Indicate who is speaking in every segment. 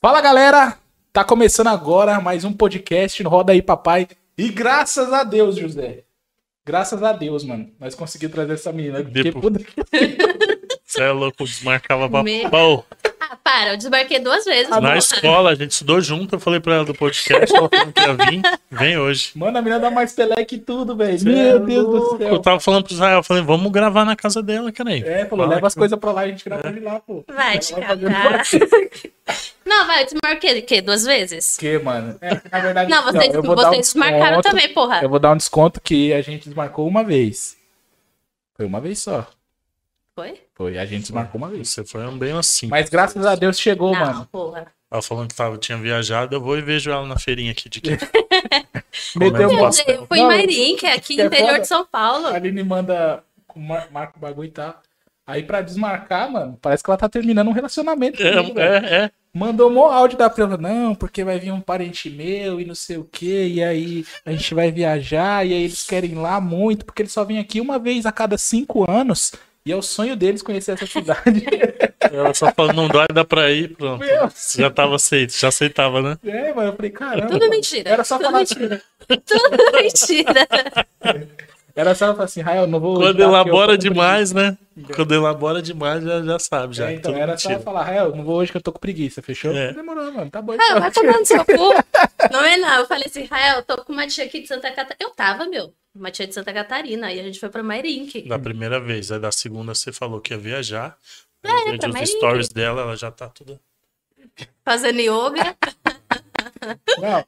Speaker 1: Fala galera, tá começando agora mais um podcast no Roda aí Papai. E graças a Deus, José. Graças a Deus, mano. Nós conseguimos trazer essa menina. Porque,
Speaker 2: Depo-
Speaker 1: puta que-
Speaker 2: Você é louco, desmarcava pra
Speaker 3: Meu.
Speaker 2: pau.
Speaker 3: Ah, para, eu desmarquei duas vezes.
Speaker 1: Tá
Speaker 2: Na escola, a gente estudou junto, eu falei pra ela do podcast, ela falou que ia vir, vem hoje.
Speaker 1: Mano, a menina dá mais Pelé que tudo, velho.
Speaker 2: Cê é
Speaker 1: Meu Deus do
Speaker 2: louco, Eu
Speaker 1: céu.
Speaker 2: tava falando pro Israel, eu falei, vamos gravar na casa dela, cara aí.
Speaker 1: É, falou,
Speaker 2: Fala
Speaker 1: leva as
Speaker 2: que-
Speaker 1: coisas pra lá e a gente grava de lá, pô.
Speaker 3: Vai te
Speaker 1: Ela fazendo
Speaker 3: catar.
Speaker 1: isso.
Speaker 3: Não, vai, eu desmarquei o quê? Duas vezes?
Speaker 1: Que, mano? É, na verdade,
Speaker 3: Não, vocês,
Speaker 1: eu vou dar um
Speaker 3: vocês desmarcaram
Speaker 1: desconto.
Speaker 3: também, tá? porra.
Speaker 1: Eu vou dar um desconto que a gente desmarcou uma vez. Foi uma vez só.
Speaker 3: Foi?
Speaker 1: Foi, a gente desmarcou uma vez.
Speaker 2: Você foi um bem assim.
Speaker 1: Mas graças a Deus chegou,
Speaker 3: não,
Speaker 1: mano.
Speaker 3: porra.
Speaker 2: Ela falando que tava, tinha viajado, eu vou e vejo ela na feirinha aqui de quinta.
Speaker 1: Meteu
Speaker 2: Eu
Speaker 3: Quer
Speaker 1: um
Speaker 2: gosto.
Speaker 3: dizer, eu fui em
Speaker 1: Não,
Speaker 3: Mairim, que é aqui
Speaker 1: que é
Speaker 3: no interior
Speaker 1: foda.
Speaker 3: de São
Speaker 1: A
Speaker 3: Paulo.
Speaker 1: Aline manda com mar- marca o bagulho e tá. Aí pra desmarcar, mano, parece que ela tá terminando um relacionamento. comigo, velho.
Speaker 2: É, é, é.
Speaker 1: Mandou um áudio da Priscila, não, porque vai vir um parente meu e não sei o que, e aí a gente vai viajar, e aí eles querem ir lá muito, porque eles só vêm aqui uma vez a cada cinco anos, e é o sonho deles conhecer essa cidade.
Speaker 2: Ela só falou, não dói, dá pra ir, pronto.
Speaker 1: Meu.
Speaker 2: Já tava aceito, já aceitava, né?
Speaker 1: é, mano, eu falei, caramba.
Speaker 3: Tudo mentira.
Speaker 1: Era só
Speaker 3: tudo
Speaker 1: falar assim,
Speaker 3: mentira. Tudo mentira.
Speaker 1: Era só ela falar assim, Rael, não vou.
Speaker 2: Quando
Speaker 1: editar porque eu tô
Speaker 2: elabora
Speaker 1: com
Speaker 2: demais, né? Quando elabora demais, já, já sabe,
Speaker 1: preguiça.
Speaker 2: já.
Speaker 1: É,
Speaker 2: que
Speaker 1: então,
Speaker 2: tudo
Speaker 1: era só ela
Speaker 2: mentira.
Speaker 1: falar, Rael, não vou hoje que eu tô com preguiça, fechou?
Speaker 2: É.
Speaker 1: Demorou, mano, tá bom.
Speaker 3: Ah,
Speaker 1: então.
Speaker 3: vai tomar no seu cu. Não é não. Eu falei assim, Rael, eu tô com uma tia aqui de Santa Catarina. Eu tava, meu. Uma tia de Santa Catarina. E a gente foi pra Mairink.
Speaker 2: Da primeira vez, aí da segunda você falou que ia viajar. Aí
Speaker 3: É,
Speaker 2: eu vejo
Speaker 3: pra
Speaker 2: os
Speaker 3: Mairink.
Speaker 2: stories dela, ela já tá toda.
Speaker 3: Fazendo yoga.
Speaker 1: Não,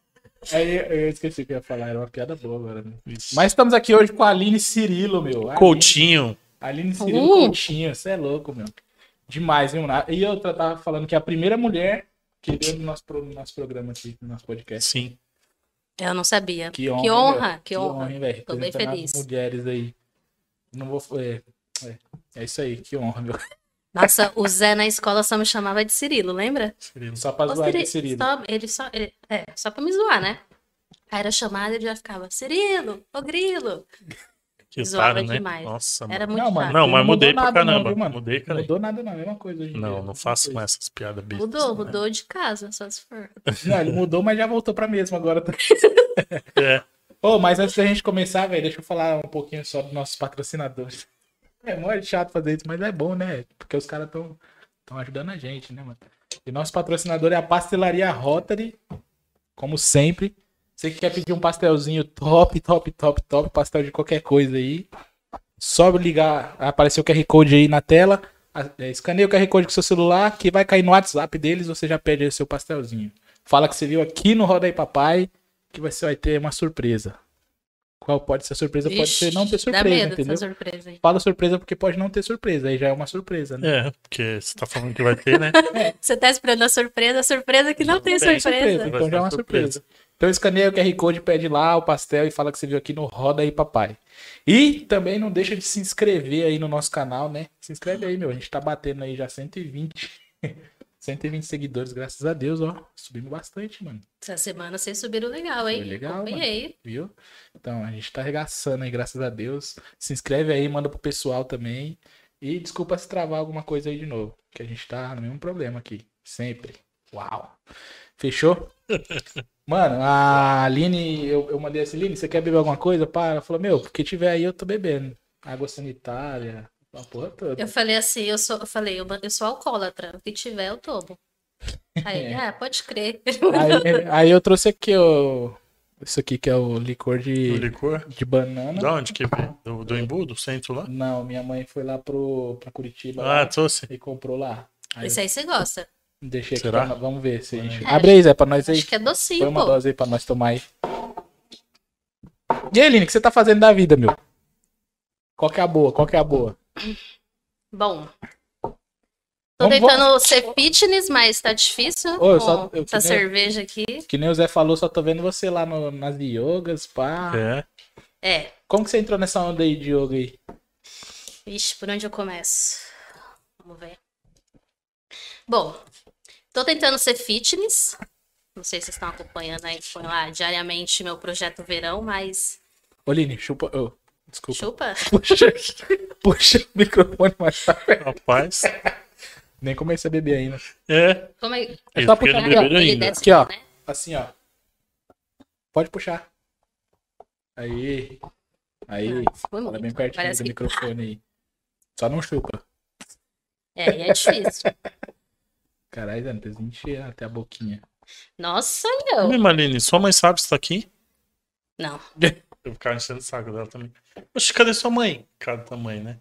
Speaker 1: aí eu esqueci o que eu ia falar, era uma piada boa agora. Né?
Speaker 2: Ixi.
Speaker 1: Mas estamos aqui hoje com a Aline Cirilo, meu. Aline-
Speaker 2: Coutinho.
Speaker 1: Aline Cirilo
Speaker 3: Uh!
Speaker 1: Coutinho, você é louco, meu. Demais, viu? E eu tava falando que é a primeira mulher que veio no nosso, pro- no nosso programa aqui, no nosso podcast.
Speaker 2: Sim.
Speaker 3: Eu não sabia.
Speaker 1: Que honra,
Speaker 3: honra,
Speaker 1: meu.
Speaker 3: que honra.
Speaker 1: hein, velho.
Speaker 3: Tô bem
Speaker 1: Representando
Speaker 3: feliz.
Speaker 1: as mulheres aí. Não vou... É, é, é isso aí, que honra, meu.
Speaker 3: Nossa, o Zé na escola só me chamava de Cirilo, lembra?
Speaker 2: Cirilo.
Speaker 1: Só pra
Speaker 3: Ô, tá
Speaker 1: zoar
Speaker 3: Ciri-
Speaker 1: Aline Cirilo.
Speaker 3: Só, ele só, ele- é, só pra me zoar, né? Aí era chamada e ele já ficava, Cirilo, ô Grilo.
Speaker 2: Que
Speaker 3: Zoava
Speaker 2: otário, né?
Speaker 3: demais.
Speaker 2: Nossa, mano.
Speaker 3: Era muito
Speaker 1: Não,
Speaker 3: não,
Speaker 1: mano.
Speaker 2: Não, mas
Speaker 1: Não
Speaker 2: mudei
Speaker 1: mudou
Speaker 2: pra
Speaker 1: nada não,
Speaker 2: caramba.
Speaker 1: viu, mano?
Speaker 2: mudei, cara.
Speaker 1: Mudou nada, não. É a mesma coisa hoje em dia.
Speaker 2: Não, não faço mais essas piadas bestas.
Speaker 3: Mudou,
Speaker 1: é.
Speaker 3: mudou de casa, só se for.
Speaker 1: Não, ele mudou, mas já voltou pra mesma agora.
Speaker 2: É.
Speaker 1: Ô, mas antes da gente começar, velho, deixa eu falar um pouquinho só dos nossos patrocinadores. É mó chato fazer isso, mas é bom, né? Porque os caras estão tão ajudando a gente, né, mano? E nosso patrocinador é a Pastelaria Rotary, como sempre. Você que quer pedir um pastelzinho top, top, top, top, pastel de qualquer coisa aí, só ligar, aparecer o QR Code aí na tela, a- é, escaneia o QR Code com seu celular, que vai cair no WhatsApp deles, você já pede aí seu pastelzinho. Fala que você viu aqui no Roda aí Papai, que você vai ter uma surpresa. Qual pode ser a surpresa? Pode
Speaker 3: Ixi,
Speaker 1: ser não ter surpresa,
Speaker 3: Dá medo
Speaker 1: entendeu?
Speaker 3: dessa surpresa, hein?
Speaker 1: Fala surpresa porque pode não ter surpresa, aí já é uma surpresa, né?
Speaker 2: É, porque você tá falando que vai ter, né?
Speaker 3: Você tá esperando a surpresa, a surpresa que não,
Speaker 2: Não
Speaker 3: tem,
Speaker 2: tem
Speaker 3: surpresa.
Speaker 2: surpresa.
Speaker 1: Então já é uma
Speaker 2: Vai ser uma
Speaker 1: surpresa. Então escaneia o QR Code, pede lá o pastel e fala que você viu aqui no Roda aí Papai. E também não deixa de se inscrever aí no nosso canal, né? Se inscreve aí, meu. A gente tá batendo aí já 120. 120 seguidores, graças a Deus, ó. Subimos bastante, mano.
Speaker 3: Essa semana vocês subiram legal, hein?
Speaker 1: Foi legal,
Speaker 3: Acompanhei.
Speaker 1: Viu? Então, a gente tá arregaçando aí, graças a Deus. Se inscreve aí, manda pro pessoal também. E desculpa se travar alguma coisa aí de novo, que a gente tá no mesmo problema aqui, sempre. Uau! Fechou? Mano, a Aline, eu, eu mandei assim, Aline, você quer beber alguma coisa? Para. Ela falou, meu, porque tiver aí eu tô bebendo. Água sanitária, a porra toda.
Speaker 3: Eu falei assim, eu sou, eu falei, eu, eu sou alcoólatra, o que tiver eu tomo. Aí, ele, ah, pode crer.
Speaker 1: Aí, aí eu trouxe aqui o... Isso aqui que é o licor
Speaker 2: O
Speaker 1: de,
Speaker 2: licor.
Speaker 1: de banana.
Speaker 2: Da onde que veio? Do, do Embu, do centro lá?
Speaker 1: Não, minha mãe foi lá pro, pra Curitiba. lá.
Speaker 2: Ah, trouxe.
Speaker 1: e comprou lá. Aí
Speaker 3: Isso aí você gosta.
Speaker 1: eu deixei aqui
Speaker 2: Será?
Speaker 1: pra nós- Vamos ver se a gente.
Speaker 3: É,
Speaker 1: Abre aí, Zé, pra nós aí.
Speaker 3: Acho que é
Speaker 1: Põe
Speaker 3: docinho,
Speaker 1: uma
Speaker 3: pô.
Speaker 1: dose aí pra nós tomar aí. E aí, Aline, o que você tá fazendo da vida, meu? Qual que é a boa? Qual que é a boa?
Speaker 3: Bom. Tô
Speaker 1: Vamos-
Speaker 3: tentando ser fitness, mas tá difícil.
Speaker 1: Ô, eu
Speaker 3: com
Speaker 1: só- eu
Speaker 3: essa
Speaker 1: queria-
Speaker 3: cerveja aqui.
Speaker 1: Que nem o Zé falou, só tô vendo você lá no- nas yogas,
Speaker 3: Ah.
Speaker 1: pá.
Speaker 2: É.
Speaker 3: É.
Speaker 1: Como que você entrou nessa onda aí de yoga aí?
Speaker 3: Ixi, por onde eu começo? Vamos ver. Bom, tô tentando ser fitness. Não sei se vocês estão acompanhando aí, põe lá diariamente meu projeto verão, mas.
Speaker 1: Ô, Aline, chupa. ô, desculpa.
Speaker 3: Chupa.
Speaker 1: Puxa, puxa o microfone mais pra perto.
Speaker 2: Rapaz,
Speaker 1: Nem comecei a beber ainda.
Speaker 2: É.
Speaker 3: Como é...
Speaker 1: É
Speaker 2: Ele
Speaker 1: só
Speaker 2: fica
Speaker 1: puxar aqui,
Speaker 2: no
Speaker 1: ó.
Speaker 2: bebedouro
Speaker 3: Ele
Speaker 2: ainda.
Speaker 3: desce
Speaker 1: Aqui, ó.
Speaker 3: né?
Speaker 1: Assim, ó. Pode puxar. Aí. Aí.
Speaker 3: Ah, Foi
Speaker 1: Fala
Speaker 3: muito.
Speaker 1: Tá bem pertinho
Speaker 3: Parece
Speaker 1: do
Speaker 3: que-
Speaker 1: microfone aí. Só não chupa.
Speaker 3: É, e é difícil.
Speaker 1: Caralho, Zé, não precisa encher até a boquinha.
Speaker 3: Nossa, meu.
Speaker 2: Oi, Marlene, sua mãe sabe se tá aqui?
Speaker 3: Não.
Speaker 2: Eu ficava enchendo o saco dela também. Oxi, cadê sua mãe? Cadê tua mãe, né?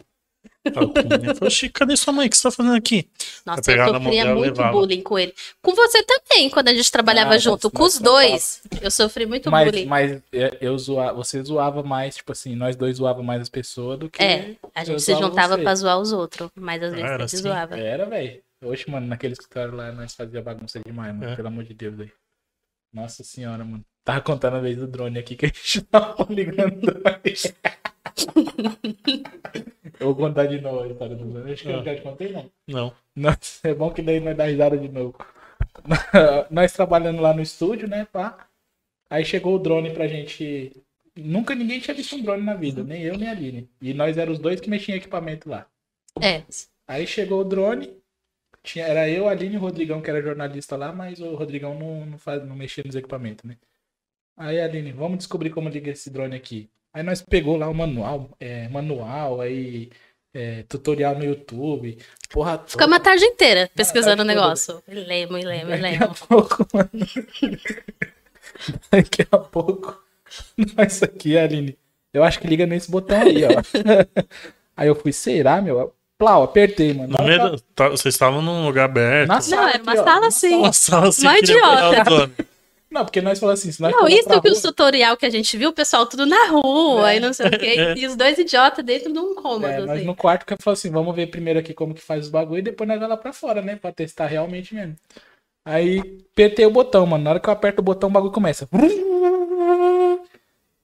Speaker 2: Tadinha. Falei, Oxi, cadê sua mãe? O que você tá fazendo aqui?
Speaker 3: Nossa, eu
Speaker 2: pegava na mão
Speaker 3: sofria
Speaker 2: dela,
Speaker 3: muito
Speaker 2: levava.
Speaker 3: bullying com ele. Com você também, quando a gente trabalhava
Speaker 1: Ah,
Speaker 3: junto.
Speaker 1: nossa,
Speaker 3: Com os
Speaker 1: nossa,
Speaker 3: dois, eu sofri muito
Speaker 1: Mas,
Speaker 3: bullying.
Speaker 1: mas eu- eu zoava, você zoava mais, tipo assim, nós dois zoava mais as pessoas do que.
Speaker 3: É, a gente
Speaker 1: eu
Speaker 3: se
Speaker 1: zoava
Speaker 3: juntava
Speaker 1: você.
Speaker 3: pra zoar os outros, mas às vezes
Speaker 2: Ah, era
Speaker 3: você
Speaker 2: assim?
Speaker 3: zoava.
Speaker 1: Era, velho. Hoje, mano, naquele escritório lá, nós fazia bagunça demais, mano.
Speaker 2: É.
Speaker 1: Pelo amor de Deus, velho. Nossa senhora, mano. Tava contando a vez do drone aqui que a gente tava ligando dois. Eu vou contar de novo a história do drone. Acho que eu já te contei, não.
Speaker 2: Não.
Speaker 1: Nossa, é bom que daí nós dá risada de novo. nós trabalhando lá no estúdio, né, pá. Aí chegou o drone pra gente. Nunca ninguém tinha visto um drone na vida, nem eu, nem a Aline. E nós éramos os dois que mexiam em equipamento lá.
Speaker 3: É.
Speaker 1: Aí chegou o drone. Tinha, era eu, a Aline e o Rodrigão, que era jornalista lá, mas o Rodrigão não, não, faz, não mexia nos equipamentos, né? Aí, Aline, vamos descobrir como liga esse drone aqui. Aí nós pegou lá o manual, é, manual, aí é, tutorial no YouTube. Porra, toda.
Speaker 3: Fica uma tarde inteira pesquisando o
Speaker 1: tarde toda,
Speaker 3: negócio. E lemo, e lemo, e
Speaker 1: Daqui a
Speaker 3: lemo.
Speaker 1: pouco, mano. Daqui a pouco. Não, isso aqui, Aline. Eu acho que liga nesse botão aí, ó. aí eu fui, será, meu? Plau, apertei, mano.
Speaker 2: No
Speaker 1: Na
Speaker 2: meio
Speaker 1: hora
Speaker 2: da- tá- vocês estavam num lugar
Speaker 1: que-
Speaker 2: aberto.
Speaker 1: na
Speaker 2: Nossa,
Speaker 1: sala
Speaker 3: era uma
Speaker 1: aqui, ó.
Speaker 3: sala
Speaker 1: Na
Speaker 3: assim.
Speaker 2: assim,
Speaker 3: Uma
Speaker 2: queria
Speaker 3: idiota.
Speaker 2: pegar o drone.
Speaker 1: Não, porque nós falamos assim, se nós
Speaker 3: Não,
Speaker 1: for lá pra
Speaker 3: isso que
Speaker 1: rua-
Speaker 3: o tutorial que a gente viu, o pessoal tudo na rua
Speaker 1: É.
Speaker 3: e não sei o quê. E os dois idiotas dentro de um cômodo,
Speaker 1: É, nós
Speaker 3: assim.
Speaker 1: no quarto que eu falo assim, vamos ver primeiro aqui como que faz os bagulho e depois nós vamos lá pra fora, né? Pra testar realmente mesmo. Aí apertei o botão, mano. Na hora que eu aperto o botão, o bagulho começa.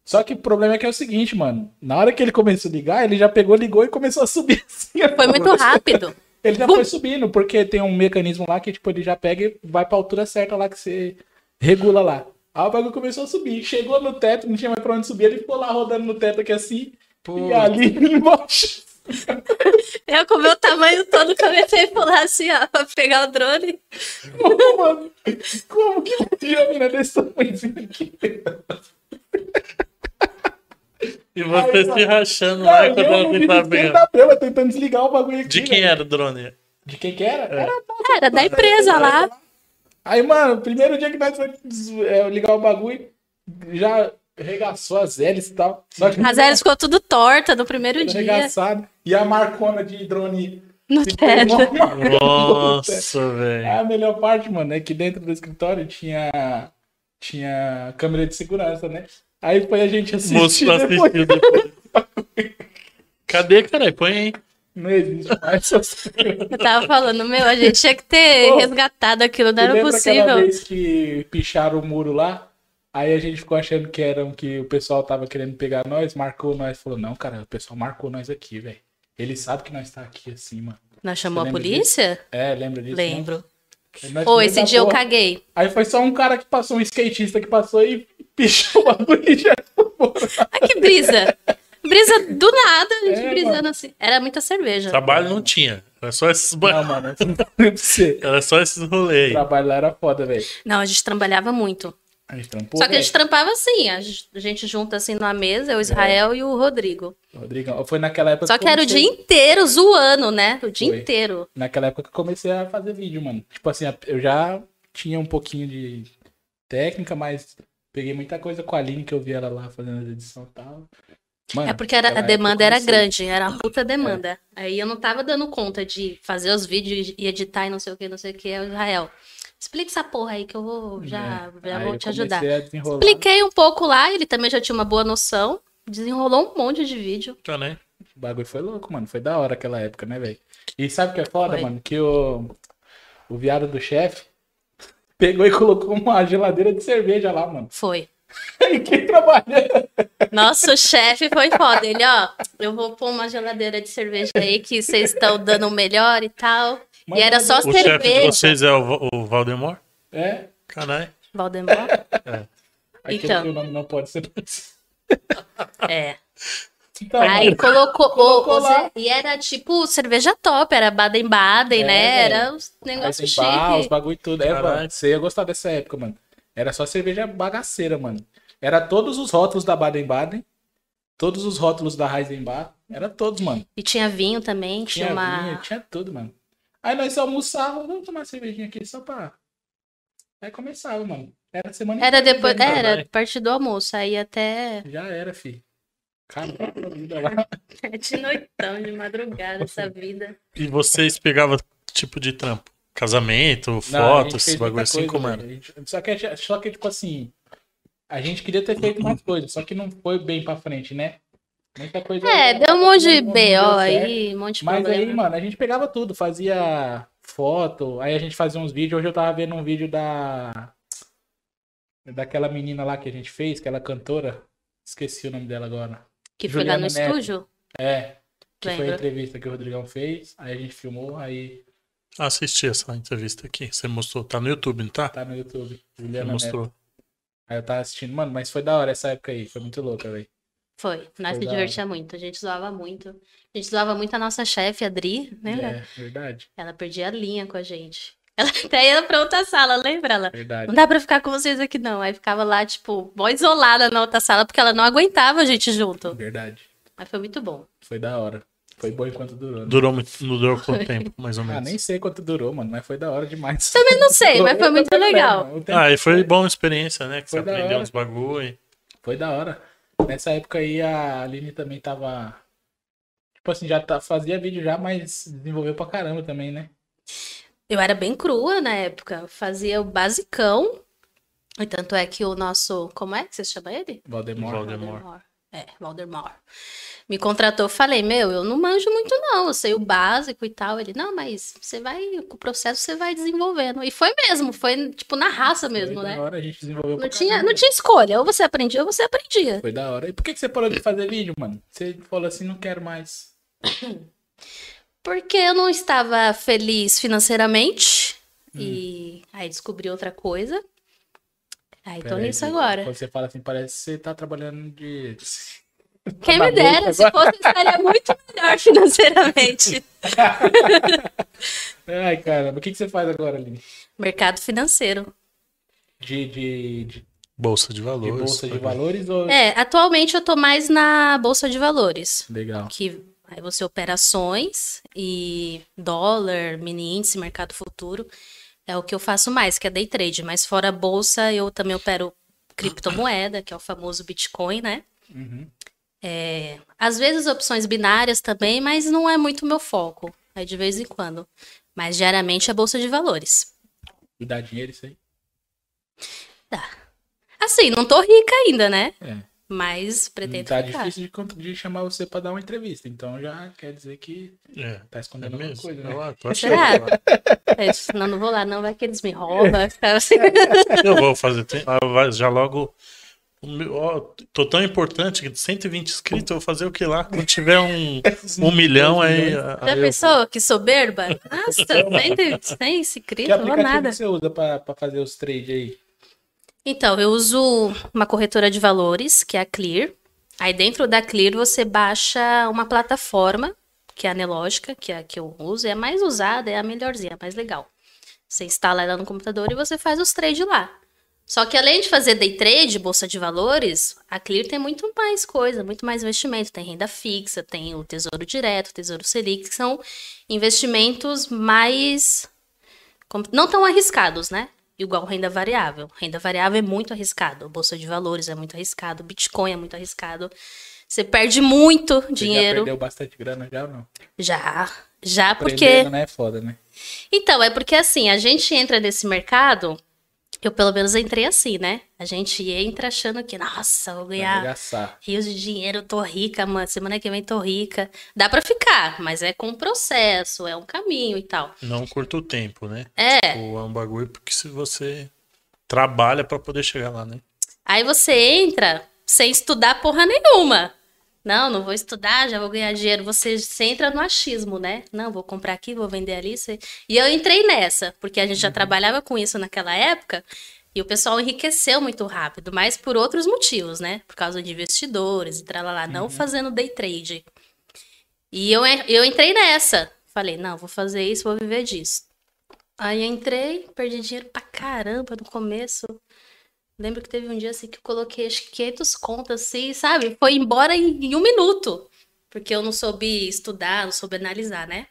Speaker 1: Só que o problema é que é o seguinte, mano. Na hora que ele começou a ligar, ele já pegou, ligou e começou a subir assim. ó.
Speaker 3: Foi muito rápido.
Speaker 1: Ele já
Speaker 3: Bum.
Speaker 1: foi subindo, porque tem um mecanismo lá que, tipo, ele já pega e vai pra altura certa lá que você regula lá. Aí o bagulho começou a subir. Chegou no teto, não tinha mais pra onde subir, ele ficou lá rodando no teto aqui assim. E ali embaixo.
Speaker 3: Eu, com o meu tamanho todo, comecei a pular assim, ó, pra pegar o drone.
Speaker 1: Como, mano? Como que podia a mina desse tamanhozinho aqui?
Speaker 2: E você
Speaker 1: Aí,
Speaker 2: se rachando lá
Speaker 1: Cara, eu
Speaker 2: quando
Speaker 1: não
Speaker 2: alguém
Speaker 1: vi
Speaker 2: tá
Speaker 1: ninguém
Speaker 2: vendo.
Speaker 1: da tela tentando desligar o bagulho aqui.
Speaker 2: De quem
Speaker 1: velho.
Speaker 2: era o drone?
Speaker 1: De quem que era?
Speaker 2: É.
Speaker 1: Era
Speaker 3: Cara, da empresa lá.
Speaker 1: Aí, mano, primeiro dia que nós foi é, ligar o bagulho, já regaçou as hélices e tal. Só que
Speaker 3: A Zélia ficou tudo torta no primeiro dia.
Speaker 1: regaçado. E a marcona de drone.
Speaker 3: No
Speaker 1: ficou
Speaker 3: teto.
Speaker 1: mó marcona.
Speaker 2: Nossa, velho.
Speaker 1: A melhor parte, mano, é que dentro do escritório tinha, tinha câmera de segurança, né? Aí foi a gente
Speaker 2: Moço
Speaker 1: assistir
Speaker 2: pra
Speaker 1: depois.
Speaker 2: assistir depois. Cadê, caralho? Põe aí.
Speaker 1: Não existe mais.
Speaker 3: Eu tava falando, meu, a gente tinha que ter
Speaker 1: Ô,
Speaker 3: resgatado aquilo, não
Speaker 1: Você
Speaker 3: era
Speaker 1: lembra aquela
Speaker 3: possível.
Speaker 1: vez que picharam o muro lá? Aí a gente ficou achando que eram que o pessoal tava querendo pegar nós, marcou nós, falou, não, cara, o pessoal marcou nós aqui, velho. Ele sabe que nós tá aqui assim, mano.
Speaker 3: Nós
Speaker 1: Você
Speaker 3: chamou a
Speaker 1: lembra
Speaker 3: polícia?
Speaker 1: É, lembra disso? né?
Speaker 3: Lembro.
Speaker 1: Aí nós
Speaker 3: Pô,
Speaker 1: fomos
Speaker 3: esse
Speaker 1: da
Speaker 3: dia eu
Speaker 1: porra.
Speaker 3: caguei.
Speaker 1: Aí foi só um cara que passou, um skatista que passou e pichou o bagulho e já foi embora.
Speaker 3: Ai, que brisa! Brisa do nada, a gente
Speaker 1: É,
Speaker 3: brisando
Speaker 1: mano.
Speaker 3: assim. Era muita cerveja.
Speaker 2: Trabalho não tinha. Era só esses, ba...
Speaker 1: Não, mano, eu não falei pra você.
Speaker 2: era só esses
Speaker 1: O
Speaker 2: rolês.
Speaker 1: trabalho lá era foda, velho.
Speaker 3: Não, a gente trabalhava muito.
Speaker 1: A gente trampou,
Speaker 3: Só que a
Speaker 1: velho.
Speaker 3: gente trampava assim, a gente- a gente junta assim numa mesa, eu, o Israel e o Rodrigo.
Speaker 1: Rodrigão, É. foi naquela época
Speaker 3: Só que era o
Speaker 1: comecei-
Speaker 3: dia inteiro zoando, né? O dia
Speaker 1: Foi.
Speaker 3: inteiro.
Speaker 1: naquela época que eu comecei a fazer vídeo, mano. Tipo assim, eu já tinha um pouquinho de técnica, mas peguei muita coisa com a Aline que eu vi ela lá fazendo as edições e tal. Mano,
Speaker 3: É porque era- a
Speaker 1: naquela época É.
Speaker 3: demanda
Speaker 1: eu
Speaker 3: era
Speaker 1: comecei.
Speaker 3: grande, era uma puta demanda. Aí eu não tava dando conta de fazer os vídeos e editar e não sei o que, não sei o que. Aí o Israel, explica essa porra aí que eu vou já,
Speaker 1: É.
Speaker 3: já
Speaker 1: Aí
Speaker 3: vou
Speaker 1: eu
Speaker 3: te ajudar.
Speaker 1: comecei a desenrolar.
Speaker 3: Expliquei um pouco lá, ele também já tinha uma boa noção. Desenrolou um monte de vídeo.
Speaker 2: Tá, né?
Speaker 1: O bagulho foi louco, mano. Foi da hora aquela época, né, velho? E sabe o que é foda,
Speaker 3: Foi.
Speaker 1: mano? Que o, o viado do chefe pegou e colocou uma geladeira de cerveja lá, mano.
Speaker 3: Foi.
Speaker 1: E quem trabalha?
Speaker 3: Nosso chefe foi foda. Ele, ó, eu vou pôr uma geladeira de cerveja aí que vocês estão dando o melhor e tal.
Speaker 1: Mas
Speaker 3: e era só
Speaker 2: O chefe de
Speaker 3: cerveja.
Speaker 2: vocês é o, Va- o Valdemar?
Speaker 1: É.
Speaker 2: Caralho.
Speaker 3: Valdemar?
Speaker 1: Aquele
Speaker 3: Então.
Speaker 1: que o nome não pode ser.
Speaker 3: É.
Speaker 1: Então,
Speaker 3: Aí
Speaker 1: mano,
Speaker 3: colocou,
Speaker 1: Colocou
Speaker 3: o- o
Speaker 1: lá.
Speaker 3: Zé- e era tipo cerveja top, era Baden-Baden, né?
Speaker 1: É.
Speaker 3: Era um
Speaker 1: aí
Speaker 3: negócio
Speaker 1: tem
Speaker 3: chique.
Speaker 1: bar, os bagulho e tudo. É,
Speaker 2: Caralho.
Speaker 1: mano, você ia gostar dessa época, mano. Era só cerveja bagaceira, mano. Era todos os rótulos da Baden-Baden, todos os rótulos da Heisenbach, era todos, mano.
Speaker 3: E tinha vinho também, tinha,
Speaker 1: Tinha
Speaker 3: uma.
Speaker 1: vinho, tinha tudo, mano. Aí nós almoçávamos, vamos tomar uma cervejinha aqui só pra... Aí começava, mano. Era semana
Speaker 3: Era depois. é,
Speaker 1: inteira,
Speaker 3: Era,
Speaker 2: Caralho.
Speaker 3: a partir do almoço, aí até.
Speaker 1: mano. Já era, fi. Acabou a vida lá.
Speaker 3: É de noitão, de madrugada, essa vida.
Speaker 2: E vocês pegavam tipo de trampo? Casamento,
Speaker 1: Não, a gente
Speaker 2: fotos,
Speaker 1: fez
Speaker 2: esses bagulho
Speaker 1: muita
Speaker 2: assim,
Speaker 1: coisa,
Speaker 2: como
Speaker 1: velho.
Speaker 2: era?
Speaker 1: A gente- Só que, a gente- só que, tipo assim, a gente queria ter feito mais coisas, só que não foi bem pra frente, né? Muita coisa.
Speaker 3: É, deu um monte de
Speaker 1: não- não
Speaker 3: BO
Speaker 1: né? deu certo.
Speaker 3: aí, um monte de
Speaker 1: Mas aí,
Speaker 3: problema.
Speaker 1: mano, a gente pegava tudo, fazia foto, aí a gente fazia uns vídeos. Hoje eu tava vendo um vídeo da. Daquela menina lá que a gente fez, aquela cantora. Esqueci o nome dela agora.
Speaker 3: que foi lá no
Speaker 1: Juliana Neto.
Speaker 3: estúdio.
Speaker 1: É. Que foi a
Speaker 3: Lembro.
Speaker 1: entrevista que o Rodrigão fez, aí a gente filmou, aí
Speaker 2: Ah, Assisti essa entrevista aqui. Você mostrou. Tá no YouTube, não tá?
Speaker 1: tá no YouTube.
Speaker 2: Você
Speaker 1: Juliana Neto.
Speaker 2: mostrou.
Speaker 1: Aí eu tava assistindo, mano, mas foi da hora essa época aí, foi muito louca, velho.
Speaker 3: Foi.
Speaker 1: Foi
Speaker 3: Nós se
Speaker 1: da hora.
Speaker 3: divertia muito, a gente zoava muito. A gente zoava muito a nossa chefe, a Dri, lembra?
Speaker 1: É, verdade,
Speaker 3: Ela perdia a linha com a gente. Ela até ia pra outra sala, lembra ela?
Speaker 1: verdade.
Speaker 3: Não dá pra ficar com vocês aqui, não. Aí ficava lá, tipo, mó isolada na outra sala, porque ela não aguentava a gente junto.
Speaker 1: Verdade.
Speaker 3: Mas foi muito bom.
Speaker 1: Foi da hora. Foi bom enquanto durou. Né?
Speaker 2: Durou muito. Não durou quanto tempo, mais ou
Speaker 1: Ah,
Speaker 2: menos.
Speaker 1: nem sei quanto durou, mano, mas foi da hora demais.
Speaker 3: Também não sei, mas foi
Speaker 1: Eu
Speaker 3: muito
Speaker 1: também né? não lembro,
Speaker 3: legal.
Speaker 1: mano. O tempo
Speaker 2: Ah, e foi boa uma experiência, né? Que
Speaker 1: Foi
Speaker 2: você
Speaker 1: da
Speaker 2: aprendeu
Speaker 1: hora.
Speaker 2: uns bagulho.
Speaker 1: Foi da hora. Nessa época aí a Aline também tava. Tipo assim, já tá- fazia vídeo já, mas desenvolveu pra caramba também, né?
Speaker 3: Eu era bem crua na época. Eu Fazia o basicão. E tanto é que o nosso. Como é que você chama ele?
Speaker 1: Valdemar.
Speaker 2: Valdemar. Valdemar.
Speaker 3: É, Valdemar. Me contratou, falei, meu, eu não manjo muito, não. Eu sei o básico e tal. Ele, não, mas você vai. Com o processo você vai desenvolvendo. E foi mesmo, foi tipo na raça mesmo,
Speaker 1: foi
Speaker 3: né?
Speaker 1: da hora, a gente desenvolveu
Speaker 3: Não
Speaker 1: pra
Speaker 3: tinha,
Speaker 1: caramba.
Speaker 3: não tinha escolha. Ou você aprendia ou você aprendia.
Speaker 1: Foi da hora. E por que que você parou de fazer vídeo, mano? Você falou assim, não quero mais.
Speaker 3: Porque eu não estava feliz financeiramente. E aí descobri outra coisa. Aí tô
Speaker 1: Pera aí,
Speaker 3: Então, nisso
Speaker 1: Dudu.
Speaker 3: agora.
Speaker 1: Quando você fala assim, parece que você tá trabalhando de.
Speaker 3: Quem
Speaker 1: Tá
Speaker 3: me
Speaker 1: louco
Speaker 3: dera, se fosse, estaria muito melhor financeiramente.
Speaker 1: Ai, caramba, o que, que você faz agora, Aline?
Speaker 3: Mercado financeiro.
Speaker 1: De, de, de,
Speaker 2: Bolsa de
Speaker 1: de
Speaker 2: valores.
Speaker 1: bolsa de
Speaker 2: bagulho.
Speaker 1: valores ou.
Speaker 3: É, atualmente eu tô mais na Bolsa de Valores,
Speaker 1: Legal.
Speaker 3: que aí você opera ações e dólar, mini índice, mercado futuro. É o que eu faço mais, que é day trade. Mas fora a bolsa, eu também opero criptomoeda, que é o famoso Bitcoin, né?
Speaker 1: Uhum.
Speaker 3: É, às vezes opções binárias também, mas não é muito meu foco. É de vez em quando. Mas diariamente é Bolsa de Valores.
Speaker 1: E dá dinheiro isso aí?
Speaker 3: Assim, não tô rica ainda, né?
Speaker 1: É.
Speaker 3: Mas pretendo
Speaker 1: tá
Speaker 3: ficar.
Speaker 1: difícil de, con- de chamar você pra dar uma entrevista, então já quer dizer que
Speaker 2: É.
Speaker 1: tá
Speaker 2: É
Speaker 1: escondendo alguma
Speaker 2: mesmo?
Speaker 1: coisa, né?
Speaker 2: Eu, ah, tô achando.
Speaker 3: Será? É, Não, não vou lá, não. Vai que eles me roubam. vai ficar assim.
Speaker 2: Eu vou fazer. tem- ah, vai- Já logo. o meu- ó, tô tão importante que 120 inscritos, eu vou fazer o que lá? Quando tiver um, um milhão aí. ah, aí
Speaker 3: Já
Speaker 2: eu-
Speaker 3: pensou? Que soberba? Nossa, tem, tem- tem esse
Speaker 1: Que
Speaker 3: crime, não vou
Speaker 1: aplicativo
Speaker 3: nada.
Speaker 1: você usa pra, pra fazer os trades aí?
Speaker 3: Então, eu uso uma corretora de valores, que é a Clear. Aí dentro da Clear você baixa uma plataforma, que é a Nelogica, que é a que eu uso, é a mais usada, é a melhorzinha, a mais legal. Você instala ela no computador e você faz os trades lá. Só que além de fazer day trade, bolsa de valores, a Clear tem muito mais coisa, muito mais investimento. Tem renda fixa, tem o Tesouro Direto, o Tesouro Selic, que são investimentos mais. como- não tão arriscados, né? Igual renda variável. Renda variável é muito arriscado. Bolsa de valores é muito arriscado. Bitcoin é muito arriscado. Você perde muito
Speaker 1: Você
Speaker 3: dinheiro. Ah,
Speaker 1: já perdeu bastante grana já ou não?
Speaker 3: Já, já,
Speaker 1: Aprender,
Speaker 3: porque.
Speaker 1: né, é foda, né?
Speaker 3: Então, é porque assim, a gente entra nesse mercado, eu pelo menos entrei assim, né? A gente entra achando que, nossa, vou
Speaker 1: Pra
Speaker 3: ganhar
Speaker 1: Arregaçar.
Speaker 3: rios de dinheiro, tô rica, mano, semana que vem tô rica. Dá pra ficar, mas é com processo, é um caminho e tal.
Speaker 2: Não curto o tempo, né?
Speaker 3: É.
Speaker 2: Tipo, é um bagulho porque se você trabalha pra poder chegar lá, né?
Speaker 3: Aí você entra sem estudar porra nenhuma. Não, não vou estudar, já vou ganhar dinheiro. Você, você entra no achismo, né? Não, vou comprar aqui, vou vender ali. você- E eu entrei nessa, porque a gente já trabalhava com isso naquela época. E o pessoal enriqueceu muito rápido, mas por outros motivos, né? Por causa de investidores e tralalá, não fazendo day trade. E eu, en- eu entrei nessa. Falei, não, vou fazer isso, vou viver disso. Aí entrei, perdi dinheiro pra caramba no começo. Lembro que teve um dia assim que eu coloquei acho que 500 contas assim, sabe? Foi embora em, em um minuto. Porque eu não soube estudar, não soube analisar, né?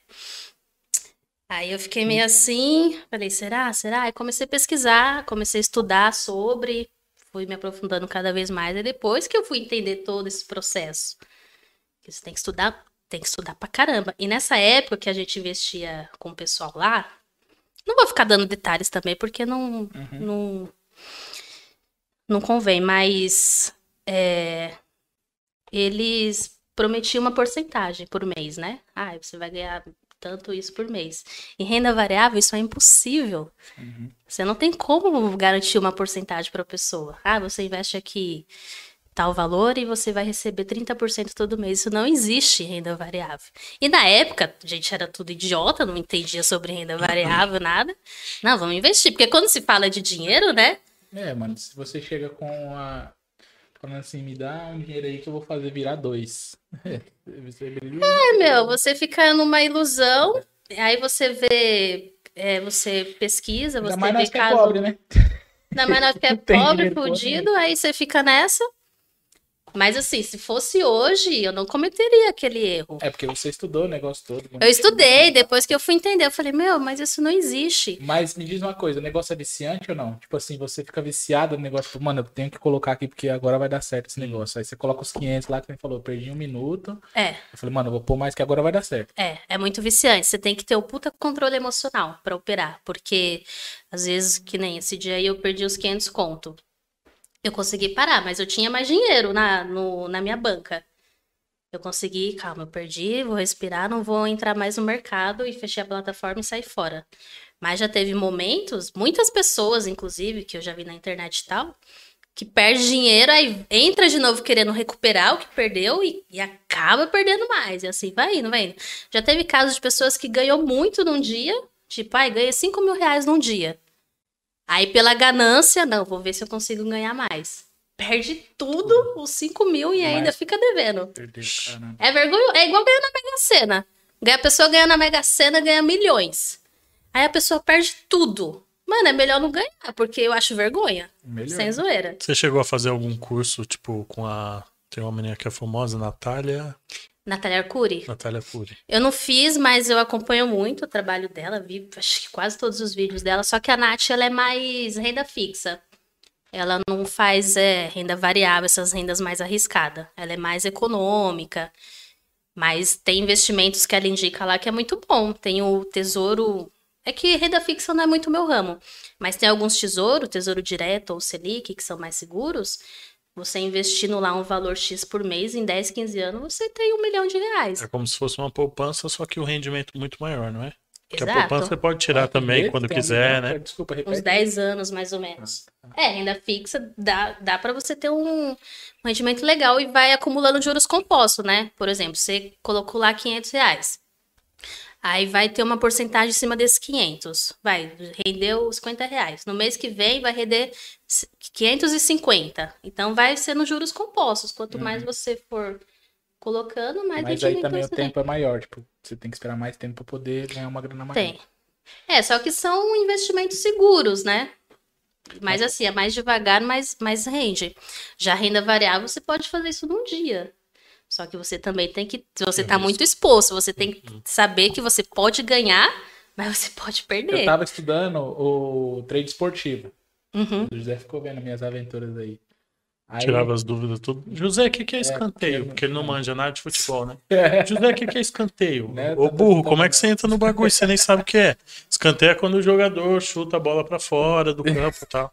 Speaker 3: Aí eu fiquei meio assim, falei, será? Será? Aí comecei a pesquisar, comecei a estudar sobre, fui me aprofundando cada vez mais. E depois que eu fui entender todo esse processo. Que Você tem que estudar, tem que estudar pra caramba. E nessa época que a gente investia com o pessoal lá, não vou ficar dando detalhes também, porque não, não, não convém, mas é, eles prometiam uma porcentagem por mês, né? Ah, você vai ganhar tanto isso por mês. Em renda variável, isso é impossível. Você não tem como garantir uma porcentagem para a pessoa. Ah, você investe aqui tal valor e você vai receber 30% todo mês. Isso não existe em renda variável. E na época, a gente era tudo idiota, não entendia sobre renda variável, nada. Não, vamos investir. Porque quando se fala de dinheiro, né?
Speaker 1: É, mano, se você chega com a. Falando assim, me dá um dinheiro aí que eu vou fazer virar dois. Você brilha.
Speaker 3: É, meu, você fica numa ilusão, aí você vê, é, você pesquisa, você
Speaker 1: Ainda mais
Speaker 3: vê
Speaker 1: nós que é
Speaker 3: caso.
Speaker 1: pobre, né?
Speaker 3: Ainda mais nós que é
Speaker 1: Não tem
Speaker 3: pobre,
Speaker 1: dinheiro né? pra
Speaker 3: fudido, aí você fica nessa. Mas assim, se fosse hoje, eu não cometeria aquele erro.
Speaker 1: É porque você estudou o negócio todo. mano.
Speaker 3: Eu estudei, depois que eu fui entender, eu falei, meu, mas isso não existe.
Speaker 1: Mas me diz uma coisa, o negócio é viciante ou não? Tipo assim, você fica viciado no negócio, tipo, mano, eu tenho que colocar aqui porque agora vai dar certo esse negócio. Aí você coloca os 500 lá, que nem falou, perdi um minuto.
Speaker 3: É,
Speaker 1: Eu falei, mano, eu vou pôr mais que agora vai dar certo.
Speaker 3: é, é muito viciante. Você tem que ter o puta controle emocional pra operar, porque às vezes, que nem esse dia aí, eu perdi os 500 conto. Eu consegui parar, mas eu tinha mais dinheiro na, no- na minha banca. Eu consegui, calma, eu perdi, vou respirar, não vou entrar mais no mercado e fechei a plataforma e sair fora. Mas já teve momentos, muitas pessoas, inclusive, que eu já vi na internet e tal, que perde dinheiro, aí entra de novo querendo recuperar o que perdeu e, e acaba perdendo mais. E assim, vai indo, vai indo. Já teve casos de pessoas que ganhou muito num dia, tipo, ai, ganha 5 mil reais num dia. Aí pela ganância, não, vou ver se eu consigo ganhar mais. Perde tudo, os 5 mil, e ainda
Speaker 1: Mas-
Speaker 3: fica devendo.
Speaker 1: Perdeu, caramba.
Speaker 3: É vergonha, é igual ganhar na Mega Sena. Ganha- A pessoa ganha na Mega Sena, ganha milhões. Aí a pessoa perde tudo. Mano, é melhor não ganhar, porque eu acho vergonha.
Speaker 1: Melhor.
Speaker 3: Sem zoeira.
Speaker 2: Você chegou a fazer algum curso, tipo, com a. Tem uma menina que é famosa, Natália.
Speaker 3: Natália Arcuri?
Speaker 2: Natália Cury.
Speaker 3: Eu não fiz, mas eu acompanho muito o trabalho dela, vi acho que quase todos os vídeos dela, só que a Nath ela é mais renda fixa. Ela não faz é, renda variável, essas rendas mais arriscadas. Ela é mais econômica, mas tem investimentos que ela indica lá que é muito bom. Tem o tesouro. É que renda fixa não é muito meu ramo, mas tem alguns tesouros, tesouro direto ou Selic, que são mais seguros. Você investindo lá um valor X por mês, em 10, 15 anos, você tem um milhão de reais.
Speaker 2: É como se fosse uma poupança, só que o rendimento muito maior, não é? Porque a
Speaker 3: Exato.
Speaker 2: poupança você pode tirar também quando
Speaker 1: Tem um
Speaker 2: quiser,
Speaker 1: milhão,
Speaker 2: né?
Speaker 1: Desculpa,
Speaker 3: Uns
Speaker 1: repete.
Speaker 3: 10 anos, mais ou menos.
Speaker 1: Ah, tá.
Speaker 3: É, renda fixa dá, dá para você ter um, um rendimento legal e vai acumulando juros compostos, né? Por exemplo, você colocou lá 500 reais. Aí vai ter uma porcentagem em cima desses 500. Vai, rendeu os 50 reais. No mês que vem vai render c- 550. Então vai sendo juros compostos. Quanto mais você for colocando, mais
Speaker 1: Uhum. Mas aí
Speaker 3: rendimento
Speaker 1: também o
Speaker 3: você tem.
Speaker 1: tempo é maior, tipo, você tem que esperar mais tempo pra poder ganhar uma grana maior.
Speaker 3: Tem. É, só que são investimentos seguros, né? Mas assim, é mais devagar, mas, mas rende. Já renda variável, você pode fazer isso num dia. Só que você também tem que. Você
Speaker 2: É
Speaker 3: está muito exposto, você tem que saber que você pode ganhar, mas você pode
Speaker 1: Eu
Speaker 3: perder.
Speaker 1: tava estudando o trade esportivo.
Speaker 3: Uhum.
Speaker 1: O José ficou vendo minhas aventuras aí. Aí-
Speaker 2: Tirava as dúvidas tudo. José, o que, que é
Speaker 1: eu
Speaker 2: escanteio?
Speaker 1: não-
Speaker 2: Porque ele não manja nada de futebol, né?
Speaker 1: É.
Speaker 2: José, o que, que é escanteio?
Speaker 1: Né, tá
Speaker 2: Ô burro,
Speaker 1: tentando,
Speaker 2: como é
Speaker 1: né?
Speaker 2: que você entra no bagulho? Você nem sabe o que é. Escanteio é quando o jogador chuta a bola pra fora do campo e tal.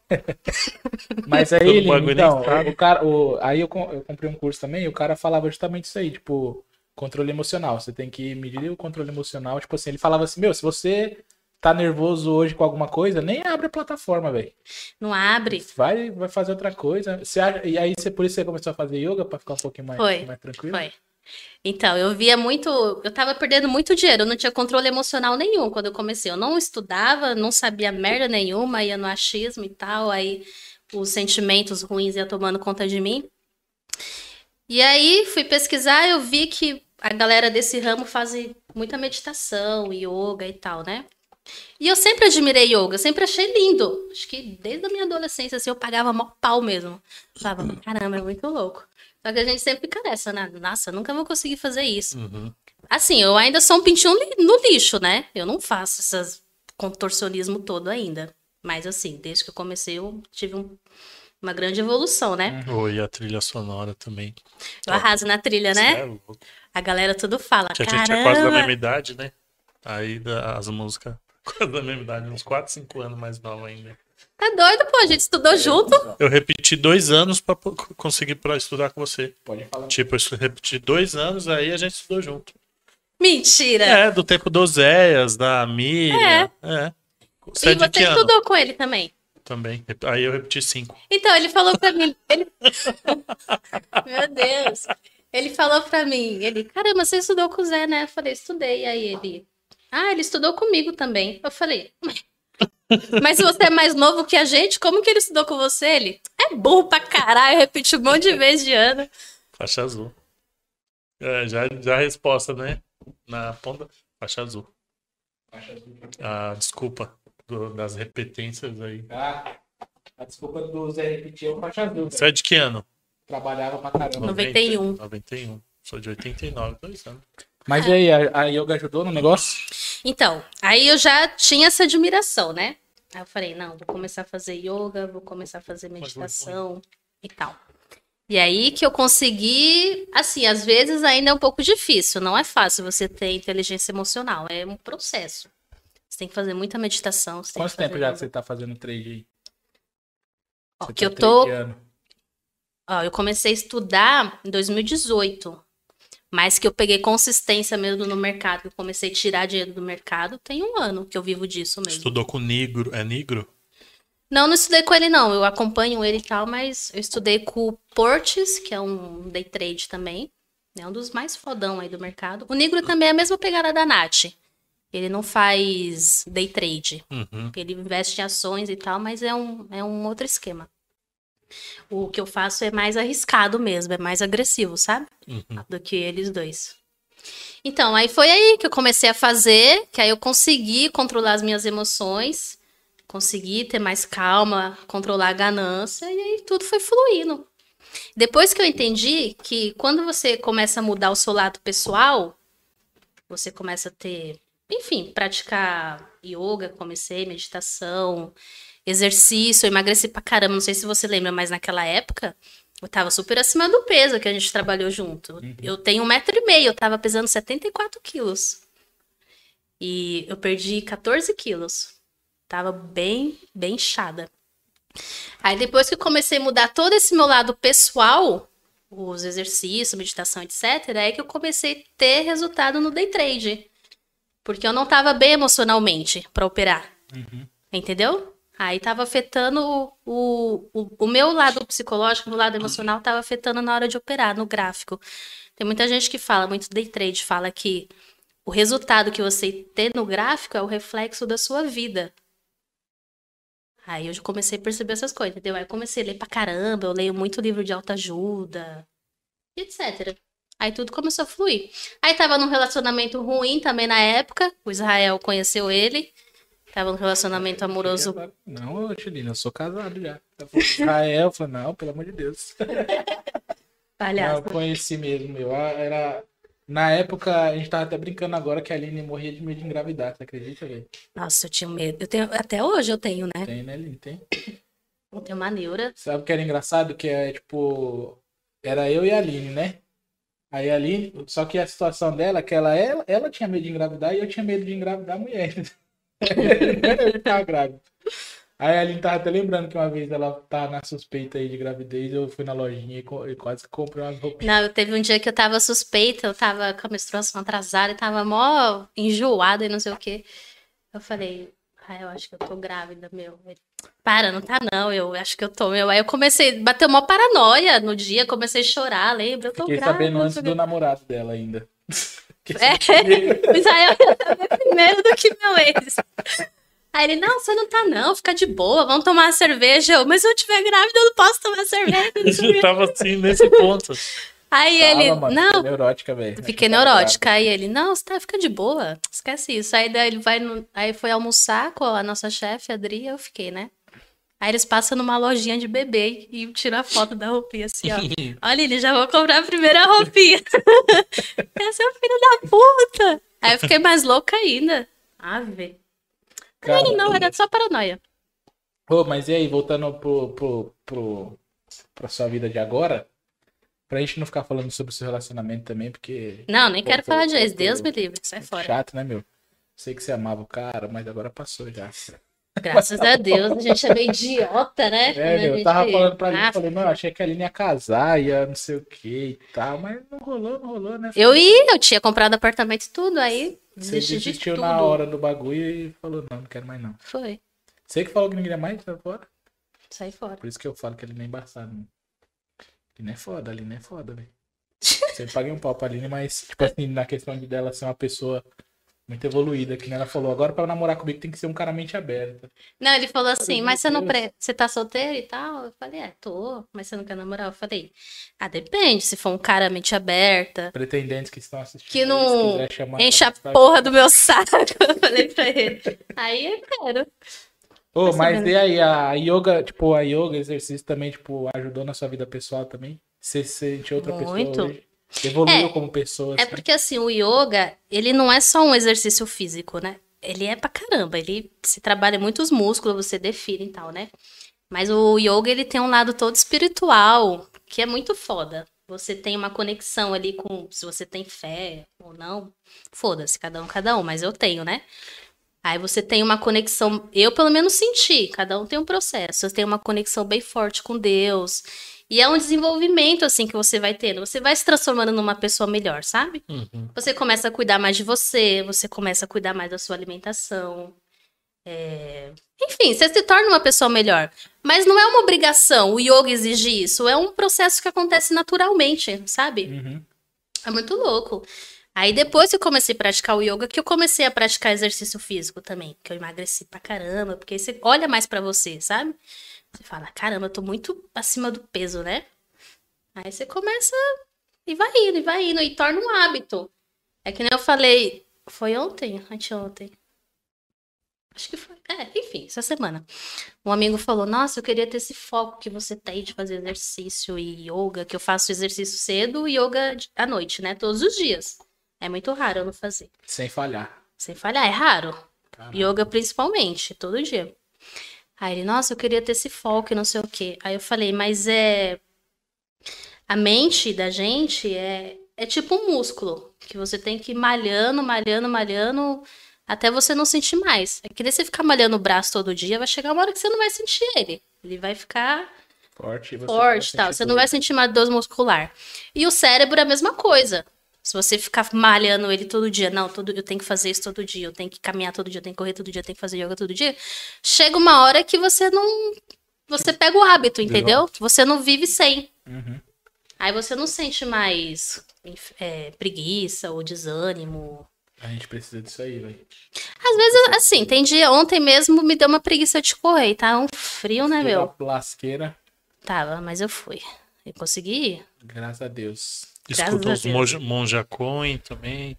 Speaker 1: Mas aí,
Speaker 2: Todo
Speaker 1: ele,
Speaker 2: bagulho nem
Speaker 1: então,
Speaker 2: sabe.
Speaker 1: o cara, o- aí eu, com- eu comprei um curso também e o cara falava justamente isso aí, tipo, controle emocional. Você tem que medir o controle emocional. Tipo assim, ele falava assim, meu, se você tá nervoso hoje com alguma coisa, nem abre a plataforma, velho.
Speaker 3: Não abre.
Speaker 1: Vai, vai fazer outra coisa. Você acha- e aí, você, por isso você começou a fazer yoga pra ficar um pouquinho mais,
Speaker 3: Foi,
Speaker 1: mais tranquilo?
Speaker 3: Foi. Então, eu via muito. Eu tava perdendo muito dinheiro, eu não tinha controle emocional nenhum quando eu comecei. Eu não estudava, não sabia merda nenhuma, ia no achismo e tal, aí os sentimentos ruins iam tomando conta de mim. E aí fui pesquisar, eu vi que a galera desse ramo faz muita meditação, yoga e tal, né? E eu sempre admirei yoga, eu sempre achei lindo. Acho que desde a minha adolescência, assim, eu pagava mó pau mesmo.
Speaker 2: Hum.
Speaker 3: Falava, caramba, é muito louco. Só que a gente sempre fica nessa, né? Nossa, eu nunca vou conseguir fazer isso.
Speaker 2: Uhum.
Speaker 3: Assim, eu ainda sou um pintinho li- no lixo, né? Eu não faço esses contorcionismo todo ainda. Mas assim, desde que eu comecei, eu tive um- uma grande evolução, né?
Speaker 2: Oh, e a trilha sonora também. tá.
Speaker 3: Eu arraso na trilha,
Speaker 2: Cê
Speaker 3: né?
Speaker 2: é louco.
Speaker 3: A galera tudo fala,
Speaker 2: Que a gente é quase da mesma
Speaker 3: caramba!
Speaker 2: idade, né? Aí da- as músicas, quase da mesma idade, uns 4, 5 anos mais nova ainda.
Speaker 3: Tá doido, pô, a gente estudou junto.
Speaker 2: Eu repeti dois anos pra po- conseguir pra estudar com você.
Speaker 1: Pode falar.
Speaker 2: Tipo, eu repeti dois anos, aí a gente estudou junto.
Speaker 3: Mentira!
Speaker 2: É, do tempo do Zéias, da Miriam. É. Você
Speaker 3: e
Speaker 2: é de que
Speaker 3: você
Speaker 2: ano?
Speaker 3: estudou com ele também?
Speaker 2: Também. Aí eu repeti cinco.
Speaker 3: Então, ele falou pra mim. ele- Meu Deus. Ele falou pra mim. Ele, caramba, você estudou com o Zé, né? Eu falei, estudei. Aí ele, ah, ele estudou comigo também. Eu falei, mas se você é mais novo que a gente, como que ele estudou com você? Ele, é burro pra caralho, repetiu um monte de vezes de ano.
Speaker 2: Faixa azul. É, já, já a resposta, né? Na ponta. Faixa azul. Ah, desculpa do- das repetências aí.
Speaker 1: Ah, a desculpa do Zé repetir é o faixa azul.
Speaker 2: Você é de que ano?
Speaker 1: Trabalhava pra caramba.
Speaker 3: 91.
Speaker 2: 91. Sou de 89, dois anos.
Speaker 1: Mas e aí, a, a yoga ajudou no negócio?
Speaker 3: Então, aí eu já tinha essa admiração, né? Aí eu falei, não, vou começar a fazer yoga, vou começar a fazer meditação e tal. E aí que eu consegui, assim, às vezes ainda é um pouco difícil, não é fácil você ter inteligência emocional, é um processo. Você tem que fazer muita meditação. Você tem
Speaker 1: Quanto
Speaker 3: que fazer
Speaker 1: tempo já que
Speaker 3: yoga.
Speaker 1: você tá fazendo 3G?
Speaker 3: Ó,
Speaker 1: Você
Speaker 3: que eu
Speaker 1: tem
Speaker 3: tô
Speaker 1: 3G ano.
Speaker 3: Ó, eu comecei a estudar em 2018, mas que eu peguei consistência mesmo no mercado, que eu comecei a tirar dinheiro do mercado, tem um ano que eu vivo disso mesmo.
Speaker 2: Estudou com negro. É negro?
Speaker 3: Não, não estudei com ele, não. Eu acompanho ele e tal, mas eu estudei com o Portes, que é um day trade também. É um dos mais fodão aí do mercado. O Negro também é a mesma pegada da Nath. Ele não faz day trade.
Speaker 2: Uhum.
Speaker 3: Ele investe em ações e tal, mas é um, é um outro esquema. O que eu faço é mais arriscado mesmo, é mais agressivo, sabe?
Speaker 2: Uhum.
Speaker 3: do que eles dois. Então, aí foi aí que eu comecei a fazer, que aí eu consegui controlar as minhas emoções, consegui ter mais calma, controlar a ganância, e aí tudo foi fluindo. Depois que eu entendi que quando você começa a mudar o seu lado pessoal, você começa a ter, enfim, praticar yoga, comecei meditação, exercício, eu emagreci pra caramba, não sei se você lembra, mas naquela época eu tava super acima do peso que a gente trabalhou junto. Eu tenho um metro e meio, eu tava pesando 74 quilos. E eu perdi 14 quilos. Tava bem, bem inchada. Aí depois que eu comecei a mudar todo esse meu lado pessoal, os exercícios, meditação, etc., aí que eu comecei a ter resultado no day trade. Porque eu não tava bem emocionalmente pra operar. Entendeu? Aí tava afetando o, o, o- o meu lado psicológico, meu lado emocional, tava afetando na hora de operar, no gráfico. Tem muita gente que fala, muito day trade fala que o resultado que você tem no gráfico é o reflexo da sua vida. Aí eu já comecei a perceber essas coisas, entendeu? Aí eu comecei a ler pra caramba, eu leio muito livro de autoajuda, e etc. Aí tudo começou a fluir. Aí tava num relacionamento ruim também na época, o Israel conheceu ele, tava num relacionamento
Speaker 1: é
Speaker 3: amoroso
Speaker 1: Não, ô, Chilina, eu sou casado já. Tá bom. Israel, eu falei, não, pelo amor de Deus. Não,
Speaker 3: palhaço.
Speaker 1: eu conheci mesmo, meu. Ah, Era... Na época, a gente tava até brincando agora que a Aline morria de medo de engravidar, você acredita, velho?
Speaker 3: Nossa, eu tinha medo. Eu tenho, até hoje eu tenho, né?
Speaker 1: Tem, né, Aline? Tem.
Speaker 3: Eu tenho uma neura.
Speaker 1: Sabe o que era engraçado? Que é tipo. Era eu e a Aline, né? Aí a Aline, só que a situação dela, é que ela, ela, ela tinha medo de engravidar e eu tinha medo de engravidar a mulher. eu tava grávida. Aí a Aline tava até lembrando que uma vez ela tava na suspeita aí de gravidez, eu fui na lojinha e, co- e quase que comprei umas roupas.
Speaker 3: Não, eu teve um dia que eu tava suspeita, eu tava com a menstruação atrasada e tava mó enjoada e não sei o quê. Eu falei, ah, eu acho que eu tô grávida, meu. Ele, Para, não tá não, eu acho que eu tô. Eu, aí eu comecei, bateu uma paranoia no dia, comecei a chorar, lembra? Eu tô
Speaker 1: Fiquei
Speaker 3: grávida.
Speaker 1: sabendo
Speaker 3: não
Speaker 1: antes
Speaker 3: sei o
Speaker 1: do namorado dela ainda.
Speaker 3: É, o Israel ia saber primeiro do que meu ex. Aí ele, não, você não tá não, fica de boa, vamos tomar uma cerveja. Eu, mas se eu tiver grávida, eu não posso tomar cerveja. não sei o
Speaker 2: Eu
Speaker 3: quê.
Speaker 2: tava assim nesse ponto.
Speaker 3: Aí
Speaker 1: Tava,
Speaker 3: ele,
Speaker 1: mano,
Speaker 3: não,
Speaker 1: fiquei neurótica, velho.
Speaker 3: fiquei neurótica. Aí ele, não, você tá, fica de boa, esquece isso. Aí daí ele vai, no- aí foi almoçar com a nossa chefe, a Adri, e eu fiquei, né? Aí eles passam numa lojinha de bebê e tiram a foto da roupinha assim, ó. Olha, ele já vou comprar a primeira roupinha. Esse é o filho da puta. Aí eu fiquei mais louca ainda. Ave. Não
Speaker 1: Cara,
Speaker 3: era não, era só paranoia.
Speaker 1: Ô, mas e aí, voltando pro, pro, pro, pra sua vida de agora, pra gente não ficar falando sobre o seu relacionamento também, porque
Speaker 3: Não, nem quero
Speaker 1: Voltou,
Speaker 3: falar de ex.
Speaker 1: voltou.
Speaker 3: Deus me livre, sai
Speaker 1: é
Speaker 3: fora.
Speaker 1: chato, né, meu? Sei que você amava o cara, mas agora passou já.
Speaker 3: Graças a Deus, a gente é meio idiota, né? Quando
Speaker 1: É,
Speaker 3: a
Speaker 1: meu, eu
Speaker 3: gente-
Speaker 1: tava falando pra
Speaker 3: Ah,
Speaker 1: ele, falei, mano, achei que a Aline ia casar, ia não sei o que e tal, mas não rolou, não rolou, né?
Speaker 3: Eu ia, eu tinha comprado apartamento e tudo, aí
Speaker 1: Você
Speaker 3: desisti de
Speaker 1: desistiu
Speaker 3: tudo.
Speaker 1: na hora do bagulho e falou, não, não quero mais não.
Speaker 3: Foi,
Speaker 1: Você que falou que não queria mais, tá fora?
Speaker 3: saí fora.
Speaker 1: Por isso que eu falo que ele não é embaçado, mano. Aline é foda, Aline é foda, velho. Sempre paguei um pau pra Aline, mas, tipo assim, na questão de dela ser uma pessoa muito evoluída, que nem ela falou, agora pra namorar comigo tem que ser um cara mente aberta.
Speaker 3: Não, ele falou assim,
Speaker 1: meu
Speaker 3: mas você não
Speaker 1: Deus.
Speaker 3: pre... você tá solteiro e tal? Eu falei, é, tô, mas você não quer namorar? Eu falei, ah, depende, se for um cara mente aberta,
Speaker 1: Pretendentes que estão assistindo.
Speaker 3: Que não
Speaker 1: se quiser chamar-
Speaker 3: enche a
Speaker 1: Sabe?
Speaker 3: porra do meu saco. Eu falei pra ele. Aí eu quero.
Speaker 1: Ô,
Speaker 3: Tá
Speaker 1: mas
Speaker 3: sabendo.
Speaker 1: e aí, a yoga, tipo, a yoga, exercício também, tipo, ajudou na sua vida pessoal também? Você se sente outra
Speaker 3: Muito.
Speaker 1: pessoa hoje? Evoluiu
Speaker 3: É.
Speaker 1: como pessoa,
Speaker 3: É
Speaker 1: assim?
Speaker 3: porque assim, o yoga, ele não é só um exercício físico, né? Ele é pra caramba, ele se trabalha muitos músculos, você define e tal, né? Mas o yoga, ele tem um lado todo espiritual, que é muito foda. Você tem uma conexão ali com se você tem fé ou não. Foda-se, cada um, cada um, mas eu tenho, né? Aí você tem uma conexão, eu pelo menos senti, cada um tem um processo. Você tem uma conexão bem forte com Deus. E é um desenvolvimento assim que você vai tendo, você vai se transformando numa pessoa melhor, sabe?
Speaker 2: Uhum.
Speaker 3: Você começa a cuidar mais de você, você começa a cuidar mais da sua alimentação. É, Enfim, você se torna uma pessoa melhor. Mas não é uma obrigação, o yoga exige isso, é um processo que acontece naturalmente, sabe?
Speaker 1: Uhum.
Speaker 3: É muito louco. Aí depois que eu comecei a praticar o yoga, que eu comecei a praticar exercício físico também, que eu emagreci pra caramba, porque aí você olha mais pra você, sabe? Você fala, caramba, eu tô muito acima do peso, né? Aí você começa e vai indo, e vai indo, e torna um hábito. É que nem eu falei, foi ontem, anteontem. Acho que foi, é, enfim, essa semana. Um amigo falou, nossa, eu queria ter esse foco que você tem de fazer exercício e yoga, que eu faço exercício cedo e yoga de- à noite, né? Todos os dias. É muito raro eu não fazer.
Speaker 1: Sem falhar.
Speaker 3: Sem falhar, é raro.
Speaker 1: Caramba.
Speaker 3: Yoga principalmente, todo dia. Aí ele, nossa, eu queria ter esse foco e não sei o quê. Aí eu falei, mas é. A mente da gente é, é tipo um músculo, que você tem que ir malhando, malhando, malhando, até você não sentir mais. É que nem você ficar malhando o braço todo dia, vai chegar uma hora que você não vai sentir ele. Ele vai ficar
Speaker 1: Forte. e você
Speaker 3: forte e
Speaker 1: vai
Speaker 3: tal.
Speaker 1: sentir
Speaker 3: Você não
Speaker 1: tudo.
Speaker 3: vai sentir uma dor muscular. E o cérebro é a mesma coisa. Se você ficar malhando ele todo dia, não, todo, eu tenho que fazer isso todo dia, eu tenho que caminhar todo dia, eu tenho que correr todo dia, eu tenho que fazer yoga todo dia, chega uma hora que você não. Você pega o hábito, entendeu? Você não vive sem.
Speaker 1: Uhum.
Speaker 3: Aí você não sente mais inf- é, preguiça ou desânimo.
Speaker 1: A gente precisa disso aí, velho.
Speaker 3: Às vezes, assim, tem dia, ontem mesmo me deu uma preguiça de correr, tá um frio, né,
Speaker 1: Deu
Speaker 3: meu?
Speaker 1: uma Lasqueira,
Speaker 3: Tava, mas eu fui. Eu consegui ir.
Speaker 1: graças a Deus.
Speaker 3: Graças
Speaker 2: Escuta
Speaker 3: a
Speaker 2: os
Speaker 3: Deus.
Speaker 2: monja, monja Coen também.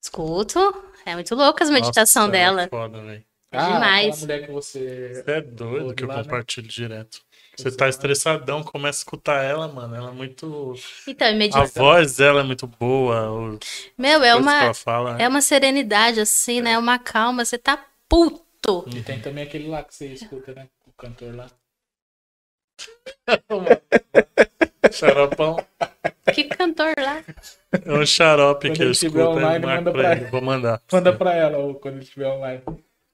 Speaker 3: Escuto. É muito louca as meditações
Speaker 2: Nossa, ela é
Speaker 3: dela.
Speaker 2: foda, velho.
Speaker 3: É demais.
Speaker 1: Ah, aquela mulher que você.
Speaker 2: Você é doido
Speaker 1: Ouve
Speaker 2: que eu
Speaker 1: lá, né?
Speaker 2: compartilho direto. Você tá estressadão, começa a escutar ela, mano. Ela é muito.
Speaker 3: Então, é
Speaker 2: A
Speaker 3: meditação.
Speaker 2: voz dela é muito boa. O
Speaker 3: Meu, é
Speaker 2: coisa que
Speaker 3: uma,
Speaker 2: ela fala.
Speaker 3: é uma serenidade, assim, né? É uma calma. Você tá puto.
Speaker 1: E tem também aquele lá que você escuta, né? O cantor lá.
Speaker 2: Xaropão.
Speaker 3: Que cantor lá.
Speaker 2: É um xarope
Speaker 1: Quando
Speaker 2: que eu
Speaker 1: ele tiver
Speaker 2: escuto. aí
Speaker 1: online,
Speaker 2: eu marco
Speaker 1: manda
Speaker 2: pra
Speaker 1: pra
Speaker 2: ele. Vou mandar.
Speaker 1: Manda pra ela ou quando ele estiver online.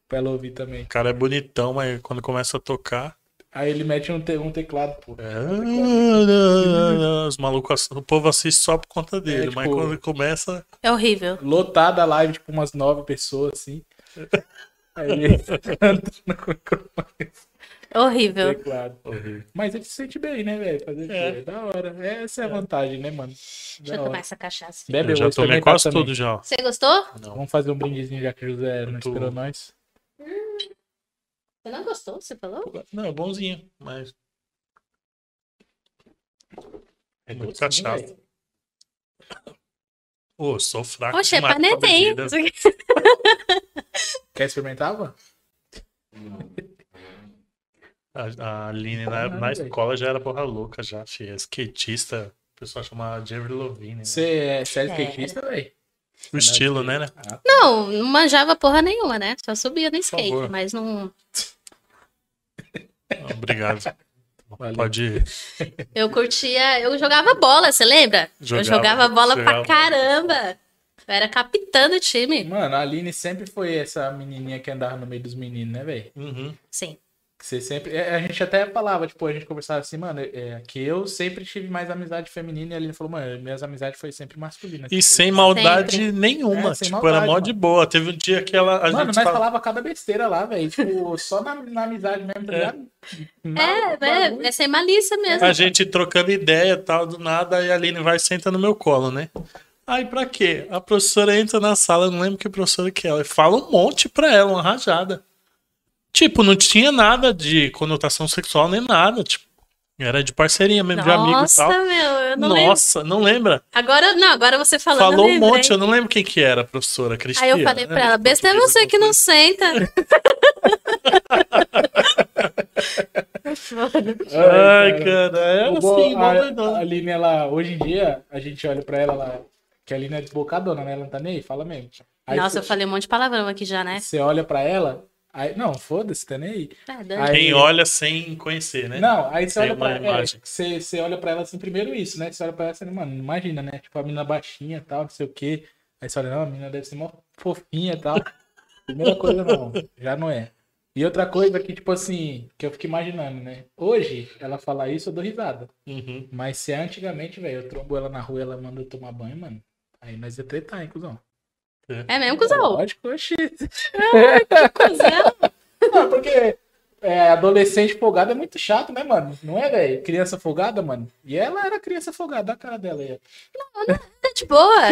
Speaker 1: Pra ela ouvir também.
Speaker 2: O cara é bonitão, mas quando começa a tocar.
Speaker 1: Aí ele mete um, te- um teclado, pô.
Speaker 2: é- Os malucos, o povo assiste só por conta dele, mas
Speaker 1: tipo-
Speaker 2: quando começa.
Speaker 3: É horrível.
Speaker 1: Lotada a live, tipo, umas nove pessoas, assim. Aí andando com o
Speaker 3: É Horrível.
Speaker 1: teclado.
Speaker 2: Horrível.
Speaker 1: Mas ele se sente bem, né, velho? Fazer
Speaker 2: É.
Speaker 1: é. da hora. Essa é a vantagem, né, mano?
Speaker 3: Já
Speaker 1: Da hora.
Speaker 3: começa a cachaça. aqui.
Speaker 1: Bebe,
Speaker 2: Eu já
Speaker 1: vou
Speaker 2: tomei
Speaker 1: experimentar
Speaker 2: quase
Speaker 1: é também.
Speaker 2: tudo já. ó.
Speaker 3: Você gostou?
Speaker 2: Não.
Speaker 1: Vamos fazer um brindezinho já que o José não
Speaker 2: Eu tô-
Speaker 1: esperou nós.
Speaker 3: Você não gostou? Você falou?
Speaker 2: Não, é bonzinho, mas. É muito
Speaker 1: Gostosinho,
Speaker 2: cachaça.
Speaker 1: velho.
Speaker 2: Ô, sou fraco.
Speaker 3: Poxa, é
Speaker 2: demais pra
Speaker 3: panetê, hein?
Speaker 2: bebida.
Speaker 1: Quer experimentar, mano?
Speaker 2: A, a Aline na,
Speaker 1: Caralho,
Speaker 2: na
Speaker 1: velho.
Speaker 2: escola já era porra louca, já, filha. Skatista. O pessoal chamava de Avril Lavigne. né?
Speaker 1: Você é sério skatista, velho?
Speaker 2: O estilo, né, né?
Speaker 1: Ah,
Speaker 3: Não, não manjava porra nenhuma, né? Só subia no skate,
Speaker 2: favor.
Speaker 3: mas não.
Speaker 2: Obrigado.
Speaker 1: Valeu.
Speaker 2: Pode ir.
Speaker 3: Eu curtia. Eu jogava bola, você lembra? eu
Speaker 2: Jogava,
Speaker 3: jogava bola
Speaker 2: jogava.
Speaker 3: pra caramba. Eu era capitã do time.
Speaker 1: Mano, a Aline sempre foi essa menininha que andava no meio dos meninos, né, velho?
Speaker 2: Uhum.
Speaker 3: Sim.
Speaker 1: Que Você sempre. é, A gente até falava, tipo, a gente conversava assim, mano, é, que eu sempre tive mais amizade feminina e a Aline falou, mano, minhas amizades foi sempre masculinas.
Speaker 2: E
Speaker 1: Tipo,
Speaker 2: sem maldade
Speaker 3: Sempre.
Speaker 2: nenhuma.
Speaker 1: É, sem
Speaker 2: tipo, era
Speaker 1: maldade,
Speaker 2: mó
Speaker 1: mano.
Speaker 2: de boa. Teve um dia que ela. A
Speaker 1: Mano,
Speaker 2: gente
Speaker 1: nós falava cada besteira lá, velho. Tipo, só na, na amizade mesmo, tá
Speaker 2: É.
Speaker 1: ligado? tá
Speaker 3: É, é, é sem malícia mesmo.
Speaker 2: A gente trocando ideia e tal, do nada, aí a Aline vai e senta no meu colo, né? Aí pra quê? A professora entra na sala, eu não lembro que professora que é ela, e fala um monte pra ela, uma rajada. Tipo, não tinha nada de conotação sexual nem nada, tipo, era de parceria mesmo, de amigo e
Speaker 3: Nossa,
Speaker 2: tal.
Speaker 3: meu, eu não lembro.
Speaker 2: Nossa, não lembra?
Speaker 3: Agora, não, agora você falando. eu
Speaker 2: Falou um
Speaker 3: lembrei.
Speaker 2: monte, eu não lembro quem que era a professora,
Speaker 3: Aí
Speaker 2: Cristina. né?
Speaker 3: eu falei pra ela, besta é você que não senta. Foda.
Speaker 1: É,
Speaker 2: Ai, cara, era
Speaker 1: O bo-
Speaker 2: assim, mó
Speaker 1: a,
Speaker 2: doidona.
Speaker 1: a Aline, ela, hoje em dia, a gente olha pra ela, ela que a Aline é desbocadona, né? Ela não tá nem aí, fala mesmo. Aí
Speaker 3: Nossa, eu
Speaker 1: você-
Speaker 3: falei um monte de palavrão aqui já, né?
Speaker 1: Você olha pra ela, aí, não, foda-se, tá nem aí.
Speaker 3: Perdão.
Speaker 1: Aí-
Speaker 2: Quem olha sem conhecer, né?
Speaker 1: Não, aí você
Speaker 2: Tem
Speaker 1: olha,
Speaker 2: uma
Speaker 1: pra, é,
Speaker 2: imagem.
Speaker 1: você, você olha pra ela assim, primeiro isso, né? Você olha pra ela assim, mano, imagina, né? Tipo, a menina baixinha e tal, não sei o quê. Aí você olha, não, a menina deve ser mó fofinha e tal. Primeira coisa, não, já não é. E outra coisa que, tipo assim, que eu fico imaginando, né? Hoje, ela falar isso, eu dou risada.
Speaker 2: Uhum.
Speaker 1: Mas se é antigamente, velho, eu trombo ela na rua ela manda eu tomar banho, mano. Aí nós ia tretar, hein, cuzão?
Speaker 3: É mesmo, cuzão?
Speaker 1: Lógico, oxi.
Speaker 3: Cuzão.
Speaker 1: Não, porque é, adolescente folgado é muito chato, né, mano? Não é, velho? Criança folgada, mano. E ela era criança folgada, a cara dela aí.
Speaker 3: Tá de boa?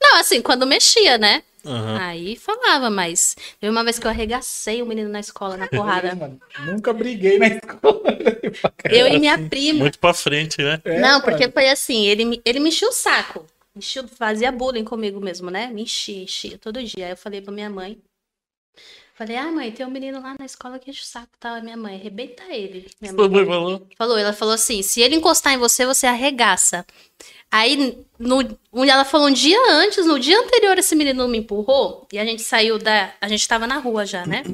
Speaker 3: Não, assim, quando mexia, né?
Speaker 2: Uhum.
Speaker 3: Aí falava, mas teve uma vez que eu arregacei o menino na escola, na porrada.
Speaker 1: Mano, nunca briguei na escola.
Speaker 3: Eu e minha prima.
Speaker 2: Muito pra frente, né?
Speaker 1: É,
Speaker 3: não,
Speaker 1: mano.
Speaker 3: porque foi assim, ele me, ele me enchia o saco. Enchia, fazia bullying comigo mesmo, né? Me enchia, enchia todo dia. Aí eu falei pra minha mãe. Falei, ah, mãe, tem um menino lá na escola que enche o saco e tal. Aí minha mãe, arrebenta ele. Minha mãe
Speaker 2: Sua mãe falou.
Speaker 3: falou, ela falou assim, se ele encostar em você, você arregaça. Aí, no, um- ela falou um dia antes, no dia anterior, esse menino me empurrou. E a gente saiu da... A gente tava na rua já, né?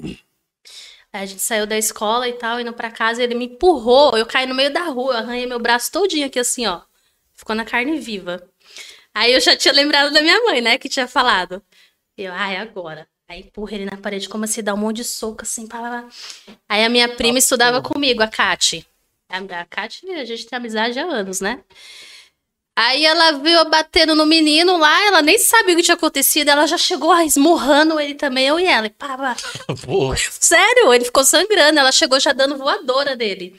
Speaker 3: Aí a gente saiu da escola e tal, indo pra casa, ele me empurrou, eu caí no meio da rua, eu arranhei meu braço todinho aqui assim, ó. Ficou na carne viva. Aí eu já tinha lembrado da minha mãe, né, que tinha falado. Eu, ai, agora. Aí empurra ele na parede, como assim, dá um monte de soco assim, pá, pá, pá. Aí a minha prima estudava comigo, a Kati. É A, a Kati, a gente tem amizade há anos, né? Aí ela viu eu batendo no menino lá, ela nem sabia o que tinha acontecido, ela já chegou ah, esmurrando ele também, eu e ela. E pá, pá.
Speaker 2: Pô,
Speaker 3: Sério, ele ficou sangrando. Ela chegou já dando voadora dele.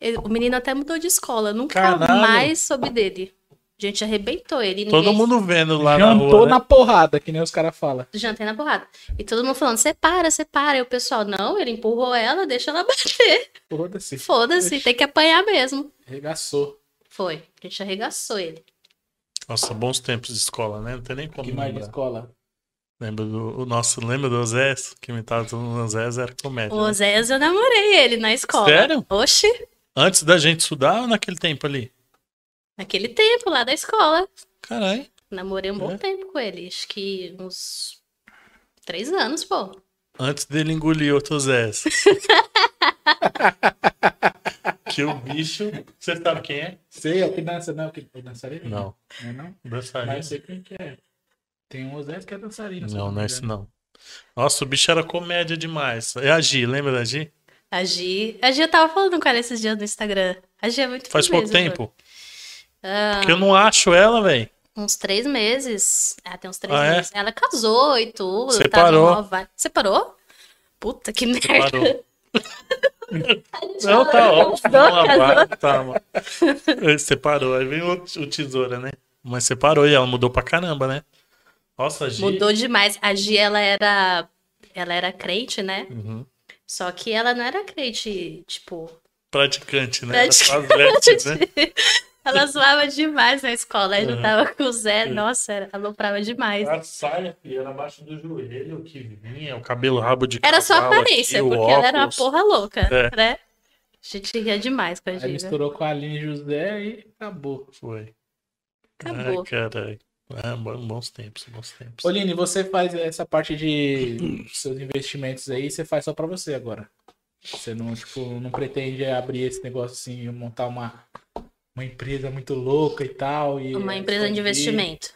Speaker 3: Ele- o menino até mudou de escola. Nunca
Speaker 2: Caralho.
Speaker 3: mais soube dele. A gente arrebentou ele. e
Speaker 2: todo
Speaker 3: ninguém-
Speaker 2: mundo vendo lá na
Speaker 1: Jantou
Speaker 2: rua. né?
Speaker 1: na porrada, que nem os caras falam.
Speaker 3: Jantei na porrada. E todo mundo falando, separa, separa. E o pessoal, não, ele empurrou ela, deixa ela bater.
Speaker 1: Foda-se.
Speaker 3: Foda-se,
Speaker 1: Oxi.
Speaker 3: tem que apanhar mesmo.
Speaker 1: Arregaçou.
Speaker 3: Foi. A gente arregaçou ele.
Speaker 2: Nossa, bons tempos de escola, né? Não tem nem como
Speaker 1: Que mais de
Speaker 2: lembrar.
Speaker 1: escola.
Speaker 2: Lembra do, o nosso, lembra do Osés? Que imitava todo mundo no Osés era comédia.
Speaker 3: O
Speaker 2: né?
Speaker 3: Oséias, eu namorei ele na escola.
Speaker 2: Sério?
Speaker 3: Oxi,
Speaker 2: Antes da gente estudar ou naquele tempo ali?
Speaker 3: naquele tempo lá da escola.
Speaker 2: Caralho.
Speaker 3: Namorei um bom
Speaker 2: É?
Speaker 3: tempo com ele. Acho que uns três anos, pô.
Speaker 2: Antes dele engolir outro Osés. que o bicho. Você sabe quem é?
Speaker 1: Sei, é o que dança, não é o que é dançarino?
Speaker 2: Não.
Speaker 1: Não é não? Mas
Speaker 2: Dançarino?
Speaker 1: eu sei quem que é. Tem um Zé que é dançarino. se
Speaker 2: Não, não é
Speaker 1: me
Speaker 2: esse
Speaker 1: engano.
Speaker 2: não. Nossa, o bicho era comédia demais. É a Gi, lembra da Gi?
Speaker 3: A Gi, a Gi, eu tava falando com ela esses dias no Instagram. A Gi é muito
Speaker 2: Faz pouco
Speaker 3: firmeza,
Speaker 2: tempo.
Speaker 3: Ah.
Speaker 2: Porque eu não acho ela, velho.
Speaker 3: pô. Uns três meses. Ah, tem uns três
Speaker 2: Ah, é?
Speaker 3: meses. Ela casou e tudo. tá
Speaker 2: Separou.
Speaker 3: Tava nova. Separou? Puta que merda.
Speaker 2: Parou. Não, tá ótimo. Uma vaga, tá, mano. Aí Separou. Aí vem o, o tesoura, né? Mas separou e ela mudou pra caramba, né? Nossa, Gi.
Speaker 3: Mudou demais. A Gi, ela era. Ela era crente, né?
Speaker 2: Uhum.
Speaker 3: Só que ela não era crente, tipo.
Speaker 2: Praticante, né? Era
Speaker 3: Praticante.
Speaker 2: Praticante. né?
Speaker 3: Ela zoava demais na escola. Aí
Speaker 2: Uhum.
Speaker 3: não tava com o Zé.
Speaker 2: Sim.
Speaker 3: Nossa, era- aloprava demais.
Speaker 2: A saia, filho, era abaixo do joelho o que vinha, o cabelo rabo de
Speaker 3: Era só
Speaker 2: cavalo
Speaker 3: aparência,
Speaker 2: aqui, o
Speaker 3: porque ela era uma
Speaker 2: óculos.
Speaker 3: porra louca,
Speaker 2: É.
Speaker 3: né? A gente ria demais com a
Speaker 1: Aí
Speaker 3: Giga.
Speaker 1: misturou com a Aline José e acabou.
Speaker 2: Foi.
Speaker 3: Acabou.
Speaker 2: Ai, caralho. Ah, bom- bons tempos, bons tempos.
Speaker 1: Oline, você faz essa parte de seus investimentos aí, você faz só pra você agora. Você não, tipo, não pretende abrir esse negócio assim, montar uma, uma empresa muito louca e tal. E é,
Speaker 3: Uma empresa de
Speaker 1: expandir,
Speaker 3: investimento.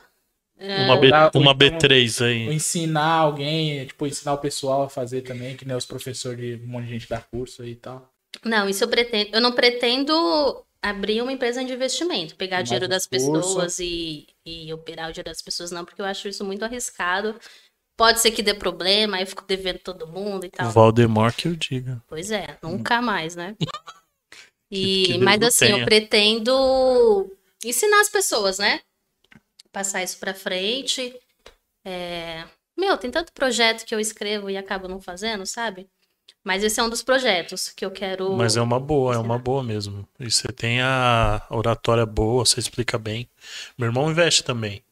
Speaker 2: Uma, B,
Speaker 1: Tá,
Speaker 2: uma
Speaker 1: então-
Speaker 2: B3
Speaker 1: ou
Speaker 2: aí.
Speaker 1: Ensinar alguém, tipo, ensinar o pessoal a fazer também, que nem os professores de um monte de gente dá curso aí e tal.
Speaker 3: Não, isso eu pretendo. Eu não pretendo abrir uma empresa de investimento, pegar
Speaker 1: Mais
Speaker 3: dinheiro
Speaker 1: um
Speaker 3: das
Speaker 1: curso.
Speaker 3: pessoas e, e operar o dinheiro das pessoas, não, porque eu acho isso muito arriscado. Pode ser que dê problema, aí eu fico devendo todo mundo e tal.
Speaker 2: Valdemar que eu diga.
Speaker 3: Pois é, nunca mais, né?
Speaker 2: Hum. Que- que
Speaker 3: E,
Speaker 2: Deus
Speaker 3: mas
Speaker 2: o
Speaker 3: assim,
Speaker 2: tenha.
Speaker 3: eu pretendo ensinar as pessoas, né? Passar isso pra frente. É, Meu, tem tanto projeto que eu escrevo e acabo não fazendo, sabe? Mas esse é um dos projetos que eu quero.
Speaker 2: Mas é uma boa, é
Speaker 3: Será?
Speaker 2: uma boa mesmo. E você tem a oratória boa, você explica bem. Meu irmão investe também.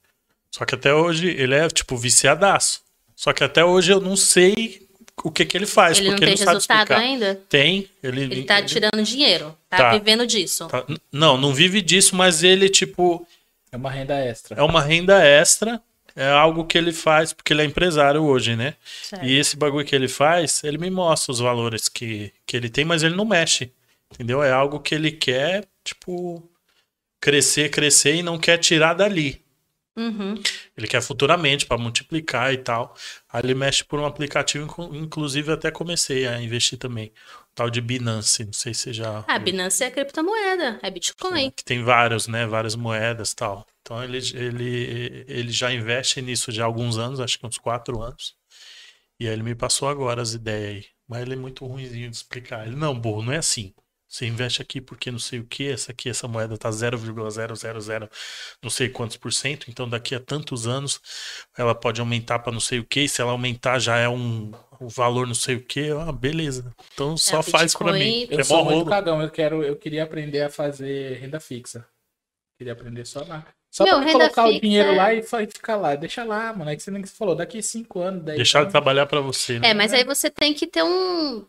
Speaker 2: Só que até hoje ele é, tipo, viciadaço. Só que até hoje eu não sei o que que ele faz,
Speaker 3: Ele não
Speaker 2: porque ele
Speaker 3: tem
Speaker 2: não sabe
Speaker 3: resultado
Speaker 2: explicar.
Speaker 3: ainda?
Speaker 2: Tem, ele...
Speaker 3: Ele tá tirando dinheiro, tá,
Speaker 2: Tá.
Speaker 3: vivendo disso.
Speaker 2: tá- Não, não vive disso, mas ele, tipo,
Speaker 1: É uma renda extra.
Speaker 2: é uma renda extra. É algo que ele faz, porque ele é empresário hoje, né?
Speaker 3: Certo.
Speaker 2: E esse bagulho que ele faz, ele me mostra os valores que, que ele tem, mas ele não mexe. Entendeu? É algo que ele quer, tipo, crescer, crescer e não quer tirar dali.
Speaker 3: Uhum.
Speaker 2: Ele quer futuramente para multiplicar e tal. Aí ele mexe por um aplicativo, inclu- inclusive eu até comecei a investir também. O tal de Binance, não sei se você já.
Speaker 3: Ah, Binance é criptomoeda, é Bitcoin.
Speaker 2: Né, Que tem vários, né? Várias moedas e tal. Então ele, ele, ele já investe nisso já há alguns anos, acho que uns quatro anos. E aí ele me passou agora as ideias aí. Mas ele é muito ruimzinho de explicar. Ele, não, burro, não é assim. Você investe aqui porque não sei o que, essa aqui, essa moeda tá 0,000 não sei quantos por cento, então daqui a tantos anos ela pode aumentar para não sei o que, se ela aumentar já é um, um valor não sei o que, ah, beleza. Então só
Speaker 3: É, o
Speaker 2: faz para mim.
Speaker 3: Bitcoin-
Speaker 2: é
Speaker 1: Eu
Speaker 2: mó
Speaker 1: sou muito
Speaker 2: rolo.
Speaker 1: cagão, eu quero, eu queria aprender a fazer renda fixa. Queria aprender só lá. Só
Speaker 3: Meu,
Speaker 1: pra
Speaker 3: renda
Speaker 1: colocar o
Speaker 3: fixa- é
Speaker 1: dinheiro lá e fa- e ficar lá. Deixa lá, mano. É que você nem que você falou, daqui 5 anos, 10
Speaker 2: Deixar de
Speaker 1: anos.
Speaker 2: trabalhar para você, né?
Speaker 3: então. É, mas aí você tem que ter um.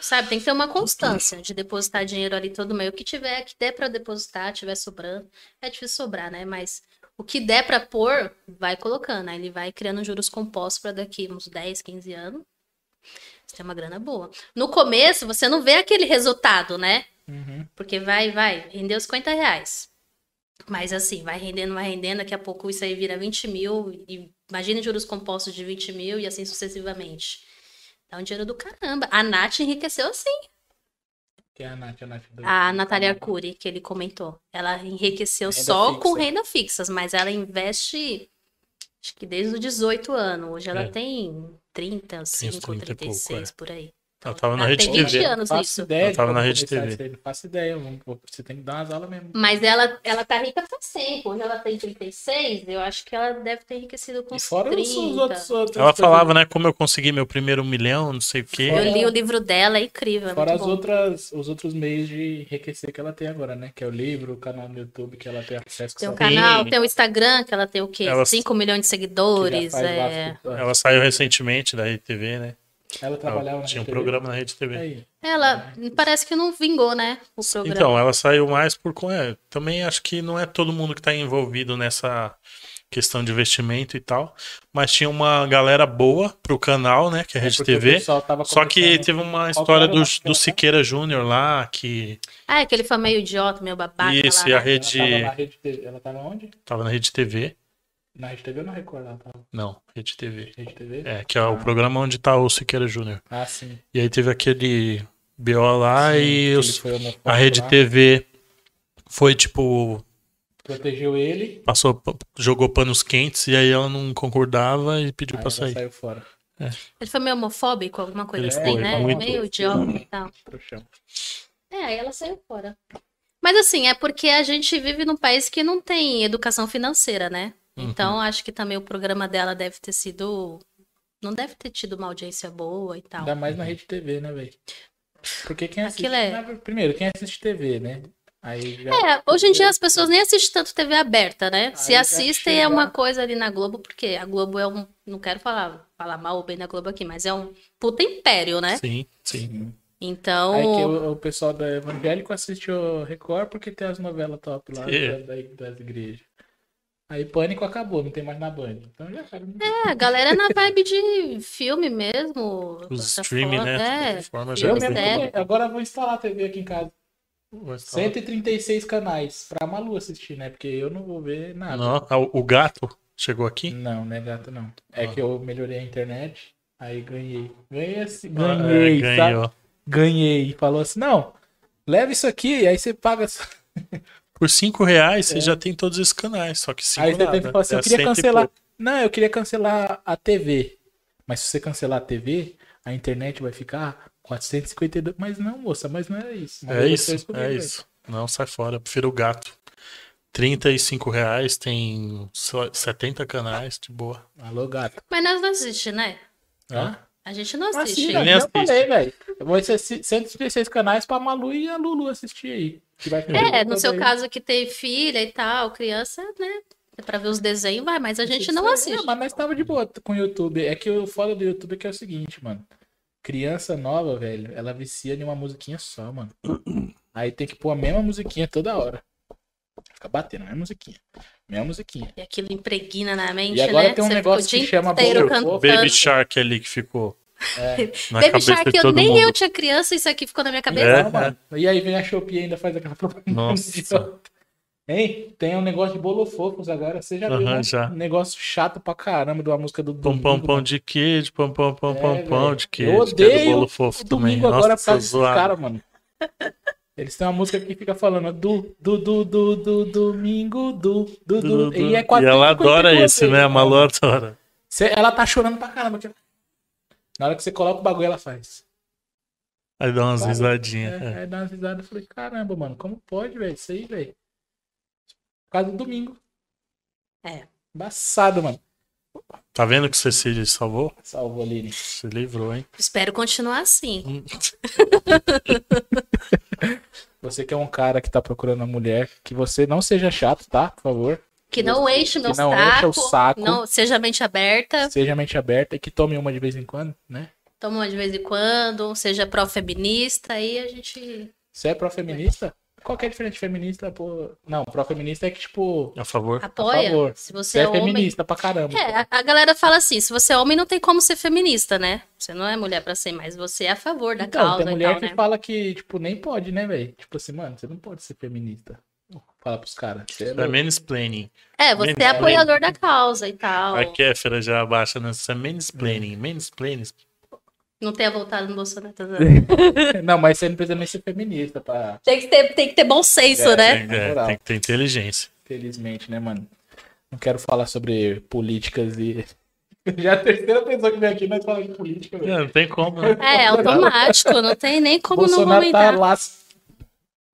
Speaker 3: Sabe, tem que ter uma constância de depositar dinheiro ali todo mês. O que tiver, que der pra depositar, tiver sobrando. É difícil sobrar, né? Mas o que der pra pôr, vai colocando. Aí ele vai criando juros compostos pra daqui uns 10, 15 anos. Você tem uma grana boa. No começo, você não vê aquele resultado, né?
Speaker 1: Uhum.
Speaker 3: Porque vai, vai, rendeu os 50 reais. Mas assim, vai rendendo, vai rendendo, daqui a pouco isso aí vira 20 mil. E imagina juros compostos de 20 mil e assim sucessivamente. Dá um dinheiro do caramba. A Nath enriqueceu assim.
Speaker 1: Que é a Nath, a Nath. do-
Speaker 3: A Natália Cury, que ele comentou. Ela enriqueceu
Speaker 1: Renda
Speaker 3: só
Speaker 1: fixa.
Speaker 3: com renda fixas, mas ela investe, acho que desde os 18 anos. Hoje ela
Speaker 2: É.
Speaker 3: tem 30, 5,
Speaker 2: 30
Speaker 1: é.
Speaker 2: e pouco,
Speaker 3: 36, por aí.
Speaker 2: Ela tava na
Speaker 3: Ela
Speaker 2: rede
Speaker 3: Ah, tem
Speaker 2: TV.
Speaker 3: 20 anos
Speaker 1: Faço
Speaker 3: nisso.
Speaker 1: ideia
Speaker 2: Eu
Speaker 1: de
Speaker 2: tava
Speaker 1: como
Speaker 2: na Rede
Speaker 1: começar
Speaker 2: TV.
Speaker 1: isso aí, Não faço ideia. vamos- Você tem que dar umas aulas mesmo.
Speaker 3: Mas ela, ela tá rica pra sempre. Hoje ela tem 36, eu acho que ela deve ter enriquecido com
Speaker 1: E
Speaker 3: uns
Speaker 1: fora os-
Speaker 3: 30.
Speaker 1: os outros, outros
Speaker 2: Ela falava, né, como eu consegui meu primeiro milhão, não sei o quê.
Speaker 3: Eu li o livro dela, é incrível, é
Speaker 1: Fora
Speaker 3: muito
Speaker 1: as
Speaker 3: bom.
Speaker 1: outras, os outros meios de enriquecer que ela tem agora, né? Que é o livro, o canal no YouTube que ela tem acesso. que
Speaker 3: Tem um
Speaker 1: só-
Speaker 3: canal,
Speaker 2: Sim.
Speaker 3: tem o Instagram, que ela tem o quê?
Speaker 2: Ela-
Speaker 3: 5 milhões de
Speaker 1: que já
Speaker 3: seguidores.
Speaker 1: faz lá
Speaker 3: é...
Speaker 1: as pessoas.
Speaker 2: Ela saiu recentemente da Rede TV, né?
Speaker 1: Ela trabalhava
Speaker 2: Ela
Speaker 1: na
Speaker 2: tinha um
Speaker 1: TV.
Speaker 2: programa na Rede TV.
Speaker 1: Aí.
Speaker 3: Ela parece que não vingou, né? O programa.
Speaker 2: Então, ela saiu mais por. co- é, também acho que não é todo mundo que está envolvido nessa questão de investimento e tal. Mas tinha uma galera boa pro canal, né? Que é
Speaker 1: É
Speaker 2: a Rede
Speaker 1: porque o
Speaker 2: TV.
Speaker 1: pessoal tava
Speaker 2: Só que
Speaker 1: começando-
Speaker 2: teve uma
Speaker 1: Qual
Speaker 2: história
Speaker 1: que era
Speaker 2: do,
Speaker 1: o né? nome
Speaker 2: do
Speaker 1: dela?
Speaker 2: Siqueira Júnior lá, que.
Speaker 3: Ah, é que ele foi meio idiota, meio babaca.
Speaker 2: Isso, é.
Speaker 3: lá,
Speaker 2: e a
Speaker 3: né?
Speaker 1: Ela
Speaker 2: rede.
Speaker 1: tava na Rede TV. Ela tava onde?
Speaker 2: Tava na Rede TV.
Speaker 1: Na Rede TV ou na Record? Ela tava
Speaker 2: Não, Rede TV.
Speaker 1: na Rede TV?
Speaker 2: É, que é o programa onde tá o Siqueira Júnior.
Speaker 1: Ah, sim.
Speaker 2: E aí teve aquele BO lá e
Speaker 1: Ele
Speaker 2: os,
Speaker 1: foi homofóbico
Speaker 2: a Rede
Speaker 1: lá,
Speaker 2: TV foi tipo.
Speaker 1: Protegeu ele.
Speaker 2: Passou, jogou panos quentes e aí ela não concordava e pediu
Speaker 1: aí
Speaker 2: pra
Speaker 1: ela
Speaker 2: sair.
Speaker 1: saiu fora.
Speaker 3: Ele foi meio homofóbico, alguma coisa
Speaker 2: Ele
Speaker 3: assim,
Speaker 2: foi,
Speaker 3: né?
Speaker 2: muito.
Speaker 3: Meio idiota e tal.
Speaker 1: Trouxão.
Speaker 3: É, aí ela saiu fora. Mas assim, é porque a gente vive num país que não tem educação financeira, né?
Speaker 2: Uhum.
Speaker 3: Então acho que também o programa dela deve ter sido. Não deve ter tido uma audiência boa e tal.
Speaker 1: Ainda mais na rede TV, né, velho? Porque quem assiste.
Speaker 3: Aquilo é-
Speaker 1: na- Primeiro, quem assiste TV, né? Aí já.
Speaker 3: É, hoje em dia as pessoas nem assistem tanto TV aberta, né? Se
Speaker 1: Aí já
Speaker 3: assistem é
Speaker 1: chega-
Speaker 3: uma coisa ali na Globo, porque a Globo é um. Não quero falar, falar mal ou bem da Globo aqui, mas é um puta império, né?
Speaker 2: Sim, sim.
Speaker 3: Então.
Speaker 1: Aí que o, o pessoal da evangélico assiste o Record porque tem as novelas top lá
Speaker 2: É.
Speaker 1: da- da- das igrejas. Aí Pânico acabou, não tem mais na Band. Então já sabe.
Speaker 3: É, a galera é na vibe de filme mesmo.
Speaker 2: Os
Speaker 3: plataforma,
Speaker 2: streaming, né?
Speaker 3: É,
Speaker 2: Plataforma
Speaker 1: Eu
Speaker 3: é
Speaker 1: mesmo,
Speaker 3: sério.
Speaker 1: agora eu vou instalar a TV aqui em casa. 136 canais pra Malu assistir, né? Porque eu não vou ver nada.
Speaker 2: Não, ah, o- o gato chegou aqui?
Speaker 1: Não, não é gato, não. É
Speaker 2: Ah.
Speaker 1: que eu melhorei a internet, aí ganhei. Ganhei assim,
Speaker 2: Ah,
Speaker 1: ganhei,
Speaker 2: é,
Speaker 1: sabe?
Speaker 2: ganhou.
Speaker 1: Ganhei. Falou assim, não, leva isso aqui, aí você paga. só-
Speaker 2: Por 5 reais você já tem todos esses canais, só que 5
Speaker 1: É. Aí você
Speaker 2: nada.
Speaker 1: tem que falar assim,
Speaker 2: É
Speaker 1: eu queria
Speaker 2: cento e
Speaker 1: cancelar.
Speaker 2: pouco.
Speaker 1: Não, eu queria cancelar a TV. Mas se você cancelar a TV, a internet vai ficar 452. Mas não, moça, mas não é isso. Mas
Speaker 2: É
Speaker 1: eu
Speaker 2: isso,
Speaker 1: tô escolhendo,
Speaker 2: é
Speaker 1: velho.
Speaker 2: isso. Não, sai fora, eu prefiro o gato. 35 reais tem só 70 canais, de boa.
Speaker 1: Alô, gato.
Speaker 3: Mas nós não assiste, né?
Speaker 1: Hã?
Speaker 3: A gente não
Speaker 1: Mas sim,
Speaker 3: assiste.
Speaker 2: né?
Speaker 1: velho,
Speaker 2: Nem
Speaker 1: eu
Speaker 2: assiste.
Speaker 1: falei, velho. Vai ser 136 canais pra Malu e a Lulu assistir aí. que vai ficar
Speaker 3: é,
Speaker 1: tudo
Speaker 3: no seu
Speaker 1: aí.
Speaker 3: caso que tem filha e tal, criança, né? É Pra ver os desenhos, vai, mas a gente não
Speaker 1: Isso aí,
Speaker 3: assiste.
Speaker 1: é, mas nós tava de boa com o YouTube. É que o foda do YouTube é que é o seguinte, mano. Criança nova, velho, ela vicia em uma musiquinha só, mano. Aí tem que pôr a mesma musiquinha toda hora. Fica batendo, a mesma musiquinha. Mesma musiquinha.
Speaker 3: E aquilo impregna na mente,
Speaker 1: E agora
Speaker 3: né?
Speaker 1: tem um
Speaker 3: Você fica
Speaker 1: negócio
Speaker 3: o dia
Speaker 1: que chama
Speaker 3: inteiro
Speaker 1: Bolero
Speaker 3: cantando.
Speaker 1: Fofo.
Speaker 2: Baby Shark ali que ficou
Speaker 1: É.
Speaker 2: na
Speaker 3: Baby
Speaker 2: cabeça
Speaker 3: Shark,
Speaker 2: de
Speaker 3: eu,
Speaker 2: todo
Speaker 3: nem
Speaker 2: mundo.
Speaker 3: eu tinha criança, isso aqui ficou na minha cabeça.
Speaker 2: É,
Speaker 1: Não, Então, mano. E aí vem a Shopee e ainda faz aquela propaganda.
Speaker 2: Nossa.
Speaker 1: idiota. Hein? Tem um negócio de bolofocos agora. Você já viu
Speaker 2: Aham,
Speaker 1: né?
Speaker 2: já.
Speaker 1: um negócio chato pra caramba de uma música do
Speaker 2: Pom pom
Speaker 1: Domingo,
Speaker 2: pom de queijo, pom pom pom
Speaker 1: É,
Speaker 2: pom pom
Speaker 1: velho.
Speaker 2: de
Speaker 1: Eu
Speaker 2: queijo. que é do
Speaker 1: odeio
Speaker 2: bolo
Speaker 1: O
Speaker 2: fofo também.
Speaker 1: domingo agora
Speaker 2: Nossa,
Speaker 1: por causa desses
Speaker 2: zoado.
Speaker 1: caras, mano. Eles têm uma música que fica falando do, do, do, do, do, domingo, do, do, do. E é
Speaker 2: E
Speaker 1: 452
Speaker 2: ela adora
Speaker 1: vezes,
Speaker 2: esse, né? A Malu
Speaker 1: mano.
Speaker 2: adora.
Speaker 1: Cê- Ela tá chorando pra caramba. tipo. Na hora que você coloca o bagulho, ela faz.
Speaker 2: Aí dá umas
Speaker 1: Claro,
Speaker 2: risadinhas.
Speaker 1: É,
Speaker 2: é.
Speaker 1: aí dá umas risadas. Eu falei, caramba, mano, como pode, velho? Isso aí, velho. Por causa do domingo.
Speaker 3: É.
Speaker 1: Embaçado, mano.
Speaker 2: Tá vendo que você se salvou?
Speaker 1: Salvou ali. né?
Speaker 2: Se livrou, hein?
Speaker 3: Espero continuar assim.
Speaker 2: Hum,
Speaker 1: Você que é um cara que tá procurando uma mulher, que você não seja chato, tá? Por favor.
Speaker 3: Que não enche o meu
Speaker 1: Que não
Speaker 3: saco,
Speaker 1: encha o saco.
Speaker 3: Não, seja mente aberta,
Speaker 1: Seja mente aberta e que tome uma de vez em quando, né?
Speaker 3: toma uma de vez em quando, seja pró-feminista, aí a gente.
Speaker 1: Você é pró-feminista? Qual que é a diferença de feminista? Pô... Não, pró-feminista é que, tipo,
Speaker 2: A favor.
Speaker 1: Por
Speaker 3: Apoia.
Speaker 1: favor. você
Speaker 3: Se você
Speaker 1: é,
Speaker 3: é, homem.
Speaker 1: feminista pra caramba.
Speaker 3: É, a- a galera fala assim: se você é homem, não tem como ser feminista, né? Você não é mulher pra ser, mas você é a favor da
Speaker 1: Então,
Speaker 3: causa
Speaker 1: tem
Speaker 3: e
Speaker 1: mulher
Speaker 3: tal,
Speaker 1: que
Speaker 3: né?
Speaker 1: fala que, tipo, nem pode, né, velho? Tipo assim, mano, você não pode ser feminista. Fala pros caras. Você é
Speaker 2: É
Speaker 1: louco.
Speaker 2: mansplaining.
Speaker 3: É, você é
Speaker 2: Menos-
Speaker 3: apoiador da causa e tal.
Speaker 2: A Kéfera já abaixa nessa
Speaker 1: É.
Speaker 2: mansplaining. Mansplaining.
Speaker 3: Não tenha voltado no Bolsonaro. tá vendo?
Speaker 1: Não, mas você não precisa nem ser feminista, pra...
Speaker 3: Tem que ter, tem que ter bom senso,
Speaker 1: É,
Speaker 3: né?
Speaker 2: Tem, é,
Speaker 1: moral.
Speaker 2: tem que ter inteligência.
Speaker 1: felizmente, né, mano? Não quero falar sobre políticas e. Já é a terceira pessoa que vem aqui, nós falamos de política, velho.
Speaker 2: É, não tem como, né?
Speaker 3: É, automático, não tem nem como não
Speaker 1: Bolsonaro tá
Speaker 3: comentar.
Speaker 1: lá.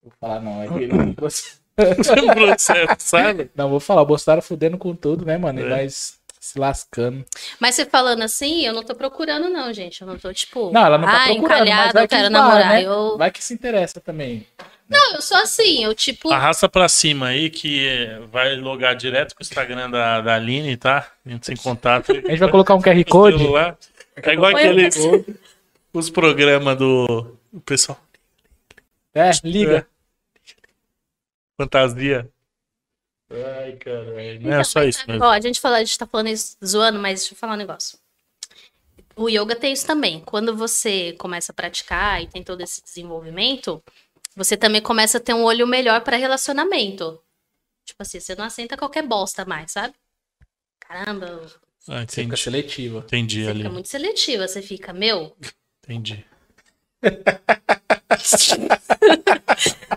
Speaker 1: Vou falar, não, é que ele.
Speaker 2: um processo, sabe?
Speaker 1: Não, vou falar, o Bolsonaro fudendo com tudo, né, mano? E
Speaker 2: É.
Speaker 1: nós se lascando.
Speaker 3: Mas você falando assim, eu não tô procurando, não, gente. Eu não tô, tipo,
Speaker 1: Não, ela não tá
Speaker 3: ah,
Speaker 1: procurando, mas
Speaker 3: encalhada,
Speaker 1: vai
Speaker 3: eu
Speaker 1: que
Speaker 3: quero
Speaker 1: esbarra,
Speaker 3: namorar.
Speaker 1: né?
Speaker 3: Eu...
Speaker 1: Vai que se interessa também.
Speaker 3: Não, eu sou assim, eu, tipo,
Speaker 2: Arrasta pra cima aí que eh, vai logar direto com o Instagram da, da Aline, tá? A gente sem contato.
Speaker 1: A gente vai colocar um QR Code.
Speaker 2: Celular. É igual
Speaker 3: Põe
Speaker 2: aquele,
Speaker 3: o-
Speaker 2: os programas do o pessoal.
Speaker 1: É, liga.
Speaker 2: Fantasia. Ai, caralho. Não,
Speaker 3: Então,
Speaker 2: é só
Speaker 3: mas,
Speaker 2: isso mesmo.
Speaker 3: Ó, a gente fala, a gente tá falando isso, zoando, mas deixa eu falar um negócio. O yoga tem isso também. Quando você começa a praticar e tem todo esse desenvolvimento, você também começa a ter um olho melhor pra relacionamento. Tipo assim, você não aceita qualquer bosta mais, sabe? Caramba,
Speaker 2: Ah,
Speaker 1: Você fica
Speaker 2: entendi.
Speaker 1: seletiva.
Speaker 2: Entendi
Speaker 3: você
Speaker 2: ali.
Speaker 3: fica muito seletiva, você fica, meu,
Speaker 2: Entendi.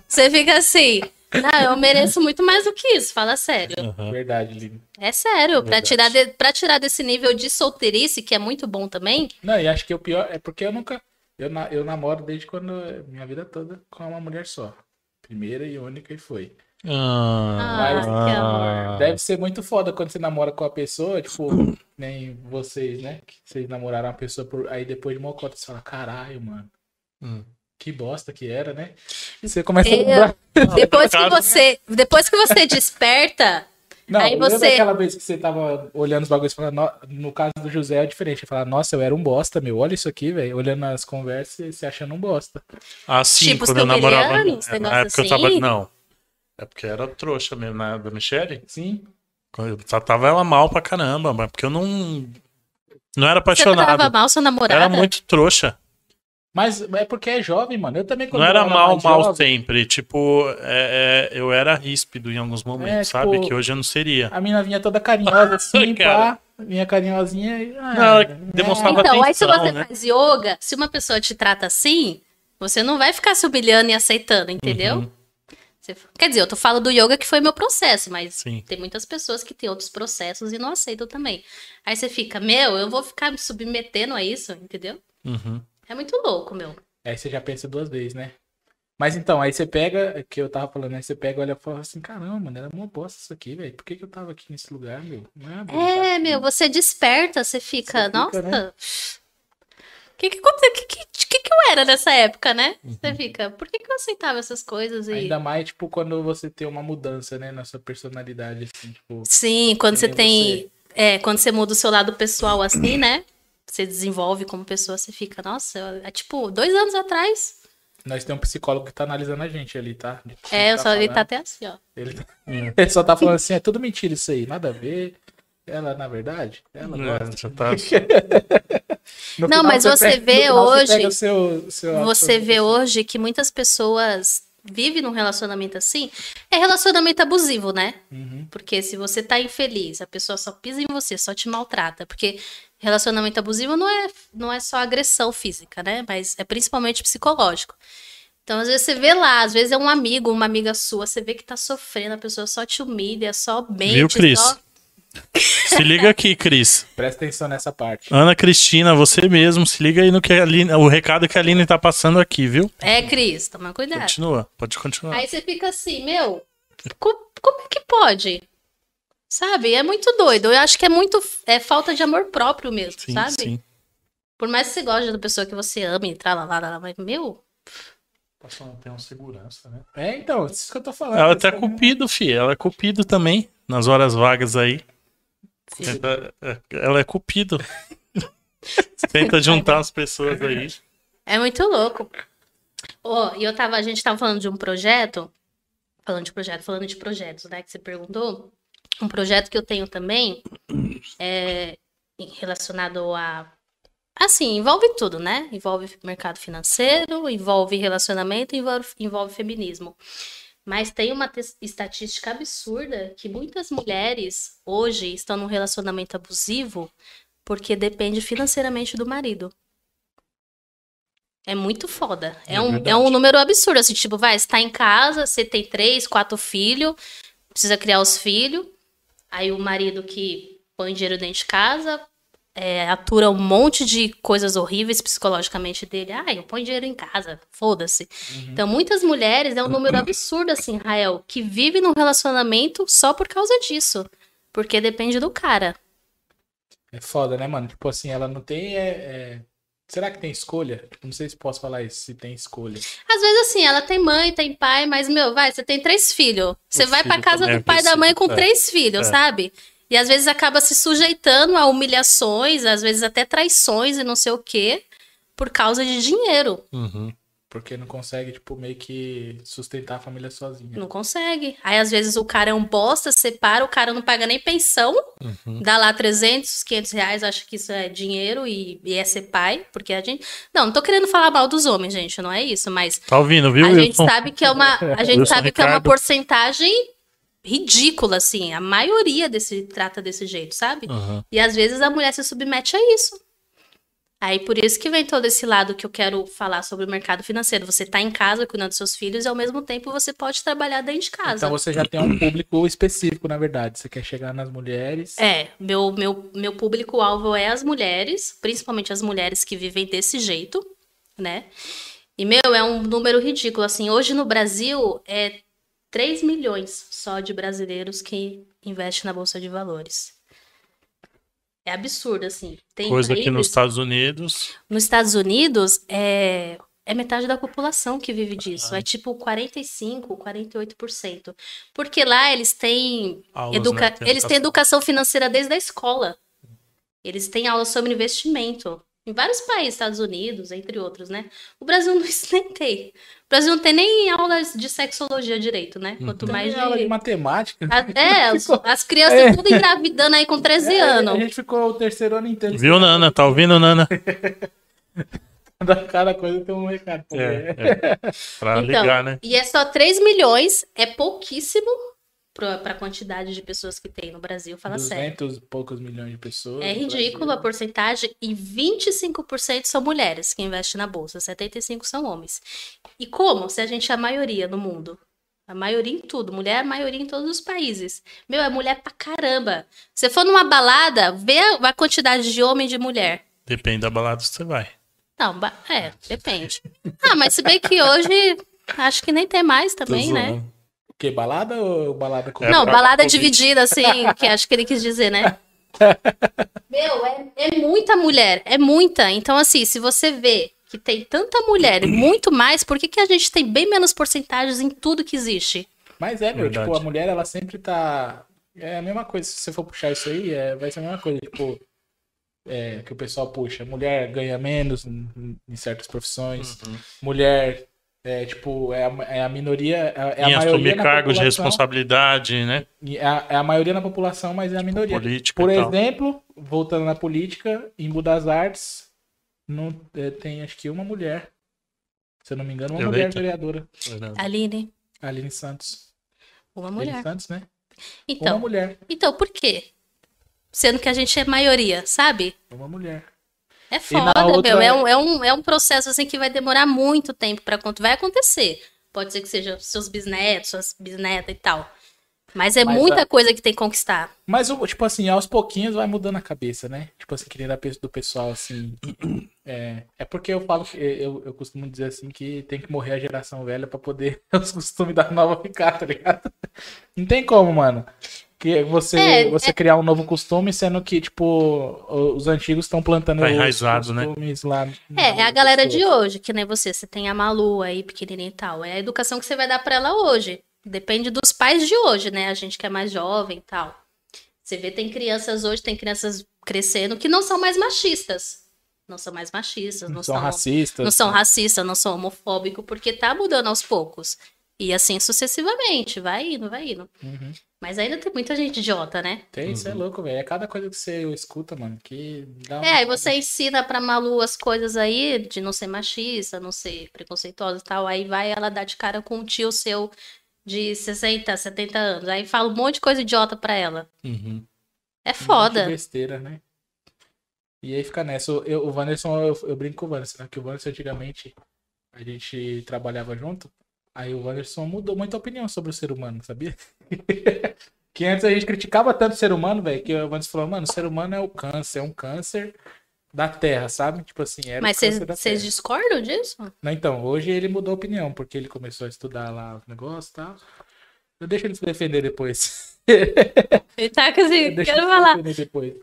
Speaker 3: você fica assim, Não, eu mereço muito mais do que isso, fala sério.
Speaker 2: Aham.
Speaker 1: Verdade, Lili.
Speaker 3: É sério, pra
Speaker 2: Verdade.
Speaker 3: tirar, de- pra tirar desse nível de solteirice, que é muito bom também,
Speaker 1: Não, e acho que o pior é porque eu nunca. Eu, na- eu namoro desde quando. Minha vida toda com uma mulher só. Primeira e única e foi.
Speaker 3: Ah, que amor.
Speaker 1: Deve ser muito foda quando você namora com a pessoa, tipo, nem vocês, né? Que vocês namoraram uma pessoa por. Aí depois de uma cota, você fala, caralho, mano,
Speaker 2: Hum.
Speaker 1: que bosta que era, né? E você começa
Speaker 3: Eu-
Speaker 1: a lembrar.
Speaker 2: é
Speaker 3: depois que
Speaker 2: Cara.
Speaker 3: você, depois que você desperta,
Speaker 1: Não,
Speaker 3: Aí
Speaker 1: lembra
Speaker 3: você-
Speaker 1: aquela vez que você tava olhando os bagulhos e falando, "No- no caso do José é diferente. Ele fala, nossa, eu era um bosta, meu, olha isso aqui, velho. Olhando as conversas e se achando um bosta.
Speaker 2: Assim,
Speaker 3: Tipo,
Speaker 2: quando eu
Speaker 3: Silverianos,
Speaker 2: namorava. É,
Speaker 3: negócio
Speaker 2: Na época eu tava.
Speaker 3: assim?
Speaker 2: Não. É porque eu era trouxa mesmo, na da Michelle.
Speaker 1: Sim.
Speaker 2: Quando Eu tratava ela mal pra caramba, mas porque eu não. Não era
Speaker 3: você tava
Speaker 2: apaixonado.
Speaker 3: mal sua namorada.
Speaker 2: Era muito trouxa.
Speaker 1: Mas é porque é jovem, mano. Eu também
Speaker 2: Não era
Speaker 1: eu
Speaker 2: mal,
Speaker 1: mais
Speaker 2: mal
Speaker 1: jovem,
Speaker 2: sempre. Tipo, é- é, eu era ríspido em alguns momentos,
Speaker 1: É,
Speaker 2: sabe?
Speaker 1: tipo-
Speaker 2: Que hoje eu não seria.
Speaker 1: A mina vinha toda carinhosa assim,
Speaker 2: Cara.
Speaker 1: pá. Vinha carinhosinha e. ah,
Speaker 2: Não, ela
Speaker 1: né?
Speaker 2: demonstrava-
Speaker 3: Então, aí se
Speaker 2: atenção,
Speaker 3: você
Speaker 2: né?
Speaker 3: faz yoga, se uma pessoa te trata assim, você não vai ficar se humilhando e aceitando, entendeu?
Speaker 2: Uhum.
Speaker 3: Você- Quer dizer, eu tô falando do yoga que foi meu processo, mas
Speaker 2: Sim.
Speaker 3: tem muitas pessoas que têm outros processos e não aceitam também. Aí você fica, meu, eu vou ficar me submetendo a isso, entendeu?
Speaker 2: Uhum.
Speaker 3: É muito louco, meu.
Speaker 1: É, Aí você já pensa duas vezes, né? Mas então, aí você pega, que eu tava falando, aí você pega, olha e fala assim, caramba, mano, era uma bosta isso aqui, velho. Por que, que eu tava aqui nesse lugar, meu? Não uma boa vontade.
Speaker 3: É, meu, você desperta, você
Speaker 1: Você
Speaker 3: fica,
Speaker 1: fica,
Speaker 3: nossa.
Speaker 1: né?
Speaker 3: O que que, aconteceu? que, que, que que eu era nessa época, né? Você fica, por que, que eu aceitava essas coisas? E...
Speaker 1: Uhum. Ainda mais, tipo, quando você tem uma mudança, né, na sua personalidade, assim, tipo.
Speaker 3: Sim, quando
Speaker 1: Que
Speaker 3: você
Speaker 1: nem
Speaker 3: tem. É, quando você muda o seu lado pessoal assim, né? Você desenvolve como pessoa, você fica, nossa, eu- é tipo, dois anos atrás.
Speaker 1: Nós temos um psicólogo que tá analisando a gente ali, tá? Ele
Speaker 3: É, eu
Speaker 1: tá
Speaker 3: só ele tá
Speaker 1: falando-
Speaker 3: até assim, ó.
Speaker 1: Ele, tá- ele só tá falando assim, é tudo mentira isso aí, nada a ver. Ela, na verdade, ela
Speaker 2: É,
Speaker 1: gosta.
Speaker 2: já tá-
Speaker 1: No
Speaker 3: Não, mas você
Speaker 1: pega-
Speaker 3: vê
Speaker 1: no final
Speaker 3: hoje-
Speaker 1: Você, pega o seu, seu-
Speaker 3: Você
Speaker 1: seu-
Speaker 3: vê hoje que muitas pessoas vivem num relacionamento assim. É relacionamento abusivo, né?
Speaker 1: Uhum.
Speaker 3: Porque se você tá infeliz, a pessoa só pisa em você, só te maltrata. Porque relacionamento abusivo não é, não é só agressão física, né? Mas é principalmente psicológico. Então, às vezes você vê lá, às vezes é um amigo, uma amiga sua, você vê que tá sofrendo, a pessoa só te humilha, só mente,
Speaker 2: Viu, Cris?
Speaker 3: só...
Speaker 2: Se liga aqui, Cris.
Speaker 1: Presta atenção nessa parte.
Speaker 2: Ana Cristina, você mesmo, se liga aí no que a Aline, o recado que a Aline tá passando aqui, viu?
Speaker 3: É, Cris, toma cuidado.
Speaker 2: Continua, pode continuar.
Speaker 3: Aí você fica assim, meu, co- como é que pode? Sabe? É muito doido. Eu acho que é muito é falta de amor próprio mesmo,
Speaker 2: sim,
Speaker 3: sabe?
Speaker 2: sim.
Speaker 3: Por mais que você goste da pessoa que você ama e lá, lá, lá, mas, meu,
Speaker 2: Passou tem um segurança, né?
Speaker 1: É, então, isso que eu tô falando.
Speaker 2: Ela
Speaker 1: Isso
Speaker 2: tá
Speaker 1: aí, né?
Speaker 2: cupido, fi. Ela é cupido também, nas horas vagas aí. Tenta- Ela é cupido. Tenta juntar as pessoas aí.
Speaker 3: É muito louco. Ó, e eu tava, a gente tava falando de um projeto, falando de projeto, falando de projetos, né, que você perguntou. Um projeto que eu tenho também é relacionado a assim, envolve tudo, né? Envolve mercado financeiro, envolve relacionamento, envolve, envolve feminismo. Mas tem uma tes- estatística absurda que muitas mulheres hoje estão num relacionamento abusivo porque depende financeiramente do marido. É muito foda. É,
Speaker 1: É
Speaker 3: um,
Speaker 1: verdade.
Speaker 3: é um número absurdo. Assim, tipo, vai, você tá em casa, você tem três, quatro filhos, precisa criar os filhos. Aí o marido que põe dinheiro dentro de casa, é, atura um monte de coisas horríveis psicologicamente dele. Ah, eu ponho dinheiro em casa, foda-se.
Speaker 2: Uhum.
Speaker 3: Então, muitas mulheres, é um número absurdo, assim, Rael, que vive num relacionamento só por causa disso. Porque depende do cara.
Speaker 1: É foda, né, mano? Tipo assim, ela não tem. é, é, Será que tem escolha? Tipo, não sei se posso falar isso, se tem escolha.
Speaker 3: Às vezes, assim, ela tem mãe, tem pai, mas, meu, vai, você tem três filhos. Você vai
Speaker 2: filho
Speaker 3: pra casa
Speaker 2: também é
Speaker 3: do pai e da mãe com
Speaker 2: absurdo, é.
Speaker 3: três filhos,
Speaker 2: É.
Speaker 3: sabe? E às vezes acaba se sujeitando a humilhações, às vezes até traições e não sei o quê, por causa de dinheiro.
Speaker 2: Uhum.
Speaker 1: Porque não consegue, tipo, meio que sustentar a família sozinha.
Speaker 3: Não consegue. Aí, às vezes, o cara é um bosta, separa, o cara não paga nem pensão,
Speaker 2: Uhum.
Speaker 3: dá lá 300, 500 reais, acha que isso é dinheiro e, e é ser pai, porque a gente. Não, não tô querendo falar mal dos homens, gente, não é isso, mas
Speaker 2: Tá ouvindo, viu,
Speaker 3: a gente
Speaker 2: Wilson?
Speaker 3: sabe que é uma a gente
Speaker 2: Wilson
Speaker 3: sabe que é uma
Speaker 2: Ricardo.
Speaker 3: porcentagem ridícula assim a maioria desse trata desse jeito sabe
Speaker 2: Uhum.
Speaker 3: e às vezes a mulher se submete a isso Aí por isso que vem todo esse lado que eu quero falar sobre o mercado financeiro. Você tá em casa cuidando dos seus filhos e ao mesmo tempo você pode trabalhar dentro de casa.
Speaker 1: Então você já tem um público específico, na verdade. Você quer chegar nas mulheres.
Speaker 3: É, meu, meu, meu público-alvo é as mulheres, principalmente as mulheres que vivem desse jeito, né? E, meu, é um número ridículo. Assim, hoje no Brasil é 3 milhões só de brasileiros que investem na Bolsa de Valores. É absurdo, assim. Tem
Speaker 2: Coisa que nos
Speaker 3: países-
Speaker 2: Estados Unidos.
Speaker 3: nos Estados Unidos é, é metade da população que vive disso. É tipo 45, 48%. Porque lá eles têm
Speaker 2: Aulas,
Speaker 3: Educa-
Speaker 2: né, tem
Speaker 3: Eles têm educação financeira desde a escola. Eles têm aula sobre investimento. Em vários países, Estados Unidos, entre outros, né? O Brasil não isso nem tem. O Brasil não tem nem aulas de sexologia direito, né? Quanto
Speaker 2: Uhum.
Speaker 3: mais
Speaker 1: Também
Speaker 3: de.
Speaker 1: aula de matemática.
Speaker 3: Até as,
Speaker 1: Ficou-
Speaker 3: as crianças
Speaker 1: É.
Speaker 3: tudo engravidando aí com 13
Speaker 1: É, A
Speaker 3: anos.
Speaker 1: gente ficou o terceiro ano inteiro.
Speaker 2: Viu, Nana? Tá ouvindo, Nana?
Speaker 1: Cada coisa tem um recado.
Speaker 2: É, é. Pra
Speaker 3: Então,
Speaker 2: ligar, né?
Speaker 3: E é só 3 milhões, é pouquíssimo pra, pra quantidade de pessoas que tem no Brasil, fala sério.
Speaker 1: 200 e poucos milhões de pessoas.
Speaker 3: É
Speaker 1: no
Speaker 3: ridículo a
Speaker 1: Brasil.
Speaker 3: porcentagem e 25% são mulheres que investem na bolsa, 75 são homens. E como se a gente é a maioria no mundo? A maioria em tudo, mulher é a maioria em todos os países. Meu, é mulher pra caramba. Você for numa balada, vê a a quantidade de homem e de mulher.
Speaker 2: Depende da balada que você vai.
Speaker 3: Não, ba- é, depende. Ah, mas se bem que hoje acho que nem tem mais também, né?
Speaker 2: zoando.
Speaker 1: um. O quê? Balada ou balada com.
Speaker 2: É,
Speaker 3: Não,
Speaker 2: pra-
Speaker 3: balada
Speaker 2: Covid.
Speaker 3: dividida, assim, que acho que ele quis dizer, né? Meu, é, é muita mulher, é muita. Então, assim, se você vê que tem tanta mulher e muito mais, por que, que a gente tem bem menos porcentagens em tudo que existe?
Speaker 1: Mas é, meu,
Speaker 2: Verdade.
Speaker 1: tipo, a mulher, ela sempre tá. É a mesma coisa, se você for puxar isso aí, é, vai ser a mesma coisa, tipo. é, que o pessoal puxa. Mulher ganha menos em, em certas profissões.
Speaker 2: Uhum.
Speaker 1: Mulher, é, tipo, é a, é a minoria. É, é
Speaker 2: em
Speaker 1: a maioria
Speaker 2: assumir
Speaker 1: na
Speaker 2: cargos de
Speaker 1: população.
Speaker 2: responsabilidade, né?
Speaker 1: E É a, é a maioria na população, mas é a minoria.
Speaker 2: Política
Speaker 1: Por
Speaker 2: e tal.
Speaker 1: exemplo, voltando na política, em Budas Artes, não, é, tem acho que uma mulher. Se eu não me engano, uma mulher
Speaker 2: Eleita.
Speaker 1: vereadora.
Speaker 2: Verdade.
Speaker 3: Aline,
Speaker 1: Aline Santos.
Speaker 3: uma
Speaker 1: Aline
Speaker 3: mulher.
Speaker 1: Santos, né? Uma
Speaker 3: Então,
Speaker 1: mulher.
Speaker 3: então por quê? Sendo que a gente é maioria, sabe?
Speaker 1: Uma mulher.
Speaker 3: É
Speaker 1: na
Speaker 3: foda,
Speaker 1: outra-
Speaker 3: meu. É um, é, um, é um processo assim que vai demorar muito tempo pra acontecer. Vai acontecer. Pode ser que seja seus bisnetos, suas bisnetas e tal. Mas é
Speaker 1: Mas,
Speaker 3: muita
Speaker 1: ah,
Speaker 3: coisa que tem que conquistar.
Speaker 1: Mas, o- tipo assim, aos pouquinhos vai mudando a cabeça, né? Tipo assim, querendo a pessoa do pessoal, assim. É, é porque eu falo, que- eu, eu costumo dizer assim que tem que morrer a geração velha pra poder os costumes da nova ficar, tá ligado? Não tem como, mano. Que você,
Speaker 3: É,
Speaker 1: você criar um novo costume, sendo que, tipo, o- os antigos estão plantando
Speaker 2: Tá
Speaker 1: os
Speaker 2: enraizado, né?
Speaker 1: costumes lá.
Speaker 3: É, é a galera de hoje, que nem você. Você tem a Malu aí, pequenininha e tal. É a educação que você vai dar pra ela hoje. Depende dos pais de hoje, né? A gente que é mais jovem e tal. Você vê, tem crianças hoje, tem crianças crescendo que não são mais machistas. Não são mais machistas, não,
Speaker 1: Não são racistas. tá? né?
Speaker 3: não são racistas, não são homofóbicos, porque tá mudando aos poucos. E assim sucessivamente, vai indo, vai indo.
Speaker 1: Uhum.
Speaker 3: Mas ainda tem muita gente idiota, né?
Speaker 1: Tem, isso é
Speaker 2: Uhum.
Speaker 1: louco, velho. É cada coisa que você escuta, mano, que dá
Speaker 3: É, aí você ensina pra Malu as coisas aí de não ser machista, não ser preconceituosa e tal. Aí vai ela dar de cara com um tio seu de 60, 70 anos. Aí fala um monte de coisa idiota pra ela.
Speaker 2: Uhum.
Speaker 3: É
Speaker 1: Um monte de
Speaker 3: foda.
Speaker 1: besteira, né? E aí fica nessa. Eu- eu- o Wanderson, eu, eu brinco com o Wanderson, né? Que o Wanderson antigamente a gente trabalhava junto. Aí o Wanderson mudou muita opinião sobre o ser humano, sabia? que antes a gente criticava tanto o ser humano, velho, que o Wanderson falou, mano, o ser humano é o câncer, é um câncer da terra, sabe? Tipo assim, era
Speaker 3: Mas
Speaker 1: o
Speaker 3: vocês
Speaker 1: câncer da
Speaker 3: vocês
Speaker 1: terra.
Speaker 3: discordam disso?
Speaker 1: Não, então, hoje ele mudou a opinião, porque ele começou a estudar lá os negócios e tal. Eu deixo ele se defender depois.
Speaker 3: Ele tá com assim,
Speaker 1: Deixa
Speaker 3: quero
Speaker 1: eu
Speaker 3: falar.
Speaker 1: entender depois.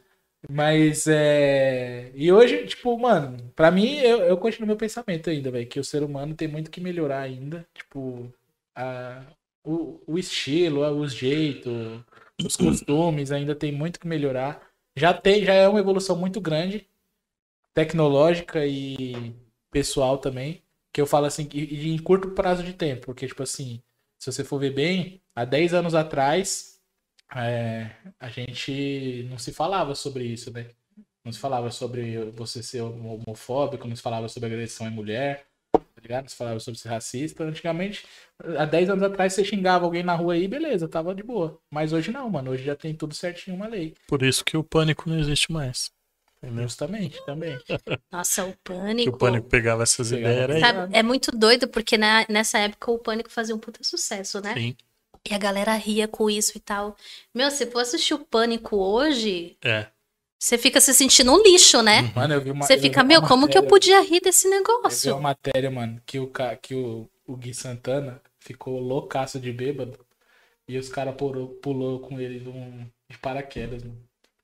Speaker 1: Mas é. E hoje, tipo, mano, pra mim, eu, eu continuo meu pensamento ainda, velho. Que o ser humano tem muito que melhorar ainda. Tipo, a... o, o estilo, os jeitos, os costumes ainda tem muito que melhorar. Já tem, já é uma evolução muito grande, tecnológica e pessoal também. Que eu falo assim, e, e em curto prazo de tempo, porque, tipo assim, se você for ver bem, há 10 anos atrás, é, a gente não se falava sobre isso, né? Não se falava sobre você ser homofóbico, não se falava sobre agressão em mulher, tá ligado? Não se falava sobre ser racista. Antigamente, há 10 anos atrás, você xingava alguém na rua aí, beleza, tava de boa. Mas hoje não, mano. Hoje já tem tudo certinho, uma lei.
Speaker 2: Por isso que o pânico não existe mais. Entendeu?
Speaker 1: Justamente, também.
Speaker 3: Nossa, o
Speaker 2: Que
Speaker 3: pânico.
Speaker 2: o pânico pegava essas
Speaker 1: Pegava.
Speaker 2: ideias, era
Speaker 3: Sabe, é muito doido, porque na- nessa época o pânico fazia um puta sucesso, né?
Speaker 2: Sim,
Speaker 3: E a galera ria com isso e tal. Meu, se for assistir o pânico hoje,
Speaker 2: é.
Speaker 3: você fica se sentindo um lixo, né?
Speaker 1: Mano, eu vi uma.
Speaker 3: Você
Speaker 1: eu vi
Speaker 3: fica,
Speaker 1: uma
Speaker 3: meu, como que eu
Speaker 1: matéria-
Speaker 3: podia rir desse
Speaker 1: Eu vi
Speaker 3: negócio?
Speaker 1: uma matéria, mano, que o, ca- que o, o Gui Santana ficou loucaço de bêbado e os caras pulou, pulou com ele de, um, de paraquedas, mano.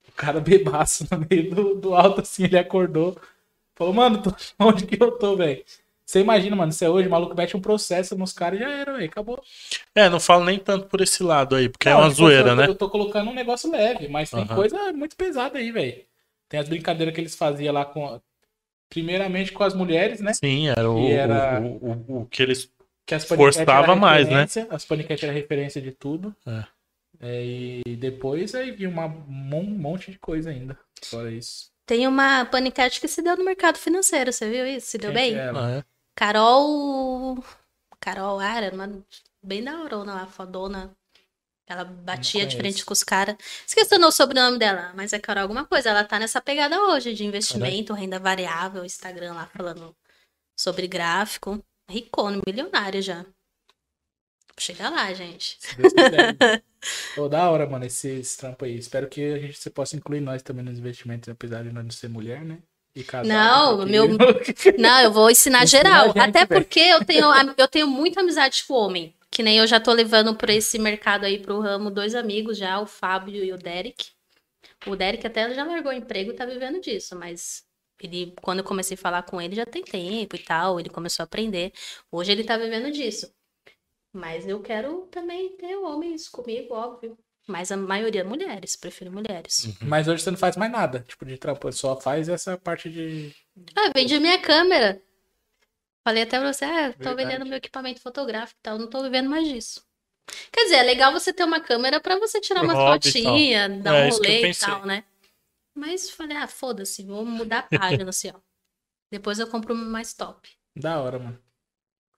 Speaker 1: O cara bebaço no meio do, do alto, assim, ele acordou. Falou, mano, tô- onde que eu tô, velho? Você imagina, mano, se é hoje, o maluco mete um processo nos caras e já era, velho, acabou.
Speaker 2: É, não falo nem tanto por esse lado aí, porque é
Speaker 1: Não,
Speaker 2: uma
Speaker 1: tipo, eu
Speaker 2: zoeira,
Speaker 1: tô-
Speaker 2: né?
Speaker 1: Eu tô colocando um negócio leve, mas tem
Speaker 2: Aham.
Speaker 1: coisa muito pesada aí, velho. Tem as brincadeiras que eles faziam lá com. Primeiramente com as mulheres, né?
Speaker 2: Sim, era o,
Speaker 1: E era-
Speaker 2: o, o, o que eles.
Speaker 1: Que as paniquete
Speaker 2: Forçava
Speaker 1: era a
Speaker 2: mais, né?
Speaker 1: referência, As paniquete era a referência de tudo.
Speaker 2: É.
Speaker 1: É, e depois aí vinha uma- um monte de coisa ainda. Fora isso.
Speaker 3: Tem uma paniquete que se deu no mercado financeiro, você viu isso? Se deu
Speaker 1: Quem que
Speaker 3: bem?
Speaker 1: é ela?
Speaker 2: Ah, é.
Speaker 3: Carol. Carol Ara, uma- bem da Aurona lá, fodona. Ela batia
Speaker 1: conheço.
Speaker 3: de frente com os caras. Esqueci o sobrenome dela, mas é Carol alguma coisa. Ela tá nessa pegada hoje de investimento, renda variável, Instagram lá falando sobre gráfico. Ricona, milionária já. Chega lá, gente.
Speaker 1: Se Deus quiser. Pô, da hora, mano, esse, esse trampo aí. Espero que a gente você possa incluir nós também nos investimentos, apesar de nós não ser mulher, né? E casar. tá
Speaker 3: Não,
Speaker 1: porque-
Speaker 3: meu- Não, eu vou ensinar
Speaker 1: Ensina
Speaker 3: geral.
Speaker 1: a gente,
Speaker 3: Até
Speaker 1: velho.
Speaker 3: porque eu tenho, eu tenho muita amizade com o homem. Que nem eu já tô levando pra esse mercado aí, pro ramo, dois amigos já, o Fábio e o Derek. O Derek até já largou o emprego e tá vivendo disso, mas ele, quando eu comecei a falar com ele, já tem tempo e tal, ele começou a aprender. Hoje ele tá vivendo disso. Mas eu quero também ter homens comigo, óbvio. Mas a maioria é mulheres, prefiro mulheres.
Speaker 1: Mas hoje você não faz mais nada, tipo, de trampo. Só faz essa parte de.
Speaker 3: Ah, vendi a minha câmera. Falei até pra você, ah, tô
Speaker 1: Verdade.
Speaker 3: vendendo meu equipamento fotográfico e tal, não tô vivendo mais disso. Quer dizer, é legal você ter uma câmera pra você tirar
Speaker 2: Pro
Speaker 3: umas
Speaker 2: hobby e
Speaker 3: fotinhas, dar
Speaker 2: É,
Speaker 3: um
Speaker 2: isso que eu
Speaker 3: rolê e
Speaker 2: pensei.
Speaker 3: tal, né? Mas falei, ah, foda-se, vou mudar a página assim, ó. Depois eu compro uma mais top.
Speaker 1: Da hora, mano.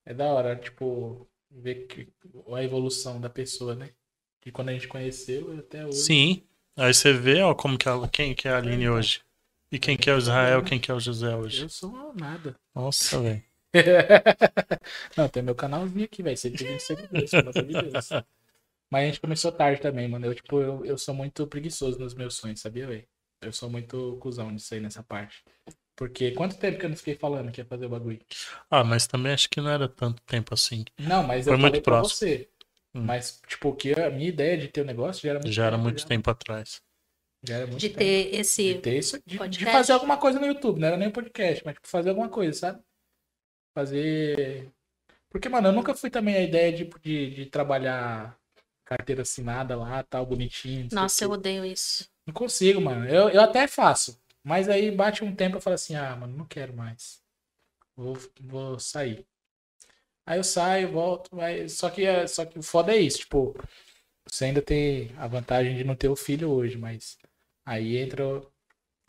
Speaker 1: É da hora, tipo, ver que- a evolução da pessoa, né? De quando a gente conheceu até hoje.
Speaker 2: Sim. Aí você vê, ó, como que é, quem que é a Aline
Speaker 1: Uhum.
Speaker 2: hoje. E quem que é o Israel, quem que é o José hoje.
Speaker 1: Eu sou um nada.
Speaker 2: Nossa, velho.
Speaker 1: Não, tem meu canalzinho aqui, velho. 120 seguidores, pelo amor de Deus. Mas a gente começou tarde também, mano. Eu, tipo, eu, eu sou muito preguiçoso nos meus sonhos, sabia, velho? Eu sou muito cuzão nisso aí, nessa parte. Porque quanto tempo que eu não fiquei falando que ia fazer o bagulho?
Speaker 2: Ah, mas também acho que não era tanto tempo assim.
Speaker 1: Não, mas
Speaker 2: Foi
Speaker 1: eu
Speaker 2: muito
Speaker 1: falei pra
Speaker 2: próximo.
Speaker 1: você.
Speaker 2: Hum.
Speaker 1: Mas, tipo, que a minha ideia de ter o negócio já era muito
Speaker 2: Já era
Speaker 1: tempo,
Speaker 2: muito
Speaker 1: já,
Speaker 2: tempo atrás.
Speaker 1: já era muito
Speaker 3: De
Speaker 1: tempo.
Speaker 3: ter
Speaker 1: De
Speaker 3: esse.
Speaker 1: ter isso, de, de
Speaker 3: podcast.
Speaker 1: fazer alguma coisa no YouTube, não era nem podcast, mas tipo, fazer alguma coisa, sabe? Fazer. Porque, mano, eu nunca fui também a ideia de, de, de trabalhar carteira assinada lá, tal, bonitinho. não sei o
Speaker 3: Nossa, eu
Speaker 1: quê.
Speaker 3: odeio isso.
Speaker 1: Não consigo, mano. Eu, eu até faço. Mas aí bate um tempo eu falo assim, ah, mano, não quero mais. Vou, vou sair. Aí eu saio, volto, mas só que, é- só que o foda é isso, tipo, você ainda tem a vantagem de não ter o filho hoje, mas aí entra o-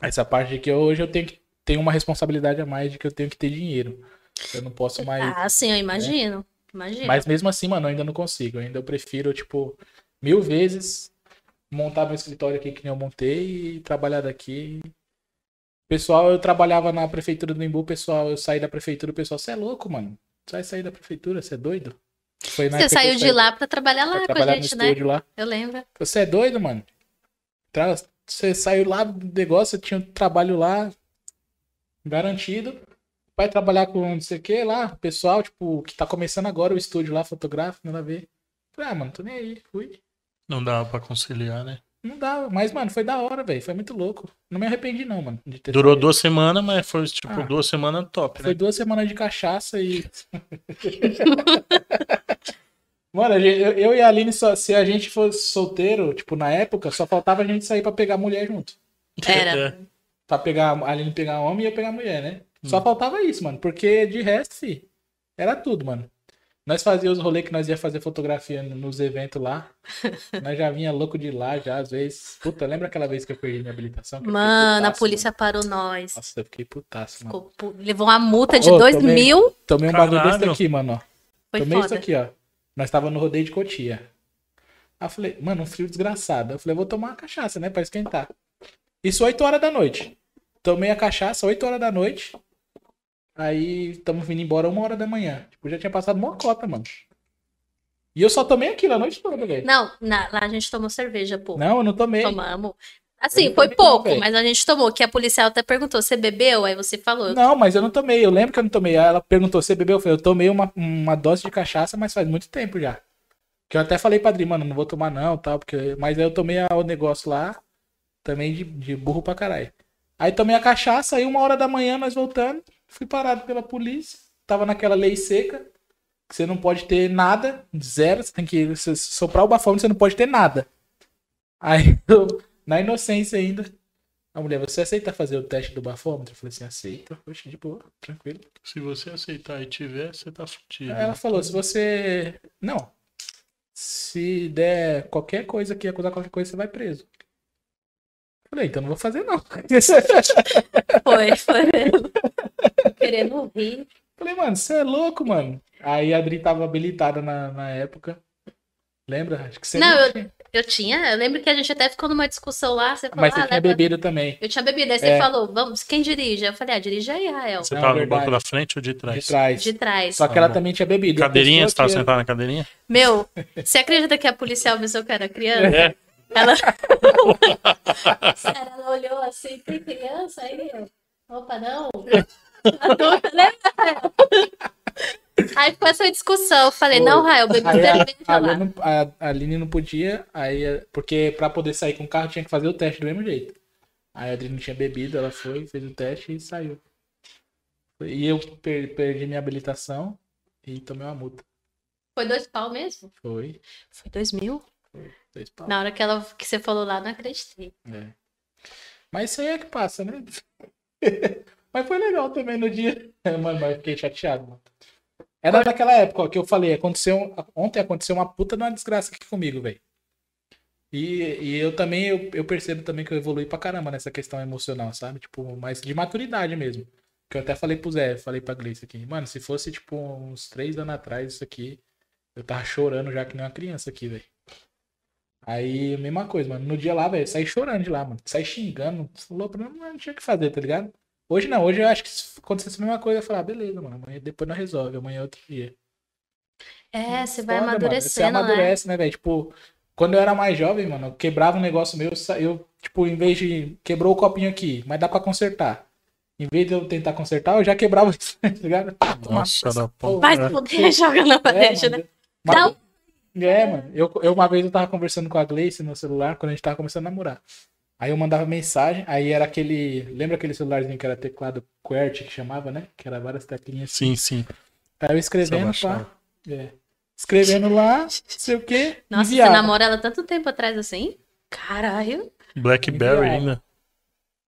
Speaker 1: essa parte de que hoje eu tenho que tenho uma responsabilidade a mais de que eu tenho que ter dinheiro. Eu não posso mais.
Speaker 3: Ah, sim, eu imagino. Imagino.
Speaker 1: né? Mas mesmo assim, mano, eu ainda não consigo. Ainda eu prefiro, tipo, mil vezes montar meu escritório aqui que nem eu montei e trabalhar daqui. Pessoal, eu trabalhava na prefeitura do Imbu, pessoal, eu saí da prefeitura, o pessoal, você é louco, mano. Você vai sair da prefeitura, você é doido? Foi
Speaker 3: Você
Speaker 1: época que eu
Speaker 3: saiu de
Speaker 1: saí
Speaker 3: lá pra trabalhar
Speaker 1: pra
Speaker 3: lá com
Speaker 1: trabalhar
Speaker 3: a
Speaker 1: no
Speaker 3: gente, né?
Speaker 1: estúdio lá.
Speaker 3: Eu lembro.
Speaker 1: Você é doido, mano? Tra- Você saiu lá do negócio, tinha um trabalho lá garantido. Vai trabalhar com não sei o que lá, pessoal, tipo, que tá começando agora o estúdio lá, fotográfico, nada a ver. Falei, ah, mano, tô nem aí, fui.
Speaker 2: Não dava pra conciliar, né?
Speaker 1: Não dá, mas, mano, foi da hora, velho. Foi muito louco. Não me arrependi, não, mano. de ter
Speaker 2: Durou
Speaker 1: saído.
Speaker 2: duas semanas, mas foi tipo
Speaker 1: Ah.
Speaker 2: duas semanas top, né?
Speaker 1: Foi duas semanas de cachaça e. Mano, a gente- eu, eu e a Aline, só, se a gente fosse solteiro, tipo, na época, só faltava a gente sair pra pegar mulher junto.
Speaker 3: Era.
Speaker 2: É.
Speaker 1: Pra pegar a Aline pegar homem e eu pegar mulher, né?
Speaker 3: Hum.
Speaker 1: Só faltava isso, mano. Porque de resto, fi, era tudo, mano. Nós fazíamos os rolês que nós ia fazer fotografia no- nos eventos lá. nós já vinha louco de lá, já, às vezes. Puta, lembra aquela vez que eu perdi minha habilitação? Que eu fiquei
Speaker 3: Mano, a
Speaker 1: putaço,
Speaker 3: polícia parou nós.
Speaker 1: mano? Nossa, eu fiquei putaço, mano.
Speaker 3: Ficou pu- Levou uma multa de
Speaker 1: Ô,
Speaker 3: 2
Speaker 1: tomei-
Speaker 3: mil.
Speaker 1: Tomei um bagulho desse
Speaker 2: Caralho.
Speaker 1: aqui, mano, ó.
Speaker 3: Foi
Speaker 1: Tomei
Speaker 3: foda.
Speaker 1: isso aqui, ó. Nós tava no rodeio de Cotia. Aí eu falei, mano, um frio desgraçado. Eu falei, vou tomar uma cachaça, né, pra esquentar. Isso 8 horas da noite. Tomei a cachaça 8 horas da noite. Aí estamos vindo embora uma hora da manhã. Tipo, já tinha passado uma cota, mano. E eu só tomei aquilo a noite toda, velho.
Speaker 3: Não, na- lá a gente tomou cerveja, pô.
Speaker 1: Não, eu não tomei.
Speaker 3: Tomamos.
Speaker 1: Né? Eu
Speaker 3: Assim,
Speaker 1: não
Speaker 3: foi
Speaker 1: tomei não,
Speaker 3: pouco,
Speaker 1: velho.
Speaker 3: mas a gente tomou. Que a policial até perguntou: você bebeu? Aí você falou. eu-
Speaker 1: Não, mas eu não tomei. Eu lembro que eu não tomei. Aí Ela perguntou, você bebeu? Eu falei, eu tomei uma, uma dose de cachaça, mas faz muito tempo já. Que eu até falei pra Adri, mano, não vou tomar não, tal, porque... Mas aí eu tomei a- o negócio lá, também de, de burro pra caralho. Aí tomei a cachaça, aí uma hora da manhã nós voltando, fui parado pela polícia, tava naquela lei seca, que você não pode ter nada, zero, você tem que se soprar o bafômetro, você não pode ter nada. Aí eu, na inocência ainda, a mulher, você aceita fazer o teste do bafômetro? Eu falei assim, aceito, poxa, de boa, tranquilo.
Speaker 2: Se você aceitar e tiver, você tá fudido.
Speaker 1: Aí ela falou, se você. Não. Se der qualquer coisa que acusar qualquer coisa, você vai preso. Eu Falei, então não vou fazer, não. Eu
Speaker 3: Foi, foi. mesmo. Querendo rir.
Speaker 1: Falei, mano, você é louco, mano. Aí a Adri tava habilitada na, na época. Lembra? Acho que você.
Speaker 3: Não, eu-
Speaker 1: tinha.
Speaker 3: Eu tinha, eu lembro que a gente até ficou numa discussão lá. Você falou,
Speaker 1: Mas
Speaker 3: ah,
Speaker 1: você tinha
Speaker 3: leva-
Speaker 1: bebido também.
Speaker 3: Eu tinha bebido, aí você
Speaker 1: É.
Speaker 3: falou, vamos, quem dirige? Eu falei, ah, dirige aí, Rael.
Speaker 2: Você
Speaker 1: Não,
Speaker 2: tava no
Speaker 1: verdade.
Speaker 2: banco da frente ou de
Speaker 1: De
Speaker 2: trás?
Speaker 1: trás.
Speaker 3: De trás.
Speaker 1: Só que ela também tinha bebido. E a
Speaker 2: Ah, Cadeirinha?
Speaker 1: pessoa
Speaker 2: Você tava
Speaker 1: que- é.
Speaker 2: sentado na cadeirinha?
Speaker 3: Meu, você acredita que a policial avisou que eu era criança?
Speaker 2: É.
Speaker 3: Ela... Sério, ela olhou assim, tem criança aí? Eu, Opa, não. Adulta, né, Rael? Aí ficou essa discussão. Eu falei,
Speaker 1: Foi.
Speaker 3: não, Rael, bebi
Speaker 1: Aí a, a,
Speaker 3: cerveja lá.
Speaker 1: Aline- a- a Aline não podia, aí, a- porque pra poder sair com o carro tinha que fazer o teste do mesmo jeito. Aí a Aline não tinha bebido, ela foi, fez o teste e saiu. E eu per- perdi minha habilitação e tomei uma multa.
Speaker 3: Foi dois pau mesmo?
Speaker 1: Foi,
Speaker 3: Foi dois mil?
Speaker 1: dois pau.
Speaker 3: Na hora que, ela, que você falou lá, não acreditei.
Speaker 1: É. Mas isso aí é que passa, né? mas foi legal também no dia. Mano, mas eu fiquei chateado, mano. Era naquela época ó, que eu falei, aconteceu. um, Ontem aconteceu uma puta de uma desgraça aqui comigo, velho. E, e eu também, eu, eu percebo também que eu evolui pra caramba nessa questão emocional, sabe? Tipo, mas de maturidade mesmo. Que eu até falei pro Zé, falei pra Gleice aqui. Mano, se fosse, tipo, uns três anos atrás, isso aqui, eu tava chorando já que nem uma criança aqui, velho. Aí, mesma coisa, mano. No dia lá, velho, eu saí chorando de lá, mano. Saí xingando. Falou pra mim, mas não tinha o que fazer, tá ligado? Hoje não, hoje eu acho que se acontecesse a mesma coisa, eu ia falar, ah, beleza, mano. Amanhã depois não resolve, amanhã é outro dia.
Speaker 3: É, você vai
Speaker 1: Foda, mano,
Speaker 3: amadurecendo,
Speaker 1: Você
Speaker 3: né?
Speaker 1: amadurece, né, velho? Tipo, quando eu era mais jovem, mano, eu quebrava um negócio meu, eu sa- eu, tipo, em vez de. Quebrou o copinho aqui, mas dá pra consertar. Em vez de eu tentar consertar, eu já quebrava isso, tá ligado? Ah, toma
Speaker 2: Nossa, da É.
Speaker 1: porra.
Speaker 2: porra.
Speaker 3: Vai se fuder, joga na parede, né?
Speaker 1: É, mano, mas-
Speaker 3: Dá
Speaker 1: É, mano. Eu, eu uma vez eu tava conversando com a Gleice no celular quando a gente tava começando a namorar. Aí eu mandava mensagem, aí era aquele. Lembra aquele celularzinho que era teclado QWERTY que chamava, né? Que era várias teclinhas.
Speaker 2: Sim, sim.
Speaker 1: Aí eu escrevendo,
Speaker 2: Só
Speaker 1: pá.
Speaker 2: baixava.
Speaker 1: É. Escrevendo lá, não sei o quê.
Speaker 3: Nossa,
Speaker 1: enviava.
Speaker 3: você namora ela tanto tempo atrás assim? Caralho.
Speaker 2: Blackberry
Speaker 1: Enviava.
Speaker 2: ainda.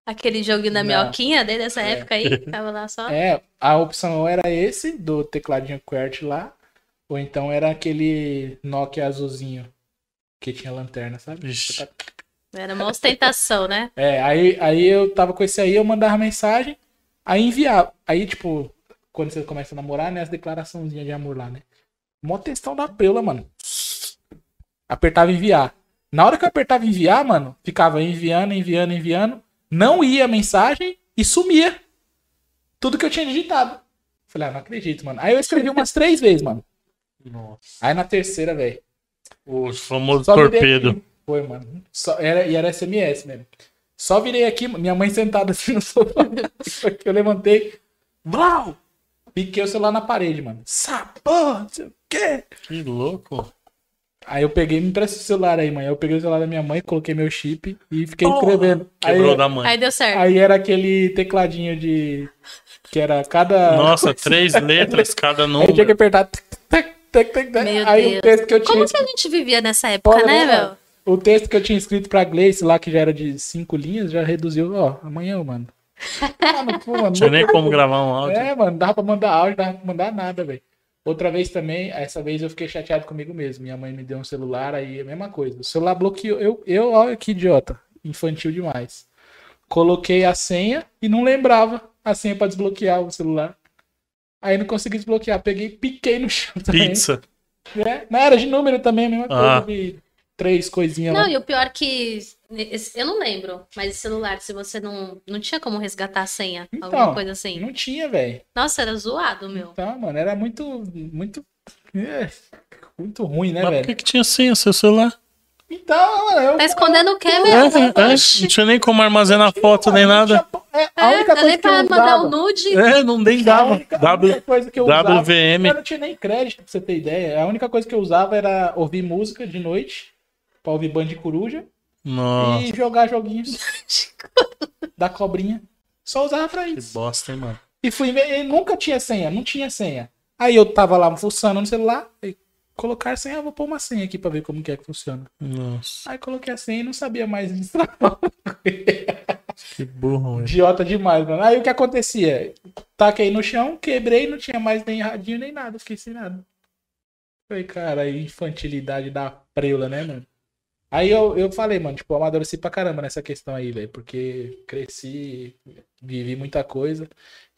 Speaker 3: Aquele joguinho da
Speaker 1: Não.
Speaker 3: minhoquinha, desde essa
Speaker 1: É.
Speaker 3: época aí, tava lá só.
Speaker 1: É, a opção era esse, do tecladinho QWERTY lá. Ou então era aquele Nokia azulzinho que tinha lanterna, sabe?
Speaker 2: Ixi.
Speaker 3: Era uma ostentação, né?
Speaker 1: É, aí, aí eu tava com esse aí, eu mandava mensagem, aí enviava. Aí, tipo, quando você começa a namorar, né, as declaraçãozinhas de amor lá, né? Mó textão da preula, mano. Apertava enviar. Na hora que eu apertava enviar, mano, ficava enviando, enviando, enviando. Não ia a mensagem e sumia. Tudo que eu tinha digitado. Falei, ah, não acredito, mano. Aí eu escrevi umas três vezes, mano.
Speaker 2: Nossa.
Speaker 1: Aí na terceira, velho.
Speaker 2: O famoso
Speaker 1: Só virei
Speaker 2: torpedo.
Speaker 1: aqui. Foi, mano. Só, era, e era SMS mesmo. Só virei aqui, minha mãe sentada assim no sofá. Foi que eu levantei. Blau! Piquei o celular na parede, mano. Sapão, não sei o quê.
Speaker 2: Que louco.
Speaker 1: Aí eu peguei, me empresta o celular aí, mãe. Eu peguei o celular da minha mãe, coloquei meu chip e fiquei
Speaker 2: Porra.
Speaker 1: escrevendo.
Speaker 2: Quebrou
Speaker 1: aí,
Speaker 2: da mãe.
Speaker 3: Aí deu certo.
Speaker 1: aí era aquele tecladinho de. Que era cada.
Speaker 2: Nossa, três letras cada
Speaker 1: aí eu tinha que
Speaker 2: número.
Speaker 1: apertar. tic, tic, tic, tic, tic.
Speaker 3: Meu
Speaker 1: Aí
Speaker 3: Deus.
Speaker 1: o texto que eu tinha
Speaker 3: Como que a gente vivia nessa época,
Speaker 1: Olha,
Speaker 3: né,
Speaker 1: né,
Speaker 3: meu?
Speaker 1: mano? O texto que eu tinha escrito pra Gleice lá, que já era de cinco linhas, já reduziu. Ó, amanhã, mano. Ah, não, pô, mano.
Speaker 2: Tinha nem como gravar um áudio.
Speaker 1: É, mano, dava pra mandar áudio, dava pra mandar nada, velho. Outra vez também, essa vez eu fiquei chateado comigo mesmo. Minha mãe me deu um celular, aí a mesma coisa. O celular bloqueou. Eu, eu olha que idiota. Infantil demais. Coloquei a senha e não lembrava a senha pra desbloquear o celular. Aí não consegui desbloquear. Peguei, e piquei no chão também.
Speaker 2: Pizza.
Speaker 1: É, não, era de número também, a mesma coisa
Speaker 2: Ah.
Speaker 1: de três coisinhas
Speaker 3: Não,
Speaker 1: lá.
Speaker 3: e o pior que. esse- Eu não lembro, mas esse celular, se você não. Não tinha como resgatar a senha,
Speaker 1: Então,
Speaker 3: alguma coisa assim.
Speaker 1: Não tinha, velho.
Speaker 3: Nossa, era zoado, meu.
Speaker 1: Então, mano, era muito. Muito. é, muito ruim, né,
Speaker 2: Mas por
Speaker 1: velho?
Speaker 2: que, que tinha senha seu celular?
Speaker 1: Então, mano, eu.
Speaker 3: Tá escondendo o quê
Speaker 2: É,
Speaker 3: mesmo?
Speaker 2: é, não
Speaker 3: Oxi.
Speaker 2: tinha nem como armazenar foto nem
Speaker 1: Mano,
Speaker 2: nada.
Speaker 1: não tinha- É, a
Speaker 3: É,
Speaker 1: única
Speaker 3: dá
Speaker 1: coisa
Speaker 3: nem
Speaker 1: que eu
Speaker 3: pra mandar um
Speaker 1: usava.
Speaker 3: nude.
Speaker 2: É, não nem
Speaker 1: a
Speaker 2: dava.
Speaker 1: única- a
Speaker 2: W,
Speaker 1: única coisa que eu usava- Eu
Speaker 2: WVM.
Speaker 1: não tinha nem crédito, pra você ter ideia. A única coisa que eu usava era ouvir música de noite, pra ouvir band de coruja,
Speaker 2: Nossa,
Speaker 1: e jogar joguinhos da cobrinha. Só usava pra
Speaker 2: que
Speaker 1: isso.
Speaker 2: bosta, hein, mano.
Speaker 1: E fui ver, e nunca tinha senha, não tinha senha. Aí eu tava lá fuçando no celular, e colocar senha, ah, vou pôr uma senha aqui pra ver como que é que funciona.
Speaker 2: Nossa,
Speaker 1: Aí coloquei a senha e não sabia mais destravar.
Speaker 2: que burro, hein?
Speaker 1: Idiota demais, mano. Aí o que acontecia? Taquei no chão, quebrei, não tinha mais nem radinho nem nada, fiquei sem nada. Falei, cara, infantilidade da preula, né, mano? Aí eu, eu falei, mano, tipo, eu amadureci pra caramba nessa questão aí, velho, porque cresci, vivi muita coisa.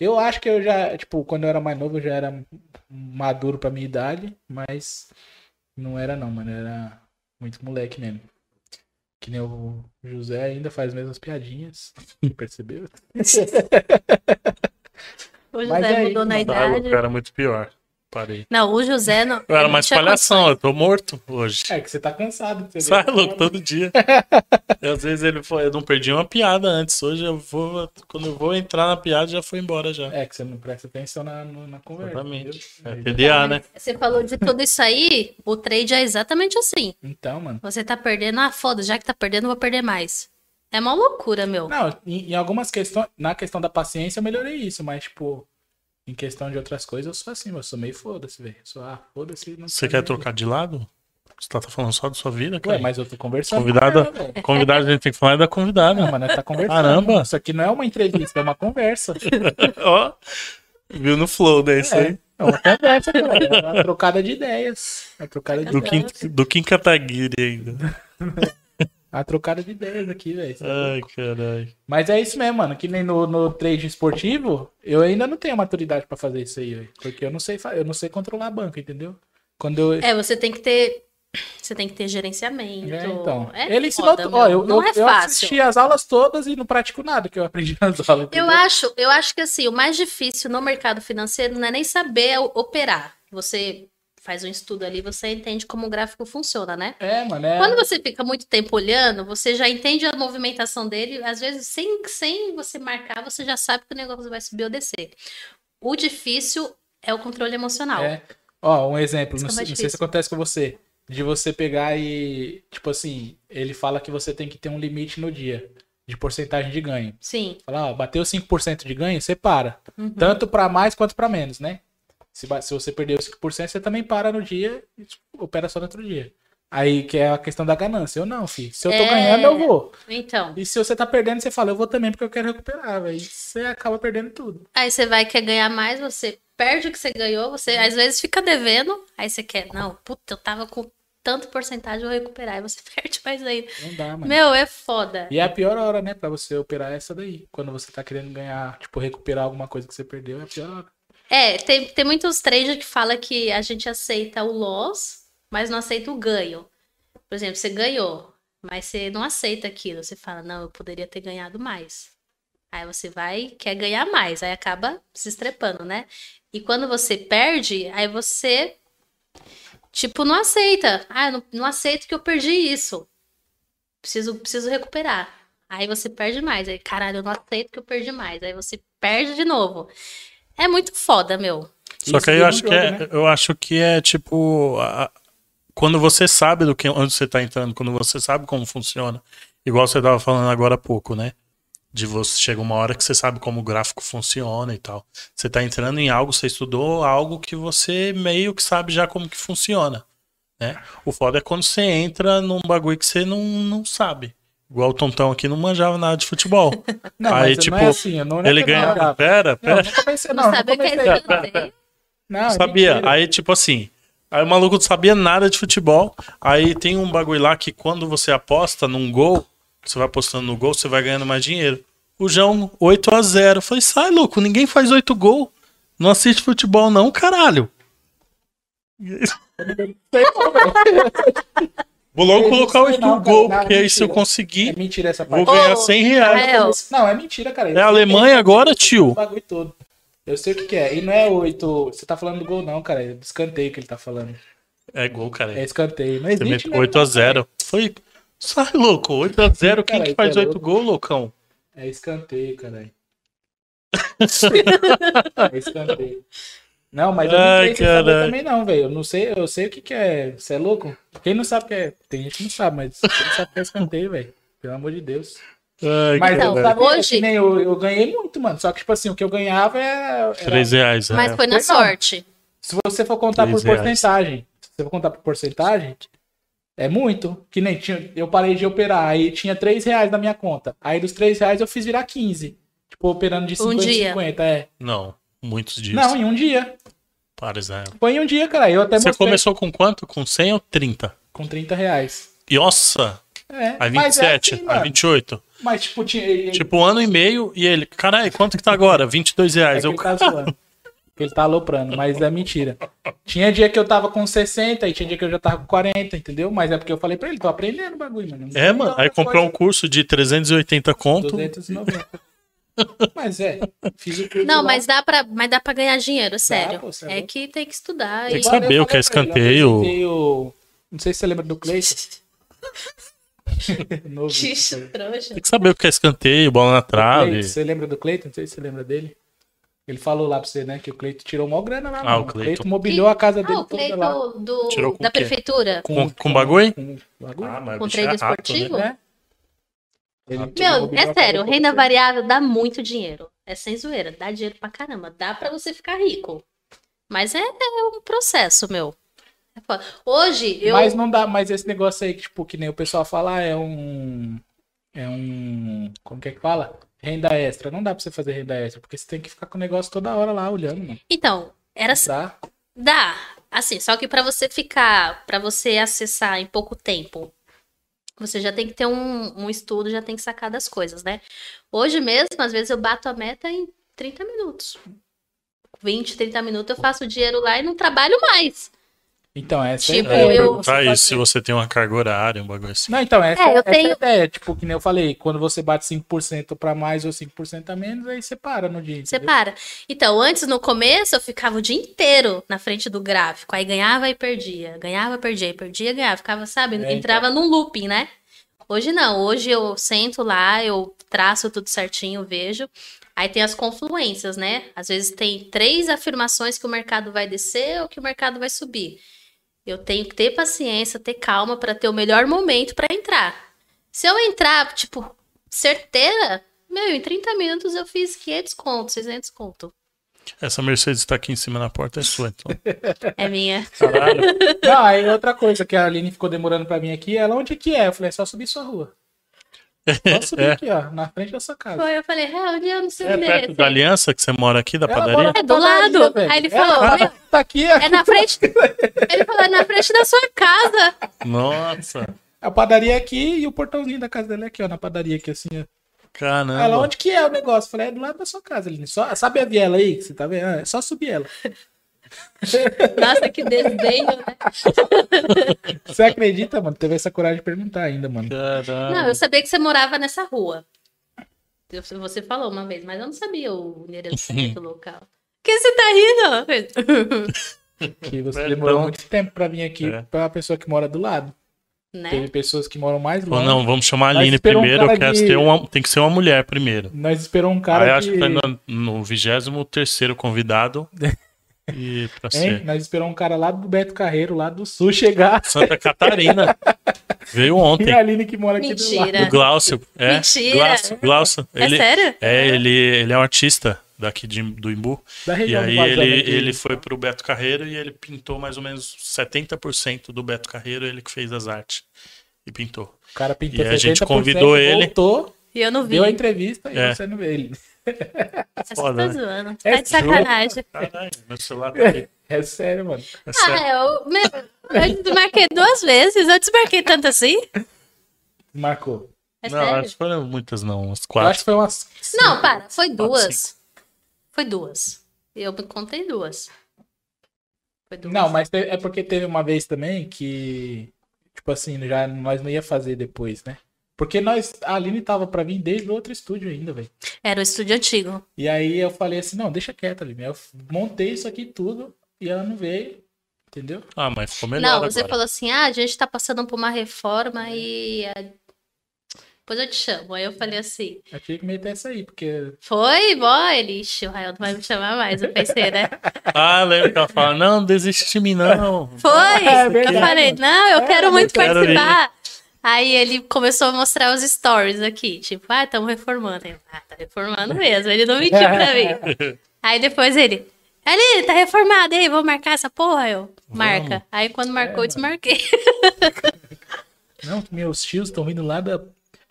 Speaker 1: Eu acho que eu já, tipo, quando eu era mais novo, eu já era maduro pra minha idade, mas não era não, mano, era muito moleque mesmo. Que nem o José ainda faz as mesmas piadinhas, percebeu?
Speaker 3: O
Speaker 1: Mas é
Speaker 3: José mudou
Speaker 1: isso,
Speaker 3: na
Speaker 1: mano.
Speaker 2: Ah, eu
Speaker 3: idade.
Speaker 2: era muito pior. Parei.
Speaker 3: Não, o José não.
Speaker 2: Eu era
Speaker 3: não
Speaker 2: mais
Speaker 3: tinha
Speaker 2: palhação, eu tô morto hoje.
Speaker 1: É que você tá cansado. Você
Speaker 2: Sai
Speaker 1: vê.
Speaker 2: é louco todo dia. Às vezes ele foi, eu não perdi uma piada antes. Hoje eu vou, quando eu vou entrar na piada, já foi embora já.
Speaker 1: É que você não presta atenção na, no- na conversa.
Speaker 2: Exatamente. É
Speaker 1: entendeu?
Speaker 2: TDA, né?
Speaker 3: Você falou de tudo isso aí, o trade é exatamente assim.
Speaker 1: Então, mano.
Speaker 3: Você tá perdendo, ah, foda, já que tá perdendo, eu vou perder mais. É uma loucura, meu.
Speaker 1: Não, em, em algumas questões, na questão da paciência eu melhorei isso, mas, tipo, em questão de outras coisas eu sou assim, eu sou meio foda-se, velho. Eu Sou, ah, foda-se. não
Speaker 2: Você
Speaker 1: quero
Speaker 2: quer
Speaker 1: nem-
Speaker 2: trocar de lado? Você tá, tá falando só da sua vida, cara?
Speaker 1: Ué, mas é eu tô conversando.
Speaker 2: Convidada,
Speaker 1: com ela, velho.
Speaker 2: convidada, a gente tem que falar da convidada.
Speaker 1: Não, mas nós tá conversando.
Speaker 2: Caramba.
Speaker 1: Isso aqui não é uma entrevista, é uma conversa.
Speaker 2: Ó, viu no flow desse
Speaker 1: É,
Speaker 2: aí.
Speaker 1: é uma conversa, cara. É uma trocada de ideias. É uma trocada de
Speaker 2: Do
Speaker 1: ideias.
Speaker 2: Kim, do Kim Kataguiri ainda.
Speaker 1: A É trocada de ideias aqui, velho.
Speaker 2: Ai, caralho.
Speaker 1: Mas é isso mesmo, mano. Que nem no, no trade esportivo, eu ainda não tenho maturidade pra fazer isso aí, velho. Porque eu não sei, fa- eu não sei controlar a banca, entendeu? Quando eu.
Speaker 3: É, você tem que ter. Você tem que ter gerenciamento.
Speaker 1: É, então.
Speaker 3: É
Speaker 1: Ele ensinou.
Speaker 3: foda,
Speaker 1: tu-
Speaker 3: meu.
Speaker 1: Ó, eu,
Speaker 3: não
Speaker 1: eu,
Speaker 3: é
Speaker 1: eu
Speaker 3: fácil.
Speaker 1: assisti as aulas todas e não pratico nada que eu aprendi nas aulas.
Speaker 3: Eu
Speaker 1: entendeu?
Speaker 3: acho, eu acho que assim, o mais difícil no mercado financeiro não é nem saber o- operar. Você faz um estudo ali, você entende como o gráfico funciona, né?
Speaker 1: É, mano. É...
Speaker 3: Quando você fica muito tempo olhando, você já entende a movimentação dele, às vezes sem, sem você marcar, você já sabe que o negócio vai subir ou descer. O difícil é o controle emocional.
Speaker 1: É. Ó, um exemplo,
Speaker 3: Isso
Speaker 1: não,
Speaker 3: que é
Speaker 1: sei-
Speaker 3: mais
Speaker 1: não sei se
Speaker 3: difícil.
Speaker 1: acontece com você, de você pegar e, tipo assim, ele fala que você tem que ter um limite no dia de porcentagem de ganho.
Speaker 3: Sim.
Speaker 1: Fala, ó, bateu 5% de ganho, você para.
Speaker 3: Uhum.
Speaker 1: Tanto pra mais quanto pra menos, né? Se, ba- se você perdeu os 5%, você também para no dia e opera só no outro dia. Aí que é a questão da ganância. Eu não, filho. Se eu tô
Speaker 3: É.
Speaker 1: ganhando, eu vou.
Speaker 3: Então,
Speaker 1: E se você tá perdendo, você fala, eu vou também porque eu quero recuperar, velho. E Você acaba perdendo tudo.
Speaker 3: aí você vai quer ganhar mais, você perde o que você ganhou, você às vezes fica devendo, aí você quer, não, puta, eu tava com tanto porcentagem, eu vou recuperar, aí você perde mais ainda.
Speaker 1: Não dá, mano.
Speaker 3: Meu, é foda.
Speaker 1: E é a pior hora, né, pra você operar essa daí. Quando você tá querendo ganhar, tipo, recuperar alguma coisa que você perdeu, é a pior hora.
Speaker 3: É, tem, tem muitos traders que falam que a gente aceita o loss, mas não aceita o ganho. Por exemplo, você ganhou, mas você não aceita aquilo. Você fala, não, eu poderia ter ganhado mais. Aí você vai e quer ganhar mais, aí acaba se estrepando, né? E quando você perde, aí você, tipo, não aceita. Ah, eu não, não aceito que eu perdi isso. Preciso, preciso recuperar. Aí você perde mais. Aí, caralho, eu não aceito que eu perdi mais. Aí você perde de novo. É muito foda, meu.
Speaker 2: Só
Speaker 1: Isso
Speaker 2: que aí
Speaker 1: vira
Speaker 2: eu
Speaker 1: um
Speaker 2: acho que
Speaker 1: jogo,
Speaker 2: é,
Speaker 1: né?
Speaker 2: eu acho que é tipo a- quando você sabe do que onde você tá entrando, quando você sabe como funciona, igual você tava falando agora há pouco, né? De você chega uma hora que você sabe como o gráfico funciona e tal. Você tá entrando em algo, você estudou algo que você meio que sabe já como que funciona, né? O foda é quando você entra num bagulho que você não, não sabe. Igual o Tontão aqui não manjava nada de futebol.
Speaker 1: Não,
Speaker 2: Aí,
Speaker 1: mas
Speaker 2: tipo,
Speaker 1: não é assim, eu não não é
Speaker 2: Ele
Speaker 1: que eu não
Speaker 2: ganhava.
Speaker 1: jogava.
Speaker 2: Pera,
Speaker 1: Não,
Speaker 2: pera.
Speaker 1: eu não comecei, não, eu
Speaker 3: Não,
Speaker 1: não
Speaker 3: sabe o que é
Speaker 1: comecei.
Speaker 3: isso? não sei.
Speaker 1: Não, é
Speaker 2: sabia.
Speaker 1: mentira.
Speaker 2: Aí, tipo assim, aí o maluco não sabia nada de futebol. Aí tem um bagulho lá que quando você aposta num gol, você vai apostando no gol, você vai ganhando mais dinheiro. O João, 8 a 0 Eu falei, sai, louco, ninguém faz 8 gol. Não assiste futebol, não, caralho.
Speaker 1: Sei como é.
Speaker 2: Vou logo colocar o
Speaker 1: Não,
Speaker 2: Edu
Speaker 1: cara,
Speaker 2: Gol,
Speaker 1: não,
Speaker 2: porque aí se eu
Speaker 1: mentira.
Speaker 2: conseguir,
Speaker 1: É mentira essa
Speaker 2: vou
Speaker 1: parte.
Speaker 2: ganhar
Speaker 3: Ô,
Speaker 2: 100 reais.
Speaker 3: Rafael.
Speaker 1: Não, é mentira, cara.
Speaker 2: É a Alemanha agora, tio?
Speaker 1: O bagulho todo. Eu sei o que, que é. E não é oito. Você tá falando do gol, não, cara. É do escanteio que ele tá falando.
Speaker 2: É gol, cara.
Speaker 1: É escanteio. Não
Speaker 2: Você
Speaker 1: existe.
Speaker 2: meteu
Speaker 1: Né?
Speaker 2: 8x0. Foi. Sai, louco.
Speaker 1: Cara,
Speaker 2: 8x0. Quem que
Speaker 1: isso
Speaker 2: faz
Speaker 1: é
Speaker 2: 8
Speaker 1: louco.
Speaker 2: gols, loucão?
Speaker 1: É escanteio, cara. é escanteio. Não, mas eu
Speaker 2: Ai,
Speaker 1: não sei se saber
Speaker 2: caralho.
Speaker 1: também não, velho. Eu não sei, eu sei o que, que é. Você é louco? Quem não sabe o que é. Tem gente que não sabe, mas quem sabe o que é escanteio, velho. Pelo amor de Deus.
Speaker 2: Ai,
Speaker 1: Mas
Speaker 3: Então,
Speaker 1: eu,
Speaker 2: cara.
Speaker 1: sabe,
Speaker 3: hoje-
Speaker 1: que nem eu, eu ganhei muito, mano. Só que, tipo assim, o que eu ganhava era. era
Speaker 2: 3 reais.
Speaker 3: Mas
Speaker 2: é.
Speaker 3: foi na
Speaker 1: Foi não.
Speaker 3: sorte.
Speaker 1: Se você for contar por
Speaker 2: Três reais.
Speaker 1: porcentagem, se você for contar por porcentagem, é muito. Que nem tinha, eu parei de operar, aí tinha 3 reais na minha conta. Aí dos 3 reais eu fiz virar 15. Tipo, operando de 50 em
Speaker 3: dia.
Speaker 1: 50, é.
Speaker 2: Não, muitos dias.
Speaker 1: Não, em um dia.
Speaker 2: Para, Israel.
Speaker 1: Foi em um dia, cara. Eu até
Speaker 2: Você
Speaker 1: mostrei
Speaker 2: começou com quanto? Com 100 ou 30?
Speaker 1: com 30 reais.
Speaker 2: E nossa,
Speaker 1: É,
Speaker 2: a
Speaker 1: mas é
Speaker 2: 27,
Speaker 1: assim,
Speaker 2: a
Speaker 1: mano.
Speaker 2: 28.
Speaker 1: Mas, tipo, tinha.
Speaker 2: um. Tipo, um ano e meio e ele, caralho, quanto que tá agora? 22
Speaker 1: É
Speaker 2: reais.
Speaker 1: que
Speaker 2: Eu,
Speaker 1: ele tá zoando. Que ele tá aloprando, mas é mentira. Tinha dia que eu tava com 60 e tinha dia que eu já tava com 40, entendeu? Mas é porque eu falei pra ele, tô aprendendo o bagulho, mano.
Speaker 2: é, mano, aí comprou um
Speaker 1: um
Speaker 2: curso de 380 conto.
Speaker 1: 290. mas é, fiz o curso lá.
Speaker 3: Não, mas dá pra, mas dá pra ganhar dinheiro, sério.
Speaker 1: pô, você é
Speaker 3: é
Speaker 1: louco.
Speaker 3: que tem que estudar.
Speaker 2: Tem
Speaker 3: e-
Speaker 2: que saber
Speaker 1: Eu
Speaker 2: o que é
Speaker 1: falei pra
Speaker 2: escanteio.
Speaker 1: ele, eu apresentei o- Não sei se você lembra do Cleiton. Novo.
Speaker 3: Xixi,
Speaker 1: né?
Speaker 3: trouxa.
Speaker 2: Tem que saber o que é escanteio, bola na trave.
Speaker 1: Cleiton, você lembra do Cleiton? Não sei se você lembra dele. Ele falou lá pra você, né, que o Cleiton tirou mó grana lá.
Speaker 2: Ah,
Speaker 1: mano.
Speaker 2: o Cleiton.
Speaker 1: mobiliou a casa dele
Speaker 3: Ah, o
Speaker 1: toda lá.
Speaker 3: Cleiton do,
Speaker 2: Tirou com
Speaker 3: da
Speaker 2: o quê?
Speaker 3: prefeitura.
Speaker 2: Com, com bagulho?
Speaker 1: Com bagulho.
Speaker 2: Ah, mas
Speaker 3: Com
Speaker 2: o bicho
Speaker 3: treino
Speaker 2: rato,
Speaker 3: esportivo?
Speaker 2: né?
Speaker 1: né? Ele tirou-
Speaker 3: Meu,
Speaker 1: mobiliou
Speaker 3: é
Speaker 1: Tipo, a casa
Speaker 3: sério,
Speaker 1: toda.
Speaker 3: renda variável dá muito dinheiro. É sem zoeira, dá dinheiro pra caramba. Dá pra você ficar rico. Mas é, é um processo, meu. É foda. Hoje, eu.
Speaker 1: Mas não dá, mas esse negócio aí, que, tipo, que nem o pessoal fala, ah, é um. É um. Como que é que fala? Renda extra. Não dá pra você fazer renda extra, porque você tem que ficar com o negócio toda hora lá olhando, mano.
Speaker 3: Então, era
Speaker 1: Não dá.
Speaker 3: Dá. Assim, só que pra você ficar, pra você acessar em pouco tempo, você já tem que ter um, um estudo, já tem que sacar das coisas, né? Hoje mesmo, às vezes eu bato a meta em 30 minutos. 20, 30 minutos eu faço o dinheiro lá e não trabalho mais.
Speaker 1: Então, essa
Speaker 3: Tipo,
Speaker 1: é a ideia.
Speaker 2: É,
Speaker 3: eu-
Speaker 2: perguntar
Speaker 1: Você
Speaker 2: isso se
Speaker 1: fazer.
Speaker 2: você tem uma carga horária, um bagulho assim.
Speaker 1: Não, então, essa,
Speaker 3: É, eu
Speaker 1: essa é
Speaker 3: tenho-
Speaker 1: a ideia. Tipo, que nem eu falei, quando você bate 5% pra mais ou 5% a menos, aí você para no dia.
Speaker 3: Você
Speaker 1: entendeu?
Speaker 3: para. Então, antes, no começo, eu ficava o dia inteiro na frente do gráfico. Aí ganhava e perdia. Ganhava, perdia, e perdia, ganhava. Ficava, sabe?
Speaker 1: É, então.
Speaker 3: entrava num looping, né? Hoje não. Hoje eu sento lá, eu traço tudo certinho, vejo. Aí tem as confluências, né? Às vezes tem três afirmações que o mercado vai descer ou que o mercado vai subir. Eu tenho que ter paciência, ter calma para ter o melhor momento para entrar. Se eu entrar, tipo, certeira, meu, em 30 minutos eu fiz 500 conto, 600 conto.
Speaker 2: Essa Mercedes tá aqui em cima na porta, é sua, então.
Speaker 3: É minha.
Speaker 2: Caralho.
Speaker 1: Não, aí outra coisa que a Aline ficou demorando pra mim aqui, ela, onde que é? Eu falei, é só subir sua rua. Só subir
Speaker 2: É.
Speaker 1: aqui, ó, na frente da sua casa.
Speaker 3: Foi, eu falei, é, onde eu não sei
Speaker 2: É
Speaker 3: onde
Speaker 2: perto da aliança que você mora aqui, da
Speaker 1: Ela
Speaker 2: padaria?
Speaker 1: mora na
Speaker 3: É do
Speaker 1: padaria,
Speaker 3: lado.
Speaker 1: velho.
Speaker 3: Aí ele
Speaker 1: Ela
Speaker 3: falou,
Speaker 1: mora- tá aqui, ó.
Speaker 3: É na frente. Ele falou, é na frente da sua casa.
Speaker 2: Nossa,
Speaker 1: A padaria é aqui e o portãozinho da casa dela é aqui, ó, na padaria aqui, assim, ó.
Speaker 2: caramba.
Speaker 1: Ela, onde que é o negócio? Eu Falei, é do lado da sua casa, Aline. Só, sabe a viela aí que você tá vendo? Ah, É só subir ela.
Speaker 3: Nossa, que desdenho, né?
Speaker 1: Você acredita, mano? Teve essa coragem de perguntar ainda, mano.
Speaker 2: Caralho.
Speaker 3: Não, eu sabia que você morava nessa rua. Eu- Você falou uma vez, mas eu não sabia o endereçamento do local. que você tá rindo?
Speaker 1: Que você
Speaker 2: Perdão.
Speaker 1: demorou muito tempo pra vir aqui
Speaker 2: Então, É.
Speaker 1: pra pessoa que mora do lado.
Speaker 3: né?
Speaker 1: Teve pessoas que moram mais
Speaker 2: Falou,
Speaker 1: longe.
Speaker 2: não, vamos chamar a
Speaker 1: Mas
Speaker 2: Aline
Speaker 1: esperou um
Speaker 2: primeiro, eu
Speaker 1: cara
Speaker 2: quero
Speaker 1: de-
Speaker 2: ter uma- tem que ser uma mulher primeiro.
Speaker 1: Nós esperamos um
Speaker 2: Aí
Speaker 1: cara
Speaker 2: Ah, acho
Speaker 1: de...
Speaker 2: que foi no, no 23 convidado. E pra
Speaker 1: Hein?
Speaker 2: ser.
Speaker 1: Nós esperamos um cara lá do Beto Carreiro, lá do Sul, chegar.
Speaker 2: Santa Catarina. Veio
Speaker 1: E
Speaker 2: ontem.
Speaker 1: a Aline que mora aqui do lado.
Speaker 3: Mentira.
Speaker 2: O Glaucio. É,
Speaker 3: Mentira.
Speaker 2: Glaucio, Glaucio.
Speaker 3: É
Speaker 2: Ele,
Speaker 3: sério?
Speaker 2: é, ele, ele é um artista daqui de, do Imbu.
Speaker 1: Da
Speaker 2: E
Speaker 1: região do
Speaker 2: aí
Speaker 1: Vazão
Speaker 2: ele,
Speaker 1: aqui.
Speaker 2: ele foi pro Beto Carreiro e ele pintou mais ou menos 70% do Beto Carreiro, ele que fez as artes. E pintou.
Speaker 1: O cara pintou
Speaker 2: E a gente
Speaker 1: 70%,
Speaker 2: convidou ele.
Speaker 1: Voltou,
Speaker 3: E eu não vi.
Speaker 1: deu a entrevista
Speaker 2: É.
Speaker 1: e você não vê ele.
Speaker 3: Você
Speaker 2: Foda,
Speaker 3: tá
Speaker 2: né?
Speaker 3: zoando.
Speaker 1: É
Speaker 3: Tá de sacanagem.
Speaker 2: Caralho, meu celular tá aqui.
Speaker 1: É sério, mano.
Speaker 2: É sério.
Speaker 3: Ah, eu, meu, eu desmarquei duas vezes. Eu desmarquei tanto assim?
Speaker 1: Marcou.
Speaker 3: É
Speaker 2: não,
Speaker 3: sério?
Speaker 2: acho que foram muitas, não. Umas
Speaker 1: Eu acho
Speaker 2: quatro.
Speaker 1: que foi umas.
Speaker 3: Não, para. Foi
Speaker 2: Quatro,
Speaker 3: duas. Foi duas. Eu me contei duas. Foi duas.
Speaker 1: Não, mas te- é porque teve uma vez também que. tipo, Tipo assim, já nós não ia fazer depois, né? Porque nós, a Aline tava pra vir desde o outro estúdio ainda, velho.
Speaker 3: Era o estúdio antigo.
Speaker 1: E aí eu falei assim, não, deixa quieto, Aline. Eu montei isso aqui tudo e ela não veio, entendeu?
Speaker 2: Ah, mas ficou melhor
Speaker 3: não,
Speaker 2: agora.
Speaker 3: você falou assim: ah, a gente tá passando por uma reforma e. é, Depois eu te chamo. Aí eu falei assim:
Speaker 1: Eu tive que meter essa aí, porque
Speaker 3: foi, boy, ele, ixi, o Rael não vai me chamar mais. Eu pensei, né?
Speaker 2: Ah, lembra que ela fala, não, desiste de mim, não.
Speaker 3: Foi!
Speaker 1: É
Speaker 3: eu
Speaker 1: verdade.
Speaker 3: falei, não, eu
Speaker 1: É,
Speaker 3: quero
Speaker 1: eu
Speaker 3: muito
Speaker 2: quero
Speaker 3: participar. Aí ele começou a mostrar os stories aqui, tipo, ah, estamos reformando. Aí Eu, ah, tá reformando mesmo, ele não mentiu pra mim. Aí depois ele, ali, tá reformado, aí, vou marcar essa porra, eu. Marca.
Speaker 2: Vamos. É,
Speaker 3: Aí quando marcou, eu desmarquei.
Speaker 1: Não, meus tios estão vindo lá da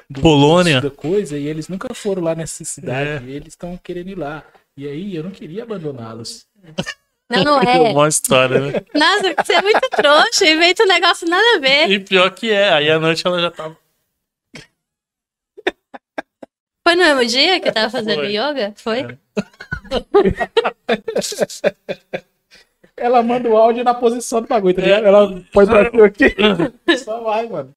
Speaker 1: do-
Speaker 2: Polônia.
Speaker 1: da coisa e eles nunca foram lá nessa cidade.
Speaker 2: É.
Speaker 1: E eles estão querendo ir lá. E aí eu não queria abandoná-los.
Speaker 3: Não, não é.
Speaker 2: Uma história, né?
Speaker 3: Nossa, você é muito trouxa, inventa um negócio nada a ver.
Speaker 2: E pior que é, aí à noite ela já tava.
Speaker 3: Foi no mesmo dia que eu tava fazendo
Speaker 2: Foi. É.
Speaker 3: yoga? Foi?
Speaker 1: Ela manda o áudio na posição do bagulho, tá ligado?
Speaker 2: É.
Speaker 1: Ela põe
Speaker 2: Ah.
Speaker 1: pra cima aqui. Só vai, mano.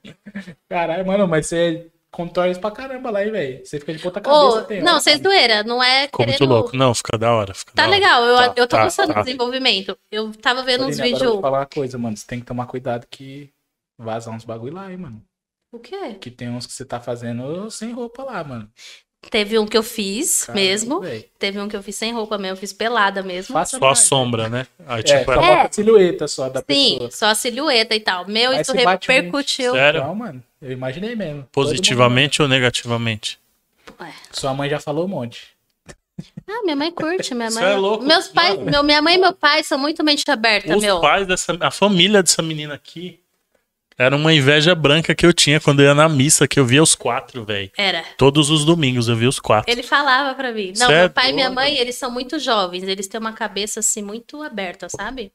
Speaker 1: Caralho, mano, mas você contorna isso pra caramba lá, hein, velho? Você fica de ponta
Speaker 3: Ô,
Speaker 1: cabeça. tem
Speaker 3: não,
Speaker 1: hora,
Speaker 3: sem
Speaker 1: mano.
Speaker 3: zoeira, não é
Speaker 2: Ficou muito
Speaker 3: querendo.
Speaker 2: louco. Não, fica da hora. fica
Speaker 3: Tá
Speaker 2: da hora.
Speaker 3: legal, eu,
Speaker 2: Tá,
Speaker 3: eu tô
Speaker 2: tá,
Speaker 3: gostando
Speaker 2: tá.
Speaker 3: do desenvolvimento. Eu tava vendo uns
Speaker 1: Aline, agora eu vou
Speaker 3: vídeos.
Speaker 1: falar uma coisa, mano. Você tem que tomar cuidado que vazar uns bagulho lá, hein, mano.
Speaker 3: O quê?
Speaker 1: Que tem uns que você tá fazendo sem roupa lá, mano.
Speaker 3: Teve um que eu fiz
Speaker 1: Caralho,
Speaker 3: mesmo.
Speaker 1: velho.
Speaker 3: Teve um que eu fiz sem roupa mesmo, eu fiz pelada mesmo.
Speaker 1: Faça
Speaker 2: Só a
Speaker 1: mais.
Speaker 2: sombra, né? Aí,
Speaker 1: É,
Speaker 2: tipo,
Speaker 1: só
Speaker 2: ela-
Speaker 1: bota a silhueta só da
Speaker 3: Sim,
Speaker 1: pessoa.
Speaker 3: só a silhueta e tal. Meu,
Speaker 1: Mas
Speaker 3: isso
Speaker 1: se bate muito.
Speaker 3: repercutiu.
Speaker 2: sério?
Speaker 1: Não, mano, eu imaginei mesmo. Todo
Speaker 2: Positivamente ou negativamente?
Speaker 1: mundo- Sua mãe já falou um monte.
Speaker 3: É. Ah, minha mãe curte, minha
Speaker 2: Você
Speaker 3: mãe.
Speaker 2: é louco,
Speaker 3: Meus pais,
Speaker 2: mano.
Speaker 3: meu, minha mãe e meu pai são muito mente aberta,
Speaker 2: Os
Speaker 3: É meu.
Speaker 2: pais dessa. A família dessa menina aqui era uma inveja branca que eu tinha quando eu ia na missa, que eu via os quatro, velho.
Speaker 3: Era.
Speaker 2: Todos os domingos eu via os quatro.
Speaker 3: Ele falava pra mim. Não,
Speaker 2: Cê é
Speaker 3: meu pai e minha
Speaker 2: doido.
Speaker 3: mãe, eles são muito jovens. Eles têm uma cabeça assim muito aberta, sabe?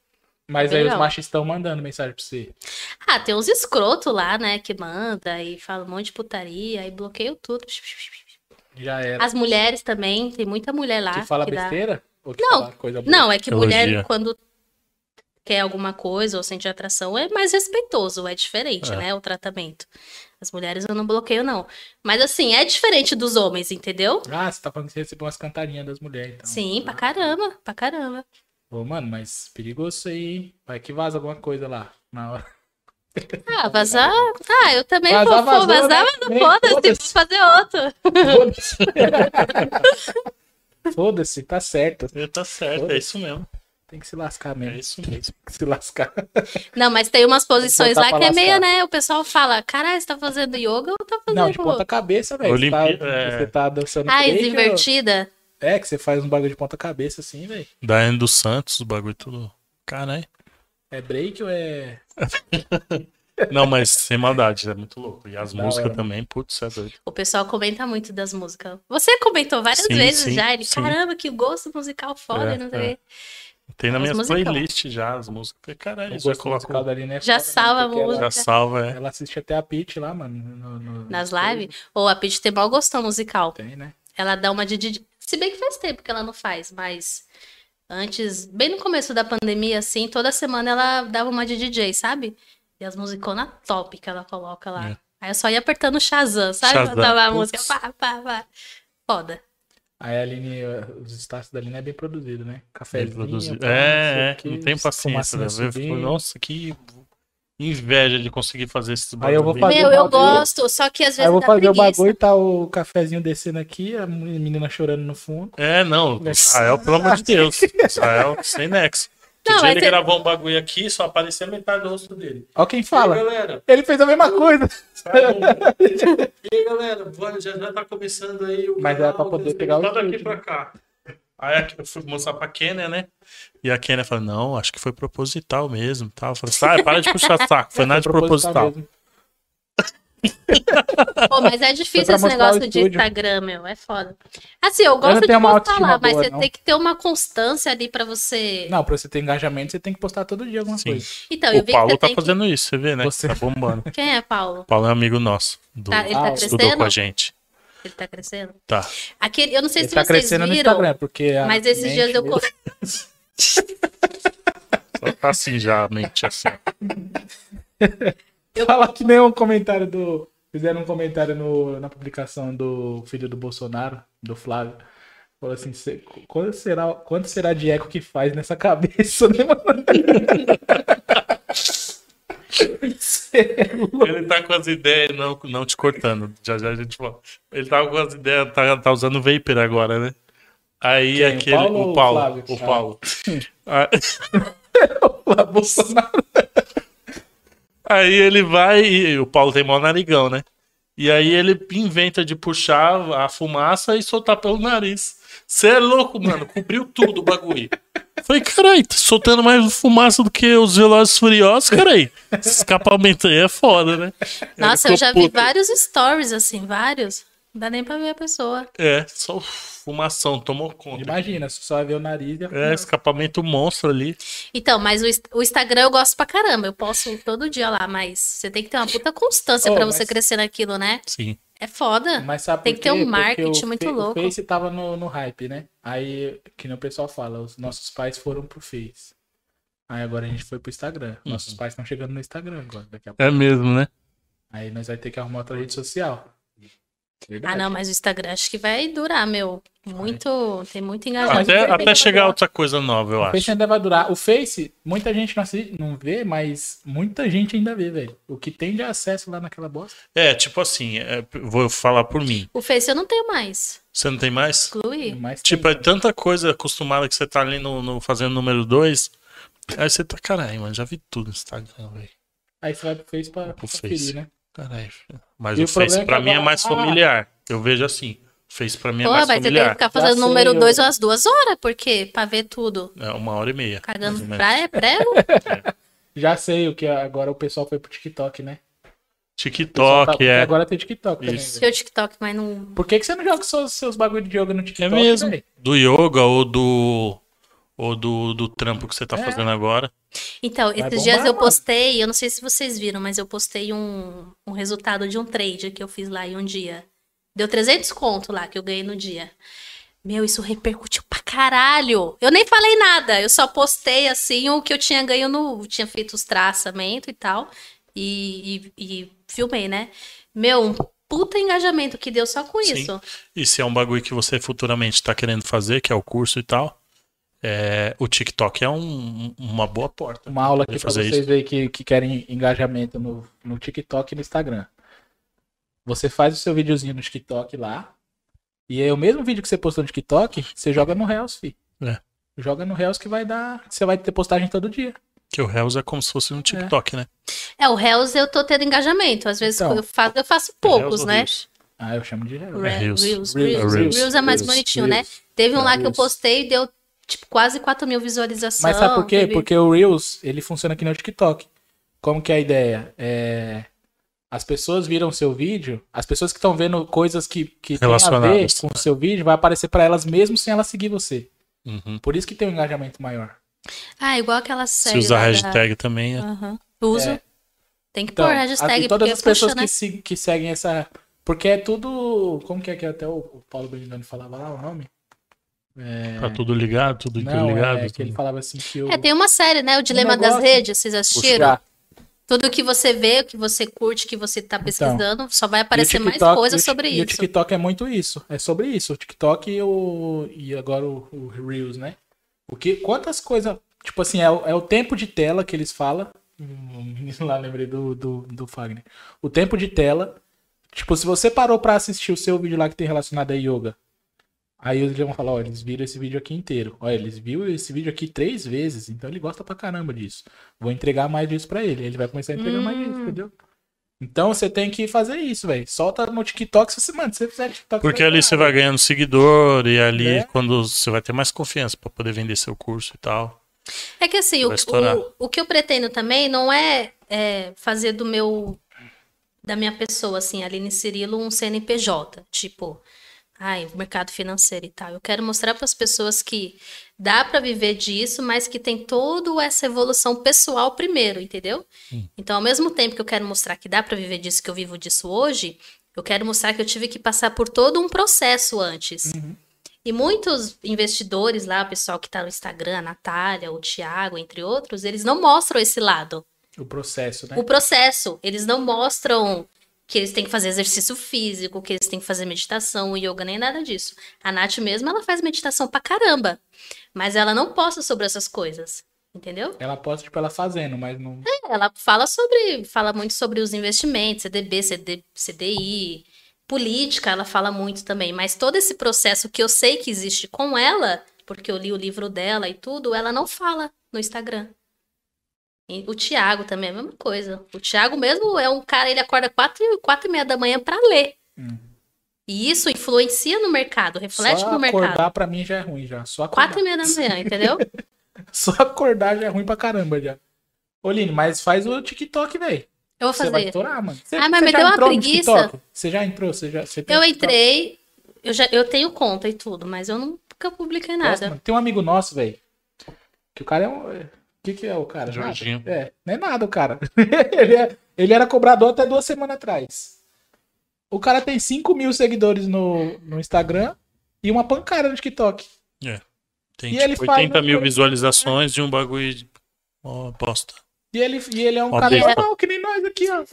Speaker 1: Mas aí os
Speaker 3: Legal.
Speaker 1: machos estão mandando mensagem pra você.
Speaker 3: Ah, tem uns escroto lá, né, que manda e fala um monte de putaria e bloqueio tudo.
Speaker 1: Já era.
Speaker 3: As mulheres também, tem muita mulher lá
Speaker 1: que fala
Speaker 3: Tá, que dá.
Speaker 1: besteira? Ou que
Speaker 3: Não,
Speaker 1: fala coisa boa?
Speaker 3: Não, é que
Speaker 2: Elogia.
Speaker 3: mulher, quando quer alguma coisa ou sente atração, é mais respeitoso, é diferente,
Speaker 2: É.
Speaker 3: né? O tratamento. As mulheres eu não bloqueio, não. Mas assim, é diferente dos homens, entendeu?
Speaker 1: Ah, você tá falando que você recebeu umas cantarinhas das mulheres, então.
Speaker 3: Sim, pra caramba, pra caramba.
Speaker 1: Ô, mano, mas perigoso isso aí, hein? Vai que vaza alguma coisa lá na hora.
Speaker 3: Ah, vazar. Ah, eu também
Speaker 1: Vazar,
Speaker 3: vou, vou
Speaker 1: vazou, né?
Speaker 3: vazar, mas
Speaker 1: Nem
Speaker 3: foda-se, vou
Speaker 1: foda-se.
Speaker 3: fazer outro.
Speaker 1: Foda-se. Foda-se, tá certo.
Speaker 2: Tá certo, é isso mesmo.
Speaker 1: Tem que se lascar
Speaker 2: É
Speaker 1: mesmo.
Speaker 2: isso mesmo.
Speaker 1: Tem que se lascar.
Speaker 3: Não, mas tem umas posições
Speaker 1: Vou
Speaker 3: lá
Speaker 1: botar pra
Speaker 3: que é meio,
Speaker 1: lascar.
Speaker 3: né? O pessoal fala, caralho, você tá fazendo yoga ou tá fazendo.
Speaker 1: Não, de ponta cabeça, velho. Você, tá,
Speaker 2: Olimpí- é.
Speaker 1: você tá dançando
Speaker 3: Ah,
Speaker 1: break,
Speaker 3: invertida?
Speaker 1: ou- É, que você faz um bagulho de ponta cabeça assim, velho.
Speaker 2: Daiane dos Santos, o bagulho tudo. Caralho.
Speaker 1: É break ou é.
Speaker 2: Não, mas sem maldade, é muito louco. E as
Speaker 1: Da
Speaker 2: músicas
Speaker 1: hora.
Speaker 2: também, putz, é doido.
Speaker 3: O pessoal comenta muito das músicas. Você comentou várias
Speaker 2: Sim,
Speaker 3: vezes
Speaker 2: sim,
Speaker 3: já. Ele,
Speaker 2: sim.
Speaker 3: caramba, que gosto musical foda,
Speaker 2: É,
Speaker 3: não sei. o quê.
Speaker 2: Tem na
Speaker 3: As
Speaker 2: minha
Speaker 3: musicão.
Speaker 2: playlist já as músicas. Falei, Caralho,
Speaker 1: Eu
Speaker 2: já
Speaker 1: um gosto musical
Speaker 2: coloca.
Speaker 1: da Aline é
Speaker 3: Já
Speaker 1: foda,
Speaker 3: salva
Speaker 1: mano, porque
Speaker 3: a
Speaker 1: ela-
Speaker 2: um Já salva, é.
Speaker 1: Ela assiste até a Pete lá, mano. no- no-
Speaker 3: Nas
Speaker 1: no-
Speaker 3: lives. Ou a Pete tem mau gostão musical.
Speaker 1: Tem, né?
Speaker 3: Ela dá uma de, de- Se bem que faz tempo que ela não faz, mas antes, bem no começo da pandemia, assim, toda semana ela dava uma de DJ, sabe? E as musiconas top que ela coloca lá.
Speaker 2: É.
Speaker 3: Aí eu só ia apertando o Shazam, sabe?
Speaker 2: Shazam,
Speaker 3: Botava a
Speaker 2: putz.
Speaker 3: música. Pá, pá, pá. Foda.
Speaker 1: Aí a Aline, os status da Aline é bem produzido, né?
Speaker 2: Ele
Speaker 1: Cafézinho.
Speaker 2: produziu.
Speaker 1: pá,
Speaker 2: É,
Speaker 1: sei
Speaker 2: é,
Speaker 1: o
Speaker 2: não
Speaker 1: quê,
Speaker 2: tem paciência.
Speaker 1: fumacinha
Speaker 2: né? Eu fico,
Speaker 1: subindo.
Speaker 2: Nossa, que inveja de conseguir fazer esses
Speaker 1: Aí eu vou
Speaker 2: bagulho.
Speaker 1: fazer
Speaker 3: Meu, eu
Speaker 1: o bagulho.
Speaker 3: gosto, só que às
Speaker 1: Aí
Speaker 3: vezes
Speaker 1: eu vou
Speaker 3: dá
Speaker 1: fazer o
Speaker 3: preguiça.
Speaker 1: bagulho e tá o cafezinho descendo aqui, a menina chorando no fundo.
Speaker 2: É, não. Israel, pelo amor de Deus. Israel, sem nexo. Que
Speaker 3: Não,
Speaker 2: dia
Speaker 3: mas
Speaker 2: ele
Speaker 3: é-
Speaker 2: gravou um bagulho aqui, só aparecia metade do rosto dele.
Speaker 1: Ó quem
Speaker 2: E aí,
Speaker 1: fala.
Speaker 2: galera? Tá
Speaker 1: Ele fez a mesma coisa.
Speaker 2: E aí, galera? Vamos, já, já tá começando aí o.
Speaker 1: Mas
Speaker 2: canal,
Speaker 1: era pra poder
Speaker 2: vocês
Speaker 1: pegar o
Speaker 2: Tá daqui
Speaker 1: estúdio,
Speaker 2: pra
Speaker 1: né?
Speaker 2: cá. Aí aqui eu fui mostrar pra Kenia, né? E a Kenia falou: Não, acho que foi proposital mesmo. Tá? Eu falei: Sai, para de puxar saco. Foi nada É de proposital.
Speaker 1: mesmo.
Speaker 3: Pô, mas
Speaker 1: Foi
Speaker 3: é
Speaker 1: pra
Speaker 3: difícil esse
Speaker 1: mostrar o
Speaker 3: negócio de
Speaker 1: estúdio.
Speaker 3: Instagram, meu. É foda. Assim, eu
Speaker 1: não
Speaker 3: gosto de
Speaker 1: tenho uma
Speaker 3: postar lá,
Speaker 1: autoestima
Speaker 3: mas
Speaker 1: boa,
Speaker 3: você
Speaker 1: não.
Speaker 3: tem que ter uma constância ali pra você.
Speaker 1: Não, pra você ter engajamento, você tem que postar todo dia alguma
Speaker 2: Sim.
Speaker 1: coisa.
Speaker 3: Então, eu
Speaker 2: O
Speaker 3: vi
Speaker 2: Paulo
Speaker 3: que
Speaker 2: tá
Speaker 3: você tem
Speaker 2: fazendo isso, você vê, né?
Speaker 1: Você-
Speaker 2: Tá bombando.
Speaker 3: que... Quem é Paulo?
Speaker 2: O Paulo é um amigo nosso. Do...
Speaker 3: Tá, ele
Speaker 1: Ah, estudou
Speaker 3: tá
Speaker 2: Estudou com
Speaker 3: crescendo?
Speaker 2: a gente.
Speaker 3: Ele tá crescendo?
Speaker 2: Tá.
Speaker 3: Aquele, eu não sei
Speaker 1: Ele
Speaker 3: se
Speaker 1: tá
Speaker 3: vocês
Speaker 1: crescendo no
Speaker 3: viram,
Speaker 1: Instagram, tá? porque. a
Speaker 3: mas esses
Speaker 1: mente
Speaker 3: dias eu
Speaker 1: dele-
Speaker 3: coloquei.
Speaker 2: Só tá assim já, a mente assim.
Speaker 3: Eu-
Speaker 1: Fala que nem um comentário do. Fizeram um comentário no- na publicação do filho do Bolsonaro, do Flávio. Falou assim: "Cê- quando será, quanto será de eco que faz nessa cabeça, né, mano? Cê é louco.
Speaker 2: Ele tá com as ideias, não, não te cortando. Já já a gente fala. Ele tava com as ideias, tá, tá usando vapor agora, né? Aí
Speaker 1: Quem, o
Speaker 2: aquele.
Speaker 1: Paulo ou
Speaker 2: O
Speaker 1: o
Speaker 2: Paulo.
Speaker 1: Flávio?
Speaker 2: O
Speaker 1: Ah.
Speaker 2: Paulo. Ah,
Speaker 1: Flávio Bolsonaro.
Speaker 2: Aí ele vai e o Paulo tem mó narigão, né? E aí ele inventa de puxar a fumaça e soltar pelo nariz. Você é louco, mano. Cobriu tudo o bagulho. Falei, carai, tá soltando mais fumaça do que os Velozes Furiosos, carai. Esse escapamento aí é foda, né? Ele
Speaker 3: Nossa, eu
Speaker 2: ficou
Speaker 3: já vi
Speaker 2: puto.
Speaker 3: vários stories, assim, vários. Não dá nem pra ver a pessoa.
Speaker 2: É, só fumação, tomou conta.
Speaker 1: Imagina, só vê o nariz e a
Speaker 2: É, escapamento monstro ali.
Speaker 3: Então, mas o, Inst- o Instagram eu gosto pra caramba. Eu posso ir todo dia lá, mas você tem que ter uma puta constância
Speaker 1: Oh,
Speaker 3: pra você
Speaker 1: mas-
Speaker 3: crescer naquilo, né?
Speaker 2: Sim.
Speaker 3: É foda.
Speaker 1: Mas sabe
Speaker 3: Tem
Speaker 1: por
Speaker 3: que ter um
Speaker 1: quê? Porque
Speaker 3: marketing
Speaker 1: o
Speaker 3: muito
Speaker 1: Fe-
Speaker 3: louco.
Speaker 1: O Face tava no, no hype, né? Aí, que nem o pessoal fala, os nossos pais foram pro Face. Aí agora a gente foi pro Instagram.
Speaker 2: Uhum.
Speaker 1: Nossos pais estão chegando no Instagram agora, daqui a pouco.
Speaker 2: É mesmo, né?
Speaker 1: Aí nós vai ter que arrumar outra rede social.
Speaker 3: Ah,
Speaker 1: Verdade.
Speaker 3: não, mas o Instagram acho que vai durar, meu. Muito. Tem muito engajamento.
Speaker 1: mas
Speaker 2: Até,
Speaker 1: ele tem
Speaker 2: até
Speaker 1: que
Speaker 2: chegar
Speaker 1: mudar.
Speaker 2: outra coisa nova, eu
Speaker 1: O Face
Speaker 2: acho.
Speaker 1: ainda vai durar. O Face, muita gente não, assi- não vê, mas muita gente ainda vê, velho. O que tem de acesso lá naquela bosta.
Speaker 2: É, tipo assim, é, vou falar por mim.
Speaker 3: O Face eu não tenho mais.
Speaker 2: Você não tem mais?
Speaker 3: Exclui.
Speaker 1: Mas tem-
Speaker 2: Tipo, é tanta coisa acostumada que você tá ali no, no- fazendo número 2. Aí você tá, caralho, mano, já vi tudo no Instagram, velho.
Speaker 1: aí você vai pro Face pra
Speaker 2: Pro
Speaker 1: conferir,
Speaker 2: Face.
Speaker 1: né?
Speaker 2: Caralho. filho. Mas
Speaker 1: E
Speaker 2: o
Speaker 1: o problema
Speaker 2: Face
Speaker 1: é que
Speaker 2: pra mim é
Speaker 1: agora-
Speaker 2: mais
Speaker 1: ah.
Speaker 2: familiar. Eu vejo assim. O Face pra mim é
Speaker 3: Pô,
Speaker 2: mais
Speaker 3: mas você tem que
Speaker 2: familiar.
Speaker 3: ficar fazendo
Speaker 1: sei,
Speaker 3: número
Speaker 1: eu-
Speaker 3: 2 umas duas horas, porque pra ver tudo.
Speaker 2: É uma hora e meia. mais
Speaker 3: Cagando
Speaker 2: ou menos.
Speaker 3: pra é prego.
Speaker 1: Já sei o que é, agora o pessoal foi pro TikTok, né? O pessoal tá-
Speaker 2: TikTok,
Speaker 1: porque
Speaker 2: é.
Speaker 1: Agora tem TikTok também,
Speaker 2: Isso.
Speaker 1: velho.
Speaker 3: Seu TikTok, mas não.
Speaker 1: Por que, que você não joga seus, seus bagulho de yoga no
Speaker 2: É
Speaker 1: TikTok?
Speaker 2: mesmo.
Speaker 1: velho?
Speaker 2: Do yoga ou do. Ou do, do trampo que você tá
Speaker 1: É.
Speaker 2: fazendo agora.
Speaker 3: Então,
Speaker 1: Vai
Speaker 3: esses
Speaker 1: bombar,
Speaker 3: dias eu
Speaker 1: mano.
Speaker 3: postei, eu não sei se vocês viram, mas eu postei um, um resultado de um trade que eu fiz lá em um dia. Deu 300 conto lá que eu ganhei no dia. Meu, isso repercutiu pra caralho. Eu nem falei nada, eu só postei assim o que eu tinha ganho no. Tinha feito os traçamentos e tal. E, e- e filmei, né? Meu, um puta engajamento que deu só com
Speaker 2: Sim.
Speaker 3: isso.
Speaker 2: E se é um bagulho que você futuramente tá querendo fazer, que é o curso e tal. é, o TikTok é um- uma boa porta.
Speaker 1: Uma aula aqui pra
Speaker 2: fazer
Speaker 1: vocês verem que, que querem engajamento no, no TikTok e no Instagram. Você faz o seu videozinho no TikTok lá. E aí o mesmo vídeo que você postou no TikTok, você joga no Reels, fi.
Speaker 2: É.
Speaker 1: Joga no Reels que vai dar. Você vai ter postagem todo dia.
Speaker 2: Que o Reels é como se fosse um TikTok, né?
Speaker 3: É, o Reels eu tô tendo engagamentos. Às vezes
Speaker 1: Então.
Speaker 3: eu, faço, eu faço
Speaker 2: Reels
Speaker 3: poucos,
Speaker 2: ou
Speaker 3: né?
Speaker 2: Reels?
Speaker 1: Ah, eu chamo de Reels.
Speaker 3: Re-
Speaker 2: É Reels.
Speaker 3: Reels, Reels,
Speaker 1: Reels,
Speaker 3: Reels.
Speaker 2: Reels,
Speaker 3: Reels é mais
Speaker 2: Reels,
Speaker 3: bonitinho, né?
Speaker 1: Reels.
Speaker 3: Teve um lá que eu
Speaker 1: Reels.
Speaker 3: postei e deu, tipo, quase 4 mil visualizações.
Speaker 1: Mas sabe por quê?
Speaker 3: teve-
Speaker 1: Porque o Reels, ele funciona que nem o TikTok. Como que é a ideia? É... As pessoas viram seu vídeo, as pessoas que estão vendo coisas que, que tem a ver
Speaker 2: Relacionadas.
Speaker 1: com o seu vídeo, vai aparecer pra elas mesmo sem elas seguir você.
Speaker 2: Uhum.
Speaker 1: Por isso que tem um engajamento maior.
Speaker 3: Ah, igual aquela
Speaker 2: Se
Speaker 3: série.
Speaker 2: usar
Speaker 3: lá da-
Speaker 2: hashtag também, é.
Speaker 3: Aham. Eu Uso.
Speaker 1: É.
Speaker 3: Tem que
Speaker 1: Então,
Speaker 3: pôr
Speaker 1: a-
Speaker 3: hashtag,
Speaker 1: e todas
Speaker 3: porque
Speaker 1: as pessoas
Speaker 3: puxa, né?
Speaker 1: que, se- que seguem essa. Porque é tudo. Como que é que até o, o Paulo Bernardino falava lá o nome? É...
Speaker 2: tá tudo ligado, tudo
Speaker 1: Não,
Speaker 2: ligado. né?
Speaker 1: é que ele
Speaker 2: tudo.
Speaker 1: falava assim que o.
Speaker 3: É, tem uma série, né? O Dilema das
Speaker 1: Um negócio-
Speaker 3: Redes, vocês assistiram?
Speaker 1: Já.
Speaker 3: Tudo que você vê, o que você curte, que você tá pesquisando, só vai aparecer
Speaker 1: Então, E o
Speaker 3: mais
Speaker 1: TikTok-
Speaker 3: coisa
Speaker 1: e o ti-
Speaker 3: sobre
Speaker 1: E o
Speaker 3: isso.
Speaker 1: TikTok é muito isso. É sobre isso. O TikTok e, o, e agora o, o Reels, né? O que, quantas coisas. Tipo assim, é, o- é o tempo de tela que eles falam. Hum, Lá lembrei do, do, do Fagner. O tempo de tela. Tipo, se você parou pra assistir o seu vídeo lá que tem relacionado a yoga. Aí eles vão falar, ó, eles viram esse vídeo aqui inteiro. Ó, eles viram esse vídeo aqui três vezes, então ele gosta pra caramba disso. Vou entregar mais disso pra ele. Ele vai começar a entregar mais
Speaker 3: Hum.
Speaker 1: disso, entendeu? Então você tem que fazer isso, velho. Solta no TikTok se você, mano, se você fizer TikTok.
Speaker 2: Porque
Speaker 1: vai
Speaker 2: ali
Speaker 1: dar
Speaker 2: você
Speaker 1: nada.
Speaker 2: vai ganhando seguidor e ali
Speaker 1: Né?
Speaker 2: quando você vai ter mais confiança pra poder vender seu curso e tal.
Speaker 3: É que assim, o,
Speaker 2: Vai estourar.
Speaker 3: o, o que eu pretendo também não é, é, fazer do meu da minha pessoa, assim, Aline Cirilo, um CNPJ, tipo, ai, o mercado financeiro e tal. Eu quero mostrar para as pessoas que dá para viver disso, mas que tem toda essa evolução pessoal primeiro, entendeu? Então, ao mesmo tempo que eu quero mostrar que dá para viver disso, que eu vivo disso hoje, eu quero mostrar que eu tive que passar por todo um processo antes. E muitos investidores lá, o pessoal que tá no Instagram, a Natália, o Thiago, entre outros, eles não mostram esse lado.
Speaker 1: O processo, né?
Speaker 3: o processo. Eles não mostram que eles têm que fazer exercício físico, que eles têm que fazer meditação, yoga, nem nada disso. A Nath mesmo, ela faz meditação pra caramba. Mas ela não posta sobre essas coisas. Entendeu?
Speaker 1: Ela posta, tipo, ela fazendo, mas não.
Speaker 3: Ela fala sobre. Fala muito sobre os investimentos, CDB, CD, CDI, política, ela fala muito também. Mas todo esse processo que eu sei que existe com ela, porque eu li o livro dela e tudo, ela não fala no Instagram. E o Thiago também é a mesma coisa. O Thiago mesmo é um cara, ele acorda quatro, e- quatro e meia da manhã pra ler.
Speaker 1: Hum.
Speaker 3: E isso influencia no mercado, reflete
Speaker 1: Só
Speaker 3: no mercado.
Speaker 1: acordar pra mim já é ruim já. Só acordar,
Speaker 3: Quatro e meia da manhã, entendeu?
Speaker 1: Só acordar já é ruim pra caramba já. Ô, Lini, mas faz o TikTok, velho.
Speaker 3: Eu vou
Speaker 1: Você vai
Speaker 3: fazer.
Speaker 1: estourar, mano. Você,
Speaker 3: Ah, mas
Speaker 1: você
Speaker 3: me
Speaker 1: já
Speaker 3: deu uma
Speaker 1: entrou no
Speaker 3: preguiça.
Speaker 1: TikTok? Você já entrou? Você já, você tem um
Speaker 3: Eu
Speaker 1: TikTok?
Speaker 3: entrei, eu, já, eu tenho conta e tudo, mas eu nunca publiquei
Speaker 1: Nossa,
Speaker 3: nada.
Speaker 1: mano, tem um amigo nosso, velho. Que o cara é um. O que, que é o cara? Nada.
Speaker 2: Jorginho.
Speaker 1: É, não é nada o cara. ele, é- ele era cobrador até duas semanas atrás. O cara tem 5 mil seguidores no, no Instagram e uma pancada no TikTok.
Speaker 2: Tem
Speaker 1: E
Speaker 2: tipo
Speaker 1: ele né? faz
Speaker 2: 80 mil
Speaker 1: uma coisa-
Speaker 2: visualizações de um bagulho de. Ó, bosta.
Speaker 1: E ele, e ele é um
Speaker 2: Ó,
Speaker 1: cara
Speaker 2: besta.
Speaker 1: normal, que nem nós aqui, ó.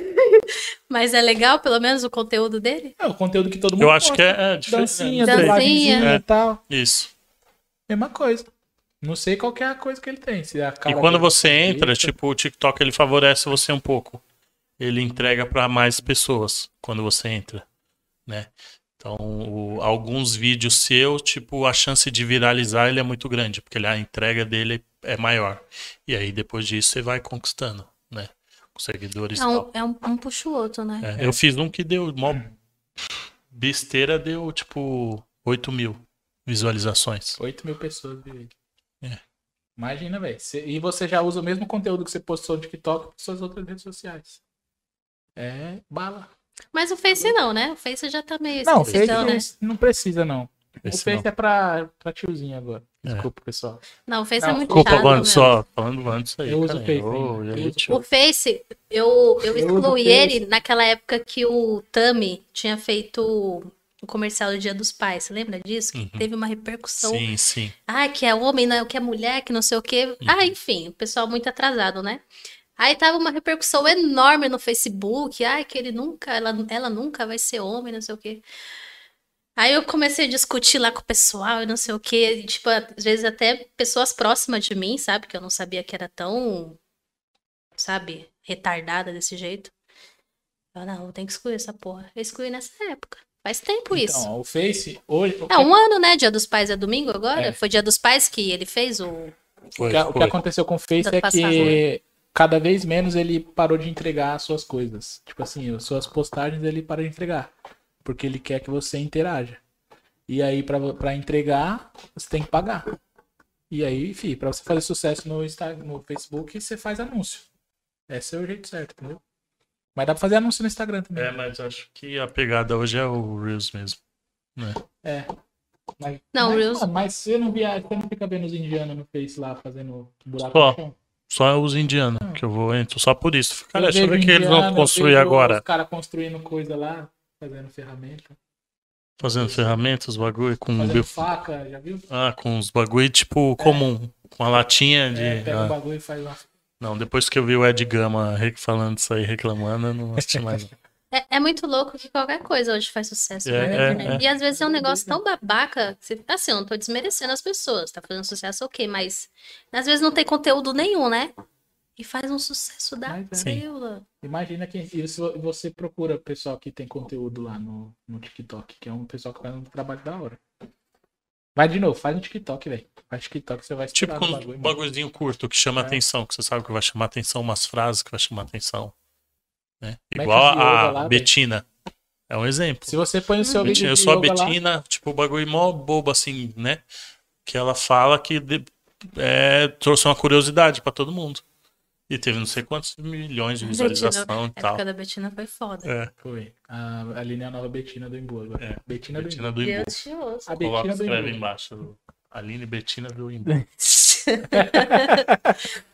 Speaker 3: Mas é legal, pelo menos, o conteúdo dele?
Speaker 1: É o conteúdo que todo mundo
Speaker 2: Eu acho
Speaker 1: gosta.
Speaker 2: que é, é diferente.
Speaker 1: Dancinha,
Speaker 2: né?
Speaker 3: Dancinha.
Speaker 1: dublagemzinha
Speaker 2: É.
Speaker 1: e tal.
Speaker 2: Isso.
Speaker 1: Mesma coisa. Não sei qual que é a coisa que ele tem. Se é a cara
Speaker 2: E quando
Speaker 1: dele,
Speaker 2: você entra,
Speaker 1: isso.
Speaker 2: tipo, o TikTok ele favorece você um pouco. Ele entrega pra mais pessoas quando você entra, né? Então, o- alguns vídeos seus, tipo, a chance de viralizar ele é muito grande, porque ele- a entrega dele é maior. E aí depois disso você vai conquistando, né? Com seguidores
Speaker 3: É
Speaker 2: e
Speaker 3: um,
Speaker 2: tal.
Speaker 3: é um, um puxa o outro, né?
Speaker 2: É, Eu fiz um que deu mó besteira, deu tipo 8 mil visualizações.
Speaker 1: 8 mil pessoas de vídeo.
Speaker 2: É.
Speaker 1: Imagina, velho. Cê- E você já usa o mesmo conteúdo que você postou no TikTok para suas outras redes sociais. É bala.
Speaker 3: Mas o Face não, né? O Face já tá meio
Speaker 1: Não,
Speaker 3: esquisitão,
Speaker 1: fake
Speaker 3: né?
Speaker 1: news não precisa, não. o
Speaker 2: Esse não.
Speaker 1: Face é pra, pra tiozinho agora.
Speaker 2: É.
Speaker 1: Desculpa, pessoal.
Speaker 3: Não, o Face
Speaker 1: Não,
Speaker 3: é muito
Speaker 2: Desculpa,
Speaker 3: chato.
Speaker 2: mano,
Speaker 3: mesmo.
Speaker 2: só falando antes aí.
Speaker 1: Eu uso
Speaker 2: cara.
Speaker 1: o Face
Speaker 2: Ô,
Speaker 1: ainda.
Speaker 2: gente,
Speaker 1: Eu uso.
Speaker 3: O Face, eu, eu
Speaker 1: Eu uso o
Speaker 3: excluí
Speaker 1: Face.
Speaker 3: ele naquela época que o Tami tinha feito o comercial do Dia dos Pais. Você lembra disso? Que
Speaker 2: Uhum.
Speaker 3: teve uma repercussão.
Speaker 2: Sim, sim.
Speaker 3: Ah, que é homem, não é o que é mulher, que não sei o quê. Ah, enfim, o pessoal muito atrasado, né? Aí tava uma repercussão enorme no Facebook. Ah, que ele nunca, ela, ela nunca vai ser homem, não sei o quê. Aí eu comecei a discutir lá com o pessoal e não sei o quê. E, tipo, às vezes até pessoas próximas de mim, sabe? Que eu não sabia que era tão, sabe, retardada desse jeito. Eu, não, eu tenho que excluir essa porra. Eu excluí nessa época. Faz tempo isso.
Speaker 1: Então, o Face, hoje. o, que,
Speaker 3: É um ano, né? Dia dos Pais é domingo agora?
Speaker 1: É.
Speaker 3: Foi Dia dos Pais que ele fez o.
Speaker 1: o
Speaker 2: Foi,
Speaker 1: que- o que
Speaker 2: foi.
Speaker 1: aconteceu com o Face
Speaker 3: Tá
Speaker 1: é
Speaker 3: passado,
Speaker 1: que cada vez menos ele parou de entregar as suas coisas. Tipo assim, as suas postagens ele parou de entregar. Porque ele quer que você interaja. E aí, pra, vo- pra entregar, você tem que pagar. E aí, enfim, pra você fazer sucesso no, Insta- no Facebook, você faz anúncio. Esse é o jeito certo, entendeu? Mas dá pra fazer anúncio no Instagram também.
Speaker 2: É, mas acho que a pegada hoje é o Reels mesmo.
Speaker 1: Mas-
Speaker 3: Não,
Speaker 1: mas,
Speaker 3: Reels-
Speaker 1: mano, mas você não viaja, você não fica vendo os indianos no Face lá fazendo buraco
Speaker 2: Só.
Speaker 1: no chão?
Speaker 2: Só os indianos que eu vou entro só por isso. Cara,
Speaker 1: Eu
Speaker 2: deixa eu ver
Speaker 1: vejo
Speaker 2: o que eles
Speaker 1: Ah. indiano,
Speaker 2: vão
Speaker 1: eu
Speaker 2: construir
Speaker 1: vejo
Speaker 2: agora.
Speaker 1: Os caras construindo coisa lá, fazendo ferramenta,
Speaker 2: Fazendo ferramentas, bagulho com
Speaker 1: fazendo
Speaker 2: bio-
Speaker 1: faca, já viu?
Speaker 2: ah, com os bagulho tipo comum, com a latinha de
Speaker 1: É, pega um
Speaker 2: ah,
Speaker 1: bagulho e faz uma.
Speaker 2: Não, depois que eu vi o Ed Gama re- falando isso aí, reclamando, eu não assisti mais.
Speaker 3: É, é muito louco que qualquer coisa hoje faz sucesso
Speaker 2: É,
Speaker 3: na
Speaker 2: é,
Speaker 3: internet. E às vezes é um negócio tão babaca. que Você, assim, eu não tô desmerecendo as pessoas. Tá fazendo sucesso, ok, mas às vezes não tem conteúdo nenhum, né? E faz um sucesso da
Speaker 1: Mas é.
Speaker 2: Sim.
Speaker 3: célula.
Speaker 1: Imagina que e se vo- você procura pessoal que tem conteúdo lá no, no TikTok, que é um pessoal que faz um trabalho da hora. Vai de novo, faz um TikTok, velho. Faz TikTok, você vai
Speaker 2: Tipo
Speaker 1: estourar
Speaker 2: com
Speaker 1: no
Speaker 2: um
Speaker 1: mano.
Speaker 2: bagulhozinho curto que chama
Speaker 1: É.
Speaker 2: atenção, que você sabe que vai chamar atenção, umas frases que vai chamar atenção. né?
Speaker 1: Mete
Speaker 2: Igual
Speaker 1: os yoga
Speaker 2: a
Speaker 1: lá, velho.
Speaker 2: Betina. É um exemplo.
Speaker 1: Se você põe o seu vídeo
Speaker 2: Betina,
Speaker 1: de
Speaker 2: só a
Speaker 1: yoga lá-
Speaker 2: Betina, tipo, o bagulho mó bobo assim, né? Que ela fala que de- é, trouxe uma curiosidade pra todo mundo. E teve não sei quantos milhões de visualização e
Speaker 1: é
Speaker 3: A
Speaker 2: tal.
Speaker 3: época da Betina foi foda.
Speaker 2: É,
Speaker 1: Foi. A, a linha nova Betina do Imbu agora.
Speaker 2: É,
Speaker 1: Betina do Imbu.
Speaker 2: Betina do Imbu.
Speaker 3: Deus te ouça.
Speaker 1: A
Speaker 2: Coloca,
Speaker 1: Betina é do
Speaker 2: escreve
Speaker 1: Imbu.
Speaker 2: embaixo. Aline Betina do Imbu.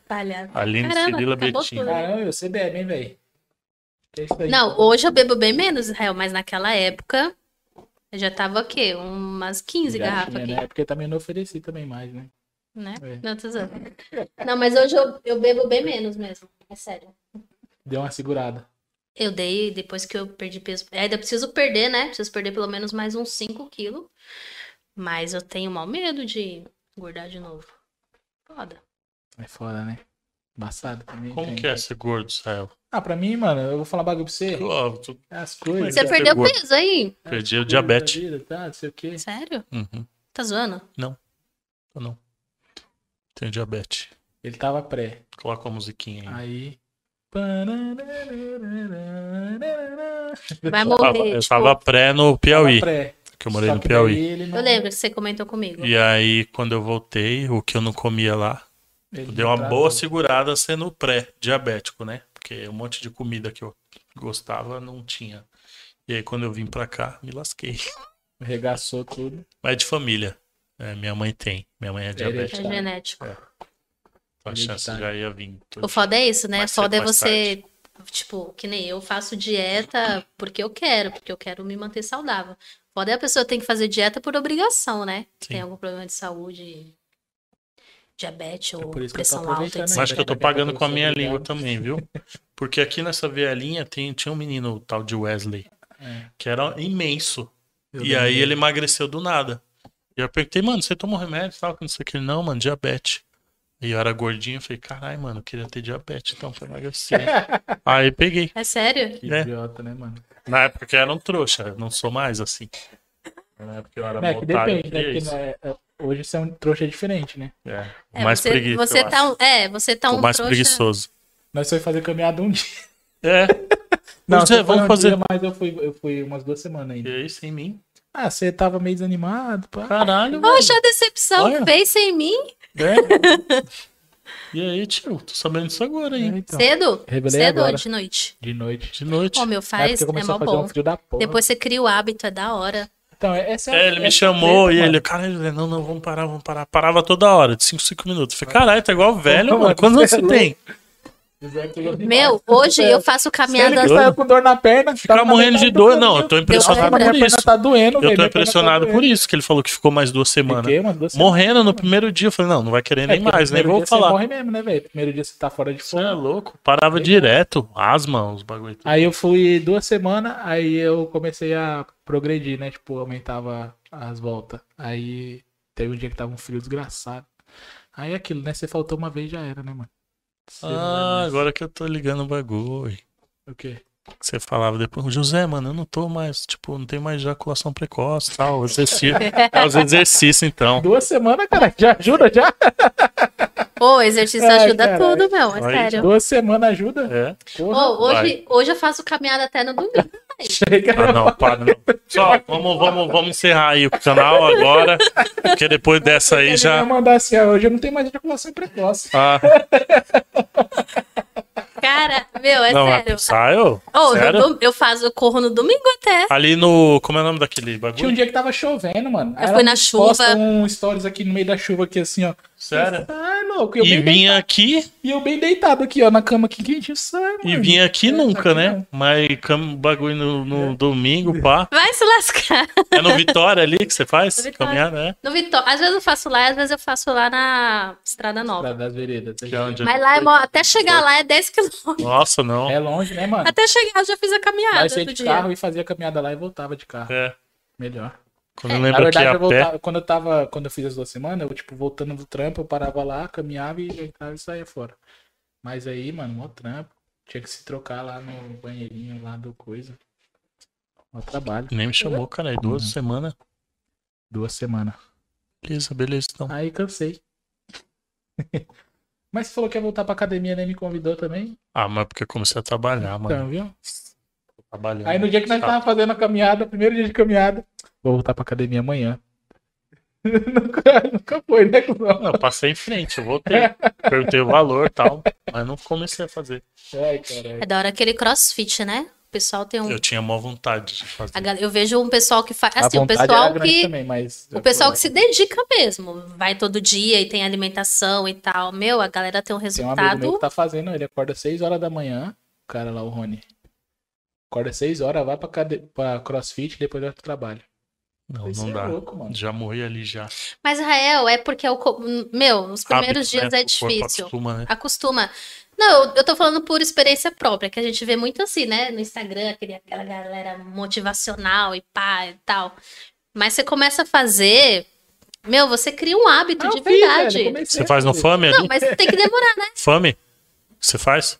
Speaker 3: Palhaço.
Speaker 2: Aline
Speaker 3: Caramba,
Speaker 2: Cirila
Speaker 3: acabou
Speaker 2: Betina.
Speaker 3: tudo.
Speaker 1: Caramba, você bebe, hein, velho? Que é isso aí?
Speaker 3: Não, hoje eu bebo bem menos, Israel, mas naquela época eu já tava o quê? Umas 15
Speaker 1: Já
Speaker 3: garrafas
Speaker 1: tinha, É
Speaker 3: aqui.
Speaker 1: né? Porque também não ofereci também mais, né?
Speaker 3: né?
Speaker 1: É.
Speaker 3: Não, tô zoando. Não, mas hoje eu, eu bebo bem menos mesmo. É sério.
Speaker 1: Deu uma segurada.
Speaker 3: Eu dei depois que eu perdi peso. Ainda preciso perder, né? Preciso perder pelo menos mais uns 5 quilos. Mas eu tenho mal medo de engordar de novo. Foda.
Speaker 1: É foda, né? Embaçado também.
Speaker 2: Como
Speaker 1: gente.
Speaker 2: que é ser gordo, Israel?
Speaker 1: Ah, pra mim, mano, eu vou falar um bagulho pra você.
Speaker 2: Ó, eu tô-
Speaker 1: As
Speaker 2: Mas
Speaker 1: coisas.
Speaker 3: Você
Speaker 2: eu
Speaker 3: perdeu
Speaker 2: pego-
Speaker 3: peso aí?
Speaker 2: perdi o
Speaker 1: as coisas da
Speaker 2: diabetes.
Speaker 1: vida, tá, não sei o quê.
Speaker 3: Sério?
Speaker 2: Uhum.
Speaker 3: Tá zoando?
Speaker 2: Eu não. Tenho diabetes.
Speaker 1: Ele tava pré.
Speaker 2: Coloca uma musiquinha aí.
Speaker 1: Aí.
Speaker 3: Vai
Speaker 2: Eu tava,
Speaker 3: morrer.
Speaker 2: eu
Speaker 3: tipo,
Speaker 2: tava pré no Piauí,
Speaker 1: Tá Pré.
Speaker 2: que eu morei
Speaker 1: Só
Speaker 2: no
Speaker 1: que daí
Speaker 2: Piauí.
Speaker 1: Ele não,
Speaker 3: Eu lembro que você comentou comigo.
Speaker 2: E aí, quando eu voltei, o que eu não comia lá,
Speaker 1: ele
Speaker 2: deu uma
Speaker 1: não
Speaker 2: boa
Speaker 1: tratou.
Speaker 2: segurada sendo pré-diabético, né? Porque um monte de comida que eu gostava não tinha. E aí, quando eu vim pra cá, me lasquei.
Speaker 1: Regaçou tudo.
Speaker 2: Mas é de família. É, minha mãe tem. Minha mãe é diabética.
Speaker 3: É genético.
Speaker 2: Então a chance já ia vir. tudo.
Speaker 3: O foda é isso, né?
Speaker 2: Mais
Speaker 3: foda é
Speaker 2: cedo, mais
Speaker 3: você, tipo, que nem eu faço dieta porque eu quero, porque eu quero me manter saudável. Foda é a pessoa que tem que fazer dieta por obrigação, né?
Speaker 2: Sim.
Speaker 3: Tem algum problema de saúde, diabetes ou
Speaker 1: É por isso que eu tô
Speaker 3: pressão alta,
Speaker 1: aproveitando
Speaker 3: etc.
Speaker 1: ainda.
Speaker 2: Mas acho que eu tô
Speaker 1: Daqui a
Speaker 2: pagando
Speaker 1: pouco
Speaker 2: com a
Speaker 1: eu
Speaker 2: minha
Speaker 1: sou
Speaker 2: língua
Speaker 1: obrigado.
Speaker 2: também, viu? Porque aqui nessa vielinha tem, tinha um menino tal de Wesley,
Speaker 1: É.
Speaker 2: que era imenso.
Speaker 1: Eu
Speaker 2: e aí
Speaker 1: lembro.
Speaker 2: ele emagreceu do nada. E eu perguntei, mano, você toma um remédio e tal? que Não sei o que. Ele, Não, mano, diabetes. E eu era gordinho, eu falei, caralho, mano, eu queria ter diabetes, então, pra emagrecer. aí peguei.
Speaker 3: É sério?
Speaker 1: Que
Speaker 2: né?
Speaker 1: idiota, né, mano?
Speaker 2: Na época que eu era um trouxa, eu não sou mais assim. Na época que eu era
Speaker 1: É
Speaker 2: um
Speaker 1: que
Speaker 2: otário, eu
Speaker 1: depende, né?
Speaker 2: queria
Speaker 1: Porque
Speaker 2: isso.
Speaker 1: não é- é- hoje você é um trouxa diferente, né?
Speaker 2: É,
Speaker 3: É,
Speaker 2: mais
Speaker 3: você,
Speaker 2: preguiçoso.
Speaker 3: você
Speaker 2: eu
Speaker 3: tá
Speaker 2: acho.
Speaker 3: um, é, você tá um
Speaker 2: mais
Speaker 3: trouxa-
Speaker 2: preguiçoso.
Speaker 1: Nós só ia fazer caminhada um dia.
Speaker 2: É,
Speaker 1: Não,
Speaker 2: Zé,
Speaker 1: você foi
Speaker 2: vamos
Speaker 1: um
Speaker 2: fazer-
Speaker 1: dia, mas eu fui, eu fui umas duas semanas
Speaker 2: e
Speaker 1: ainda.
Speaker 2: aí sem mim.
Speaker 1: Ah, você tava meio desanimado, pá.
Speaker 2: Caralho, velho.
Speaker 3: Poxa, a decepção
Speaker 2: Olha.
Speaker 3: fez sem mim
Speaker 2: É. E aí, tio, tô sabendo disso agora,
Speaker 1: É,
Speaker 2: hein?
Speaker 1: então.
Speaker 3: cedo?
Speaker 1: Revelei
Speaker 3: Cedo
Speaker 1: agora.
Speaker 3: ou de noite?
Speaker 1: De noite.
Speaker 2: De noite.
Speaker 3: Ô, meu,
Speaker 1: É
Speaker 3: faz,
Speaker 1: porque
Speaker 3: é
Speaker 1: começou
Speaker 3: mó
Speaker 1: a fazer
Speaker 3: bom.
Speaker 1: um frio da porra.
Speaker 3: Depois você cria o hábito, é da hora.
Speaker 1: Então, essa
Speaker 2: É, ele me
Speaker 1: essa treta,
Speaker 2: chamou
Speaker 1: né?
Speaker 2: e
Speaker 1: mano.
Speaker 2: ele, caralho, ele, não, não, vamos parar, vamos parar. Parava toda hora, de 5, 5 minutos. Eu falei, caralho, tá igual velho,
Speaker 1: Mano,
Speaker 2: mano. Quantos anos
Speaker 1: você é
Speaker 2: você tem?
Speaker 1: Zé pegou demais.
Speaker 3: Meu, hoje
Speaker 1: É.
Speaker 3: eu faço
Speaker 1: Ele
Speaker 3: caminhada
Speaker 1: que saiu com dor na perna. tá
Speaker 2: Ficar morrendo de dor, não, eu tô
Speaker 1: Nossa,
Speaker 2: impressionado
Speaker 1: minha
Speaker 2: por
Speaker 1: perna
Speaker 2: isso.
Speaker 1: tá doendo,
Speaker 2: Eu tô impressionado por isso que ele falou que ficou mais duas semanas.
Speaker 1: Fiquei umas duas
Speaker 2: Morrendo no primeiro dia, eu falei, não, não vai querer
Speaker 1: É,
Speaker 2: nem
Speaker 1: porque no
Speaker 2: mais, nem
Speaker 1: primeiro
Speaker 2: vou
Speaker 1: dia Você
Speaker 2: falar.
Speaker 1: morre mesmo, né, velho? Primeiro dia você tá fora de
Speaker 2: Você
Speaker 1: fogo.
Speaker 2: é louco, parava direto, asma, os bagulho. tudo.
Speaker 1: Aí eu fui duas semanas, aí eu comecei a progredir, né? Tipo, aumentava as voltas. Aí teve um dia que tava um frio desgraçado. Aí é aquilo, né? Você faltou uma vez já era, né, mano? Você não
Speaker 2: Ah,
Speaker 1: é mais-
Speaker 2: agora que eu tô ligando o bagulho.
Speaker 1: O quê?
Speaker 2: que você falava depois, José, mano, eu não tô mais, tipo, não tenho mais ejaculação precoce, tal, exercício. é os exercícios, então.
Speaker 1: Duas semanas, cara, já ajuda, já?
Speaker 3: Pô, exercício
Speaker 1: Ai,
Speaker 3: ajuda
Speaker 1: caralho.
Speaker 3: tudo, meu. É
Speaker 2: Aí,
Speaker 3: sério.
Speaker 1: Duas semanas ajuda?
Speaker 2: É.
Speaker 1: Porra.
Speaker 3: Ô, hoje, hoje eu faço caminhada até no domingo.
Speaker 1: Chega.
Speaker 2: Ah, não, para, não. Só, vamos, vamos, vamos encerrar aí o canal agora, porque depois dessa aí
Speaker 1: Ele ia
Speaker 2: já.
Speaker 1: mandar assim, ó, hoje eu não tenho mais ejaculação precoce.
Speaker 2: Ah,
Speaker 3: Cara, meu, é
Speaker 2: não,
Speaker 3: sério.
Speaker 2: mas saiu?
Speaker 3: Ô, no
Speaker 2: Sério?
Speaker 3: dom- eu faço, eu corro no domingo até.
Speaker 2: Ali no. Como é o nome daquele
Speaker 1: Tinha um
Speaker 2: bagulho?
Speaker 1: dia que tava chovendo, mano. Aí
Speaker 3: Eu
Speaker 1: ela
Speaker 3: fui na
Speaker 1: posta
Speaker 3: chuva.
Speaker 1: um stories aqui no meio da chuva, aqui assim, ó.
Speaker 2: Sério?
Speaker 1: Ah, louco. eu
Speaker 2: E
Speaker 1: bem
Speaker 2: vinha aqui,
Speaker 1: E eu bem deitado aqui, ó, na cama aqui, quente, sai,
Speaker 2: e
Speaker 1: mano.
Speaker 2: vinha aqui
Speaker 1: É,
Speaker 2: nunca,
Speaker 1: aqui
Speaker 2: né?
Speaker 1: não.
Speaker 2: Mas cam- bagulho no, no domingo, pá.
Speaker 3: Vai se lascar.
Speaker 2: É no Vitória ali que você faz?
Speaker 3: Vitória.
Speaker 2: Caminhada, né?
Speaker 3: No Vitó- Às vezes eu faço lá, às vezes eu faço lá na Estrada Nova.
Speaker 1: Da- Das veredas. tá
Speaker 2: Que é onde-
Speaker 3: Mas lá é mó... até chegar lá é 10 quilômetros.
Speaker 2: Nossa, não.
Speaker 1: É longe, né, mano?
Speaker 3: Até chegar eu já fiz a caminhada
Speaker 1: Mas eu ia
Speaker 3: do
Speaker 1: de
Speaker 3: Tá dia.
Speaker 1: carro e fazia a caminhada lá e voltava de carro.
Speaker 2: É.
Speaker 1: Melhor.
Speaker 2: Quando eu
Speaker 1: Na
Speaker 2: lembro que é
Speaker 1: verdade, eu
Speaker 2: a pé.
Speaker 1: voltava, quando eu tava, quando eu fiz as duas semanas, eu, tipo, voltando do trampo, eu parava lá, caminhava e entrava e saía fora. Mas aí, mano, mó trampo. Tinha que se trocar lá no banheirinho lá do coisa. Mó trabalho.
Speaker 2: Nem me chamou, cara. É duas
Speaker 1: Uhum.
Speaker 2: semanas.
Speaker 1: Duas semanas.
Speaker 2: Beleza, beleza. Então.
Speaker 1: Aí cansei. Mas você falou que ia voltar pra academia, né? Me convidou também.
Speaker 2: Ah, mas porque eu comecei a trabalhar, mano.
Speaker 1: Então, viu?
Speaker 2: Tô trabalhando.
Speaker 1: Aí no dia que nós
Speaker 2: Tá.
Speaker 1: tava fazendo a caminhada, primeiro dia de caminhada, vou voltar pra academia amanhã. nunca, nunca foi, né, cuzão?
Speaker 2: Não, eu passei em frente, eu voltei. Perguntei o valor e tal. Mas não comecei a fazer.
Speaker 1: Ai, caralho.
Speaker 3: É da hora aquele crossfit, né? O pessoal tem um.
Speaker 2: Eu tinha maior vontade de fazer.
Speaker 3: a gal- Eu vejo um pessoal que faz. Assim,
Speaker 1: A
Speaker 3: o
Speaker 1: vontade
Speaker 3: pessoal
Speaker 1: era grande
Speaker 3: que.
Speaker 1: também, mas-
Speaker 3: O pessoal que se dedica mesmo, vai todo dia e tem alimentação e tal. Meu, a galera tem um
Speaker 1: Tem um amigo meu
Speaker 3: resultado.
Speaker 1: que tá fazendo, ele acorda 6 horas da manhã, o cara lá, o Rony. Acorda 6 horas, vai pra, cade... pra crossfit, depois vai pro trabalho.
Speaker 2: Não,
Speaker 1: Isso
Speaker 2: não
Speaker 1: é
Speaker 2: dá.
Speaker 1: louco, mano.
Speaker 2: Já morri ali já.
Speaker 3: Mas, Rael, é porque é o. co- Meu, os primeiros
Speaker 2: Hábito,
Speaker 3: dias
Speaker 2: né?
Speaker 3: é
Speaker 2: O corpo
Speaker 3: difícil.
Speaker 2: acostuma, né?
Speaker 3: Acostuma. Não, eu, eu tô falando por experiência própria, que a gente vê muito assim, né? No Instagram, aquele, aquela galera motivacional e pá e tal. Mas você começa a fazer. Meu, você cria um hábito
Speaker 1: Ah,
Speaker 3: de
Speaker 1: eu fiz,
Speaker 3: verdade.
Speaker 1: velho, comecei
Speaker 2: Você faz no
Speaker 1: fazer.
Speaker 2: FAME
Speaker 3: Não,
Speaker 2: ali?
Speaker 3: mas tem que demorar, né?
Speaker 2: FAME? Você faz?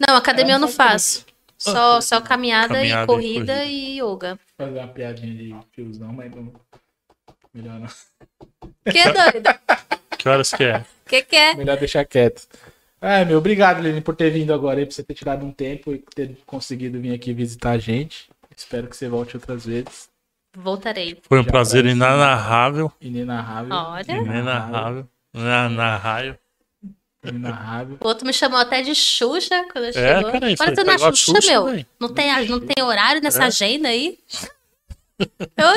Speaker 1: É,
Speaker 3: Não, academia eu não
Speaker 1: Era só
Speaker 3: faço. Só, só caminhada,
Speaker 2: Caminhada e
Speaker 3: e corrida
Speaker 2: corrida.
Speaker 3: e yoga.
Speaker 1: Fazer uma piadinha de tiozão, mas não. Melhor não.
Speaker 3: Que é doido?
Speaker 2: Que horas que é?
Speaker 3: Que que é?
Speaker 1: Melhor deixar quieto. Ai, meu, obrigado, Lene, por ter vindo agora aí, por você ter tirado um tempo e ter conseguido vir aqui visitar a gente. Espero que você volte outras vezes.
Speaker 3: Voltarei.
Speaker 2: Foi um
Speaker 1: Já É
Speaker 2: prazer
Speaker 1: aparece.
Speaker 2: inenarrável.
Speaker 1: Inenarrável.
Speaker 3: Olha.
Speaker 2: Inenarrável. Inenarrável.
Speaker 1: Inenarrável.
Speaker 3: O outro me chamou até de Xuxa quando eu
Speaker 2: É,
Speaker 3: chegou.
Speaker 2: cara, isso
Speaker 3: Agora
Speaker 2: aí,
Speaker 3: você não é
Speaker 2: pegou a
Speaker 3: Xuxa,
Speaker 2: Xuxa,
Speaker 3: meu?
Speaker 2: velho.
Speaker 3: Não tem, a- não tem horário nessa
Speaker 2: É.
Speaker 3: agenda aí?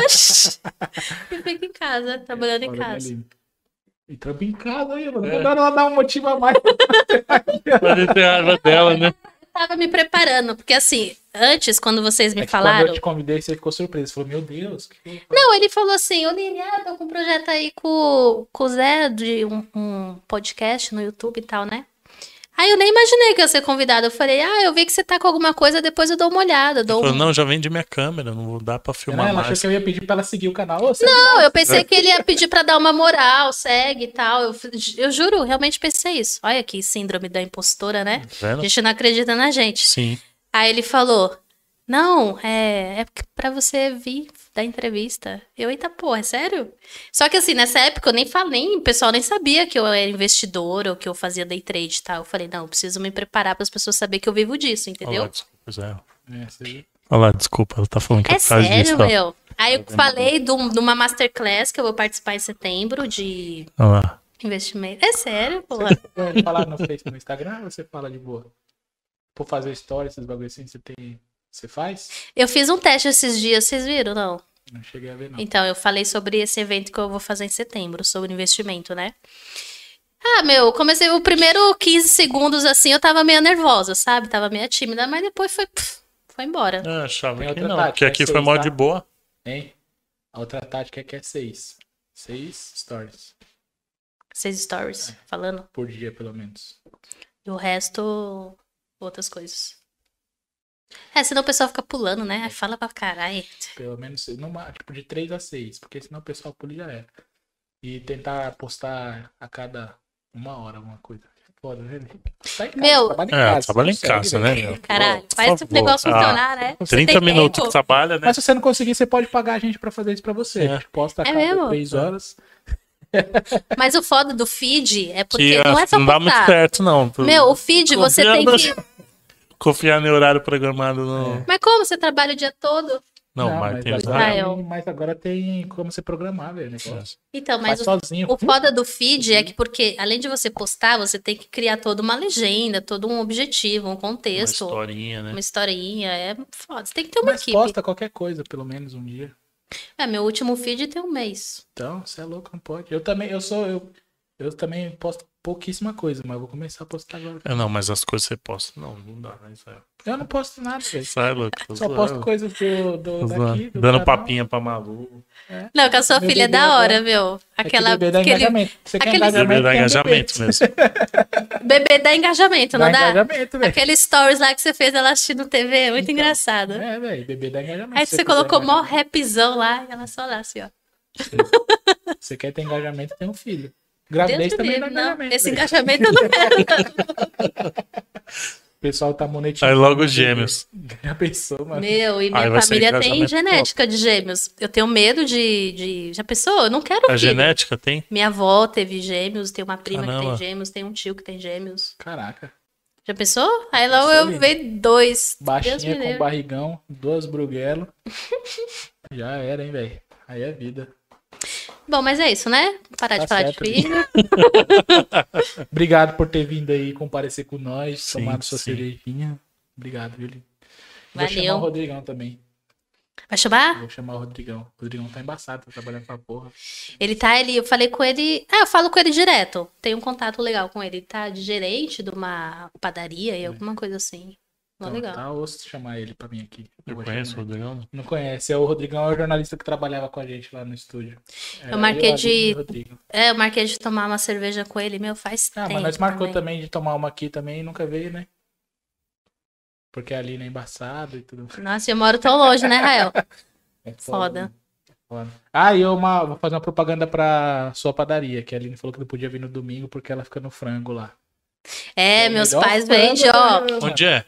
Speaker 3: Oxi! Eu fico em casa, trabalhando em
Speaker 1: Olha,
Speaker 3: casa.
Speaker 1: Lene. E trampa em casa aí, mano.
Speaker 2: É.
Speaker 1: Mandaram ela dar um motivo a mais.
Speaker 2: Mas ele tem raiva dela, né?
Speaker 3: Eu tava me preparando, porque assim, antes, quando vocês me
Speaker 1: É que Quando
Speaker 3: falaram.
Speaker 1: eu te convidei, você ficou surpreso. Você falou, meu Deus. que-
Speaker 3: Não, ele falou assim: Ô Lili, ah, tô com um projeto aí com, com o Zé, de um, um podcast no YouTube e tal, né? Aí eu nem imaginei que eu ia ser convidada. Eu falei, ah, eu vi que você tá com alguma coisa, depois eu dou uma olhada. Dou
Speaker 2: Falou,
Speaker 3: um...
Speaker 2: não, já vendi minha câmera, não vou dar pra filmar
Speaker 1: Ela achou
Speaker 2: mais.
Speaker 1: que eu ia pedir pra ela seguir o canal. Ô, segue
Speaker 3: Não, eu
Speaker 2: É.
Speaker 3: pensei que ele ia pedir pra dar uma moral, segue e tal. Eu, eu juro, realmente pensei isso. Olha que síndrome da impostora, né?
Speaker 2: Tá
Speaker 3: A
Speaker 2: Vendo?
Speaker 3: gente não acredita na gente.
Speaker 2: Sim.
Speaker 3: Aí ele falou: Não, é, é pra você vir da entrevista. Eu, eita porra, é sério? Só que assim, nessa época eu nem falei, o pessoal nem sabia que eu era investidora ou que eu fazia day trade e tal. Eu falei: Não, eu preciso me preparar para as pessoas saberem que eu vivo disso,
Speaker 2: Olha lá,
Speaker 3: entendeu?
Speaker 2: desculpa, pois é.
Speaker 1: É, você-
Speaker 2: Olha lá, desculpa, ela tá falando que
Speaker 3: É
Speaker 2: é por causa
Speaker 3: sério,
Speaker 2: disso. ó.
Speaker 3: meu. Aí eu falei de um- de uma masterclass que eu vou participar em setembro de
Speaker 2: Olha lá.
Speaker 3: Investimento. É sério, pô.
Speaker 1: Você fala no Facebook, no Instagram, ou você fala de boa? Por fazer stories, esses bagulho assim, você tem. Você faz?
Speaker 3: Eu fiz um teste esses dias, vocês viram, não?
Speaker 1: Não cheguei a ver, não.
Speaker 3: Então, eu falei sobre esse evento que eu vou fazer em setembro, sobre investimento, né? Ah, meu, comecei o primeiro 15 segundos assim, eu tava meio nervosa, sabe? Tava meio tímida, mas depois foi, pff, foi embora.
Speaker 2: Ah, achava
Speaker 1: É, Tem
Speaker 2: que
Speaker 1: outra
Speaker 2: não,
Speaker 1: tática,
Speaker 2: porque aqui
Speaker 1: né?
Speaker 2: foi mó
Speaker 1: Seis,
Speaker 2: de
Speaker 1: tá?
Speaker 2: boa.
Speaker 1: Hein? A outra tática é que é seis. Seis stories
Speaker 3: Seis stories falando.
Speaker 1: por dia, pelo menos.
Speaker 3: E o resto, outras coisas. É, senão o pessoal fica pulando, né? Ai, Fala pra caralho.
Speaker 1: Pelo menos, numa, tipo, de três a seis, porque senão o pessoal pula e já era. E tentar postar a cada uma hora alguma coisa. Foda, né? Tá em casa,
Speaker 3: Meu-
Speaker 1: trabalha em
Speaker 2: É,
Speaker 1: casa,
Speaker 2: trabalha em
Speaker 1: consegue,
Speaker 2: casa,
Speaker 1: velho.
Speaker 2: né, meu?
Speaker 3: Caralho,
Speaker 2: Por
Speaker 3: faz o
Speaker 2: favor.
Speaker 3: negócio
Speaker 2: Ah,
Speaker 3: funcionar, né? Você
Speaker 2: 30
Speaker 3: tem
Speaker 2: minutos
Speaker 3: tempo.
Speaker 2: que trabalha, né?
Speaker 1: Mas se você não conseguir, você pode pagar a gente pra fazer isso pra você.
Speaker 2: É.
Speaker 1: A gente posta a
Speaker 3: É
Speaker 1: cada
Speaker 3: mesmo?
Speaker 1: três horas.
Speaker 3: Mas o foda do feed é porque
Speaker 2: Que
Speaker 3: não
Speaker 2: ah,
Speaker 3: é só
Speaker 2: não dá muito
Speaker 3: postar.
Speaker 2: certo, não.
Speaker 3: Meu, o feed você tem que. É.
Speaker 2: Confiando- Confiar no horário programado no.
Speaker 3: Mas como você trabalha o dia todo?
Speaker 2: Não, mas tem os
Speaker 1: agora,
Speaker 3: horários.
Speaker 1: tem- mas agora tem como você programar, velho, o negócio.
Speaker 3: Então, mas
Speaker 1: Faz
Speaker 3: o,
Speaker 1: sozinho.
Speaker 3: o foda do feed é que porque além de você postar, você tem que criar toda uma legenda, todo um objetivo, um
Speaker 2: Uma
Speaker 3: contexto, uma,
Speaker 2: historinha, né?
Speaker 3: historinha. É foda. Você tem que ter uma
Speaker 1: Mas
Speaker 3: equipe.
Speaker 1: posta qualquer coisa, pelo menos um dia.
Speaker 3: É, meu último feed tem um mês.
Speaker 1: Então, você é louco, não pode. Eu também, eu sou, eu, eu também posto pouquíssima coisa, mas eu vou começar a postar agora.
Speaker 2: É, não, mas as coisas você posta. Não, não dá, né? Isso é-
Speaker 1: Eu não posto nada, velho.
Speaker 2: Isso é louco. tô
Speaker 1: Só
Speaker 2: zoando,
Speaker 1: posto coisas do,
Speaker 2: tô
Speaker 1: do daqui.
Speaker 2: zoando.
Speaker 1: Do
Speaker 2: Dando
Speaker 1: canal.
Speaker 2: papinha pra Malu.
Speaker 3: Não, que a sua
Speaker 1: Meu
Speaker 3: filha é
Speaker 1: bebê
Speaker 3: da hora,
Speaker 1: agora-
Speaker 3: meu.
Speaker 1: É que
Speaker 3: Aquela,
Speaker 1: bebê dá
Speaker 3: aquele
Speaker 1: engajamento. Você quer
Speaker 3: aquele-
Speaker 1: engajamento?
Speaker 2: Deve dar
Speaker 1: tem um
Speaker 2: engajamento
Speaker 1: bebê.
Speaker 2: mesmo.
Speaker 3: bebê dá engajamento, não
Speaker 1: Dá
Speaker 3: dá?
Speaker 1: engajamento, velho.
Speaker 3: Aquele stories lá que você fez ela assistindo TV, muito engraçado.
Speaker 1: É, velho, bebê dá engajamento.
Speaker 3: né? Aí
Speaker 1: Se
Speaker 3: você
Speaker 1: quiser
Speaker 3: colocou mó
Speaker 1: engajamento-
Speaker 3: rapzão lá e ela só lá assim, ó.
Speaker 1: Você quer ter engajamento, tem um filho.
Speaker 3: Deus
Speaker 1: Gravidez
Speaker 3: me
Speaker 1: também dá
Speaker 3: livre, não.
Speaker 1: tá engajamento. né?
Speaker 3: Esse
Speaker 1: velho.
Speaker 3: engajamento eu não é. quero.
Speaker 1: O pessoal tá monetizando.
Speaker 2: Aí logo os gêmeos.
Speaker 1: Já pensou, mano?
Speaker 3: Meu, e
Speaker 2: Aí
Speaker 3: minha
Speaker 2: vai ser né?
Speaker 3: família tem
Speaker 2: engajamento
Speaker 3: genética de gêmeos. Eu tenho medo de. de... Já pensou? Eu não quero
Speaker 2: A
Speaker 3: filho.
Speaker 2: É genética tem?
Speaker 3: Minha avó teve gêmeos, tem uma prima que
Speaker 2: Caramba.
Speaker 3: tem gêmeos, tem um tio que tem gêmeos.
Speaker 1: Caraca.
Speaker 3: Já pensou? Aí logo eu
Speaker 1: Pensou,
Speaker 3: vejo dois. Deus me
Speaker 1: Baixinha com
Speaker 3: livre.
Speaker 1: barrigão, duas bruguelas. Já era, hein, velho. Aí é vida.
Speaker 3: Bom, mas é isso, né? Parar
Speaker 1: Tá
Speaker 3: de falar
Speaker 1: certo,
Speaker 3: de filho.
Speaker 1: Obrigado por ter vindo aí comparecer com nós,
Speaker 2: Sim,
Speaker 1: tomado sua
Speaker 2: sim.
Speaker 1: cervejinha. Obrigado, viu? Lili? Vou
Speaker 3: Valeu.
Speaker 1: chamar o Rodrigão também.
Speaker 3: Vai chamar?
Speaker 1: Vou chamar o Rodrigão. O Rodrigão tá embaçado, tá trabalhando pra porra.
Speaker 3: Ele tá, ele, eu falei com ele. Ah, eu falo com ele direto. Tenho um contato legal com ele. Ele tá de gerente de uma padaria e alguma coisa assim.
Speaker 1: É.
Speaker 3: Não,
Speaker 1: Então,
Speaker 3: legal.
Speaker 1: Tá osso chamar ele pra mim aqui.
Speaker 2: Eu
Speaker 1: vou
Speaker 2: conheço o
Speaker 1: chamar ele.
Speaker 2: Rodrigão.
Speaker 1: Não conhece. É o Rodrigão, é o jornalista que trabalhava com a gente lá no estúdio. É, Era
Speaker 3: Eu marquei
Speaker 1: Aline e
Speaker 3: de-
Speaker 1: o Rodrigo.
Speaker 3: É, eu marquei de tomar uma cerveja com ele, meu, faz
Speaker 1: Ah,
Speaker 3: tempo.
Speaker 1: mas nós marcou também de tomar uma aqui também e nunca veio, né? Porque a Aline é embaçada e tudo.
Speaker 3: Nossa, eu moro tão longe, né, Rael?
Speaker 1: É
Speaker 3: Foda.
Speaker 1: Foda. Ah, e eu uma, vou fazer uma propaganda pra sua padaria, que a Aline falou que não podia vir no domingo porque ela fica no frango lá.
Speaker 3: É,
Speaker 1: o
Speaker 3: meus
Speaker 1: melhor
Speaker 3: pais
Speaker 1: frango
Speaker 3: vendem, ó.
Speaker 1: da-
Speaker 2: Onde é?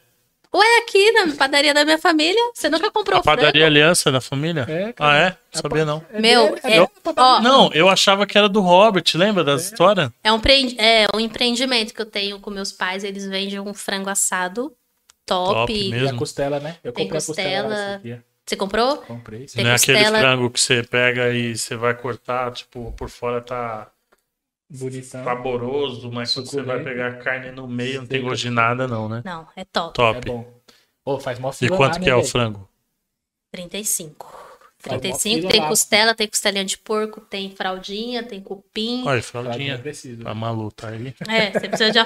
Speaker 3: Ué, aqui na padaria da minha família, você nunca comprou
Speaker 2: A padaria Aliança da Família?
Speaker 1: É, cara.
Speaker 2: Ah, é? Sabia não.
Speaker 1: É
Speaker 3: Meu,
Speaker 1: dele,
Speaker 3: é-
Speaker 1: dele, padaria.
Speaker 3: ó.
Speaker 2: Não, eu achava que era do Robert, lembra da história?
Speaker 3: É um, preen- é um empreendimento que eu tenho com meus pais. Eles vendem um frango assado top.
Speaker 2: Top mesmo.
Speaker 1: E a costela, né? Eu
Speaker 3: Tem
Speaker 1: comprei a costela lá
Speaker 3: costela.
Speaker 1: esse dia.
Speaker 3: Você comprou?
Speaker 1: Comprei.
Speaker 3: Tem
Speaker 2: não é aquele
Speaker 3: costela.
Speaker 2: frango que você pega e você vai cortar, tipo, por fora tá
Speaker 1: Bonitão.
Speaker 2: saboroso, mas quando você vai
Speaker 1: Suculento.
Speaker 2: pegar a carne no meio, não tem gosto de nada, não, né?
Speaker 3: Não, é top.
Speaker 1: É
Speaker 2: Top.
Speaker 1: bom. Ô, faz mó
Speaker 2: E
Speaker 1: fila
Speaker 2: quanto
Speaker 1: lá,
Speaker 2: que é
Speaker 1: né,
Speaker 2: o
Speaker 1: velho?
Speaker 2: frango?
Speaker 3: 35.
Speaker 1: Tá bom,
Speaker 3: 35,
Speaker 1: fila
Speaker 3: tem
Speaker 1: lá.
Speaker 3: costela, tem costelinha de porco, tem fraldinha, tem cupim.
Speaker 2: Olha,
Speaker 1: Fraldinha
Speaker 2: fraldinha.
Speaker 1: preciso.
Speaker 2: Tá maluco, tá aí.
Speaker 3: É, você precisa de uma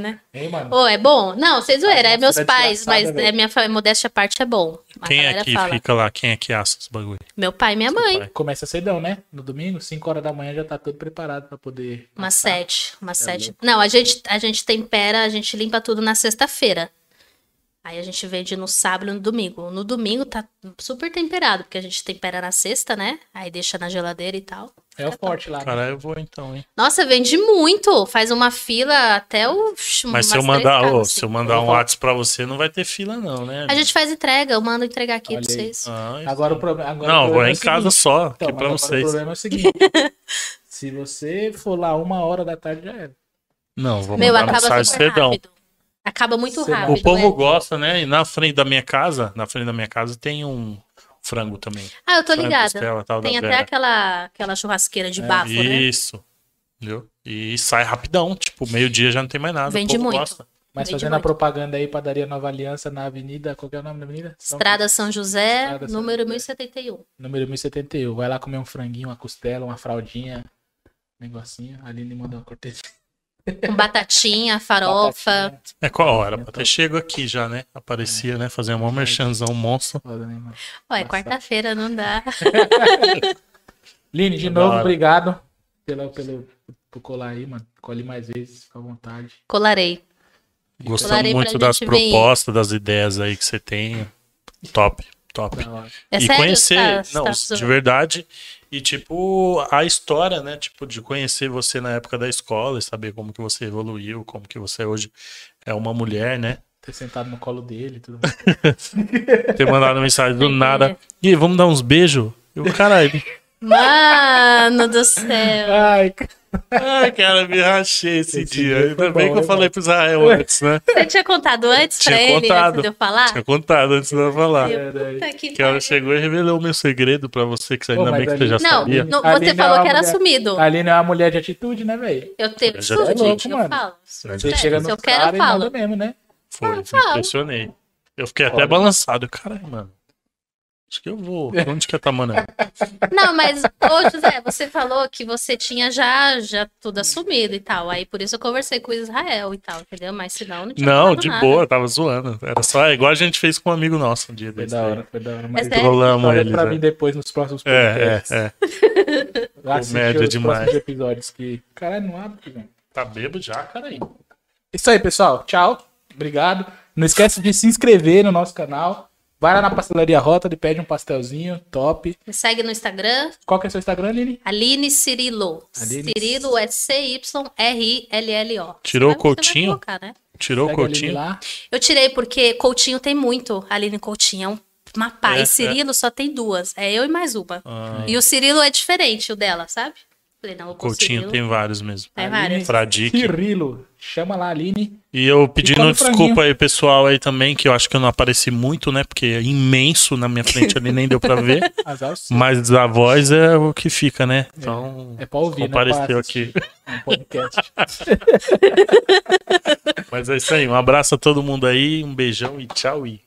Speaker 3: né?
Speaker 1: Hein, mano?
Speaker 3: Ô, é bom? Não, vocês zoeira, é
Speaker 1: Nossa,
Speaker 3: meus
Speaker 1: tá
Speaker 3: pais,
Speaker 1: desgraçada,
Speaker 3: mas
Speaker 1: velho.
Speaker 3: é minha fa- modéstia à parte é bom. A
Speaker 2: Quem
Speaker 3: galera
Speaker 2: é que
Speaker 3: fala.
Speaker 2: fica lá? Quem é que assa os bagulho?
Speaker 3: Meu pai e minha mãe.
Speaker 2: pai.
Speaker 1: Começa cedão, né? No domingo, 5 horas da manhã já tá tudo preparado pra poder.
Speaker 3: Uma
Speaker 1: assar.
Speaker 3: sete, uma sete.
Speaker 1: Ah, tá. É louco.
Speaker 3: Não, a gente, a gente tempera, a gente limpa tudo na sexta-feira. Aí a gente vende no sábado e no domingo. No domingo tá super temperado, porque a gente tempera na sexta, né? Aí deixa na geladeira e tal.
Speaker 1: É o forte lá. né?
Speaker 2: Cara, eu vou então, hein?
Speaker 3: Nossa, vende muito. Faz uma fila até o. Mas
Speaker 2: Mas se eu mandar, ô, se eu mandar
Speaker 1: Eu
Speaker 2: um
Speaker 1: vou-
Speaker 2: WhatsApp pra você, não vai ter fila, não, né?
Speaker 3: assim. A gente faz entrega, eu mando entregar aqui
Speaker 1: Olha
Speaker 3: pra
Speaker 1: aí.
Speaker 3: vocês.
Speaker 2: Ah, isso-
Speaker 1: Agora o problema. agora o
Speaker 2: não, vou
Speaker 1: problema é
Speaker 2: em
Speaker 1: o
Speaker 2: casa
Speaker 1: seguinte.
Speaker 2: só, aqui
Speaker 1: Então, mas
Speaker 2: pra
Speaker 1: agora
Speaker 2: vocês.
Speaker 1: O problema é o seguinte: se você for lá uma hora da tarde, já era.
Speaker 2: Não, vou
Speaker 3: Meu,
Speaker 2: mandar
Speaker 3: acaba
Speaker 2: mensagem
Speaker 3: super
Speaker 2: cedão.
Speaker 3: rápido. Acaba muito
Speaker 1: Cedão.
Speaker 3: rápido.
Speaker 2: O povo
Speaker 3: é.
Speaker 2: gosta, né? E na frente da minha casa, na frente da minha casa tem um frango também.
Speaker 3: Ah, eu tô
Speaker 2: Frango,
Speaker 3: ligada.
Speaker 2: costela, tal,
Speaker 3: Tem
Speaker 2: da
Speaker 3: até
Speaker 2: Vera.
Speaker 3: aquela, aquela churrasqueira
Speaker 2: É.
Speaker 3: de bafo, né?
Speaker 2: Isso. Entendeu? E sai rapidão, tipo, meio-dia já não tem mais nada.
Speaker 3: Vende
Speaker 2: o povo
Speaker 3: muito.
Speaker 2: gosta.
Speaker 1: Mas
Speaker 3: Vende
Speaker 1: fazendo a
Speaker 3: muito.
Speaker 1: propaganda aí, padaria Nova Aliança na Avenida. Qual que é o nome da avenida? São-
Speaker 3: Estrada São José,
Speaker 1: Estrada São
Speaker 3: número
Speaker 1: José.
Speaker 3: 1071.
Speaker 1: Número 1071. Vai lá comer um franguinho, uma costela, uma fraldinha. um Negocinho. A Aline mandou uma cortesia.
Speaker 3: Com batatinha, farofa.
Speaker 1: Batatinha.
Speaker 2: É qual hora?
Speaker 1: Então.
Speaker 2: Até chego aqui já, né? Aparecia, né? Fazer um merchanzão monstro.
Speaker 1: Foda, né, mano?
Speaker 3: Ué,
Speaker 1: Bastante.
Speaker 3: quarta-feira não dá.
Speaker 1: Lini, de
Speaker 2: Da
Speaker 1: novo,
Speaker 2: hora.
Speaker 1: obrigado pelo, pelo, por colar aí, mano. Colhe mais vezes, fica à vontade.
Speaker 3: Colarei.
Speaker 2: Gostando
Speaker 3: Falarei pra
Speaker 2: muito das
Speaker 3: gente vir.
Speaker 2: propostas, das ideias aí que você tem. Top, top.
Speaker 1: Da hora.
Speaker 3: É
Speaker 2: e
Speaker 3: sério?
Speaker 2: conhecer,
Speaker 3: Tá-
Speaker 2: não,
Speaker 3: tá
Speaker 2: de
Speaker 3: zoando?
Speaker 2: verdade. E tipo, a história, né? Tipo, de conhecer você na época da escola e saber como que você evoluiu, como que você hoje é uma mulher, né?
Speaker 1: Ter sentado no colo dele e tudo mais.
Speaker 2: Ter mandado mensagem do nada. E aí, vamos dar uns beijos? E o caralho.
Speaker 3: Mano do céu.
Speaker 1: Ai, cara.
Speaker 2: Ai, cara, me rachei esse,
Speaker 1: Esse
Speaker 2: dia.
Speaker 1: dia foi
Speaker 2: Ainda bem
Speaker 1: bom,
Speaker 2: que eu
Speaker 1: hein,
Speaker 2: falei
Speaker 1: mano?
Speaker 2: pro Israel antes, né?
Speaker 3: Você tinha contado antes pra
Speaker 2: Tinha
Speaker 3: ele,
Speaker 2: contado.
Speaker 3: antes de eu falar?
Speaker 2: Tinha contado antes de eu falar.
Speaker 3: Eu- Puta que
Speaker 2: Que ela
Speaker 3: pariu.
Speaker 2: chegou e revelou o meu segredo pra você, que você-
Speaker 1: Pô,
Speaker 2: ainda
Speaker 1: mas
Speaker 2: bem que você
Speaker 1: ali-
Speaker 2: já
Speaker 3: Não,
Speaker 2: sabia.
Speaker 3: não,
Speaker 1: Ali não
Speaker 3: você
Speaker 1: é
Speaker 3: falou
Speaker 1: uma
Speaker 3: que era
Speaker 1: mulher.
Speaker 3: assumido.
Speaker 1: A Aline é uma mulher de atitude, né, velho?
Speaker 3: Eu tenho
Speaker 2: Já tá
Speaker 3: surdo,
Speaker 1: louco,
Speaker 3: gente, eu
Speaker 1: mano.
Speaker 3: falo.
Speaker 1: Você
Speaker 3: É,
Speaker 1: chega
Speaker 3: se
Speaker 1: no
Speaker 3: eu quero,
Speaker 1: cara
Speaker 3: eu
Speaker 1: e
Speaker 3: falo.
Speaker 1: manda mesmo, né?
Speaker 2: Foi, me
Speaker 3: fala.
Speaker 2: impressionei. Eu fiquei até
Speaker 1: Olha.
Speaker 2: balançado. Caralho, mano. Acho que eu vou. Pra Onde que é Tamanã?
Speaker 3: Não, mas, ô José, você falou que você tinha já, já
Speaker 1: Hum.
Speaker 3: tudo assumido e tal. Aí por isso eu conversei com o Israel e tal, entendeu? Mas senão não tinha
Speaker 2: Não,
Speaker 3: falado
Speaker 2: de
Speaker 3: nada.
Speaker 2: boa, tava zoando. Era só igual a gente fez com um amigo nosso um dia
Speaker 1: Foi
Speaker 2: desse.
Speaker 1: da
Speaker 2: aí.
Speaker 1: hora, foi da hora.
Speaker 3: Mas
Speaker 1: Mas
Speaker 3: é-
Speaker 2: Trolamos
Speaker 1: olha
Speaker 2: eles.
Speaker 1: pra mim
Speaker 2: né?
Speaker 1: depois nos próximos
Speaker 2: É, é, é. Comédia
Speaker 1: Comédia
Speaker 2: demais.
Speaker 1: demais. episódios que... Caralho, não abre, velho.
Speaker 2: Tá bebo já, cara aí.
Speaker 1: Isso aí, pessoal. Tchau. Obrigado. Não esquece de se inscrever no nosso canal. Vai lá na Pastelaria Rota e pede um pastelzinho. Top.
Speaker 3: Me segue no Instagram,
Speaker 1: Qual que é o seu Instagram, Lini?
Speaker 3: Aline Cirilo.
Speaker 1: Aline-
Speaker 3: Cirilo é C-Y-R-I-L-L-O.
Speaker 2: Tirou
Speaker 3: Você
Speaker 2: o
Speaker 3: vai- você vai
Speaker 2: Coutinho?
Speaker 3: colocar, né?
Speaker 2: Tirou o
Speaker 1: Segue a Aline
Speaker 2: Coutinho.
Speaker 1: lá.
Speaker 3: Eu tirei porque Coutinho tem muito. Aline Coutinho é um, uma pá.
Speaker 2: É,
Speaker 3: e Cirilo só tem duas. É eu e mais uma.
Speaker 2: Ah,
Speaker 3: E o Cirilo é diferente, o dela, sabe? Falei, não, eu vou com o
Speaker 2: Coutinho
Speaker 3: Cirilo.
Speaker 2: tem vários mesmo.
Speaker 3: Tem vários.
Speaker 2: Fradique.
Speaker 1: Cirilo. Chama lá, Aline.
Speaker 2: E eu
Speaker 1: come
Speaker 2: pedindo
Speaker 1: franguinho.
Speaker 2: desculpa aí, pessoal, aí também, que eu acho que eu não apareci muito, né? Porque é imenso na minha frente ali, nem deu pra ver.
Speaker 1: Azar o seu.
Speaker 2: Mas a voz é o que fica, né? Então,
Speaker 1: É pra ouvir, né?
Speaker 2: apareceu
Speaker 1: Pra
Speaker 2: aqui.
Speaker 1: Um podcast.
Speaker 2: Mas é isso aí. Um abraço a todo mundo aí, um beijão e tchau. E...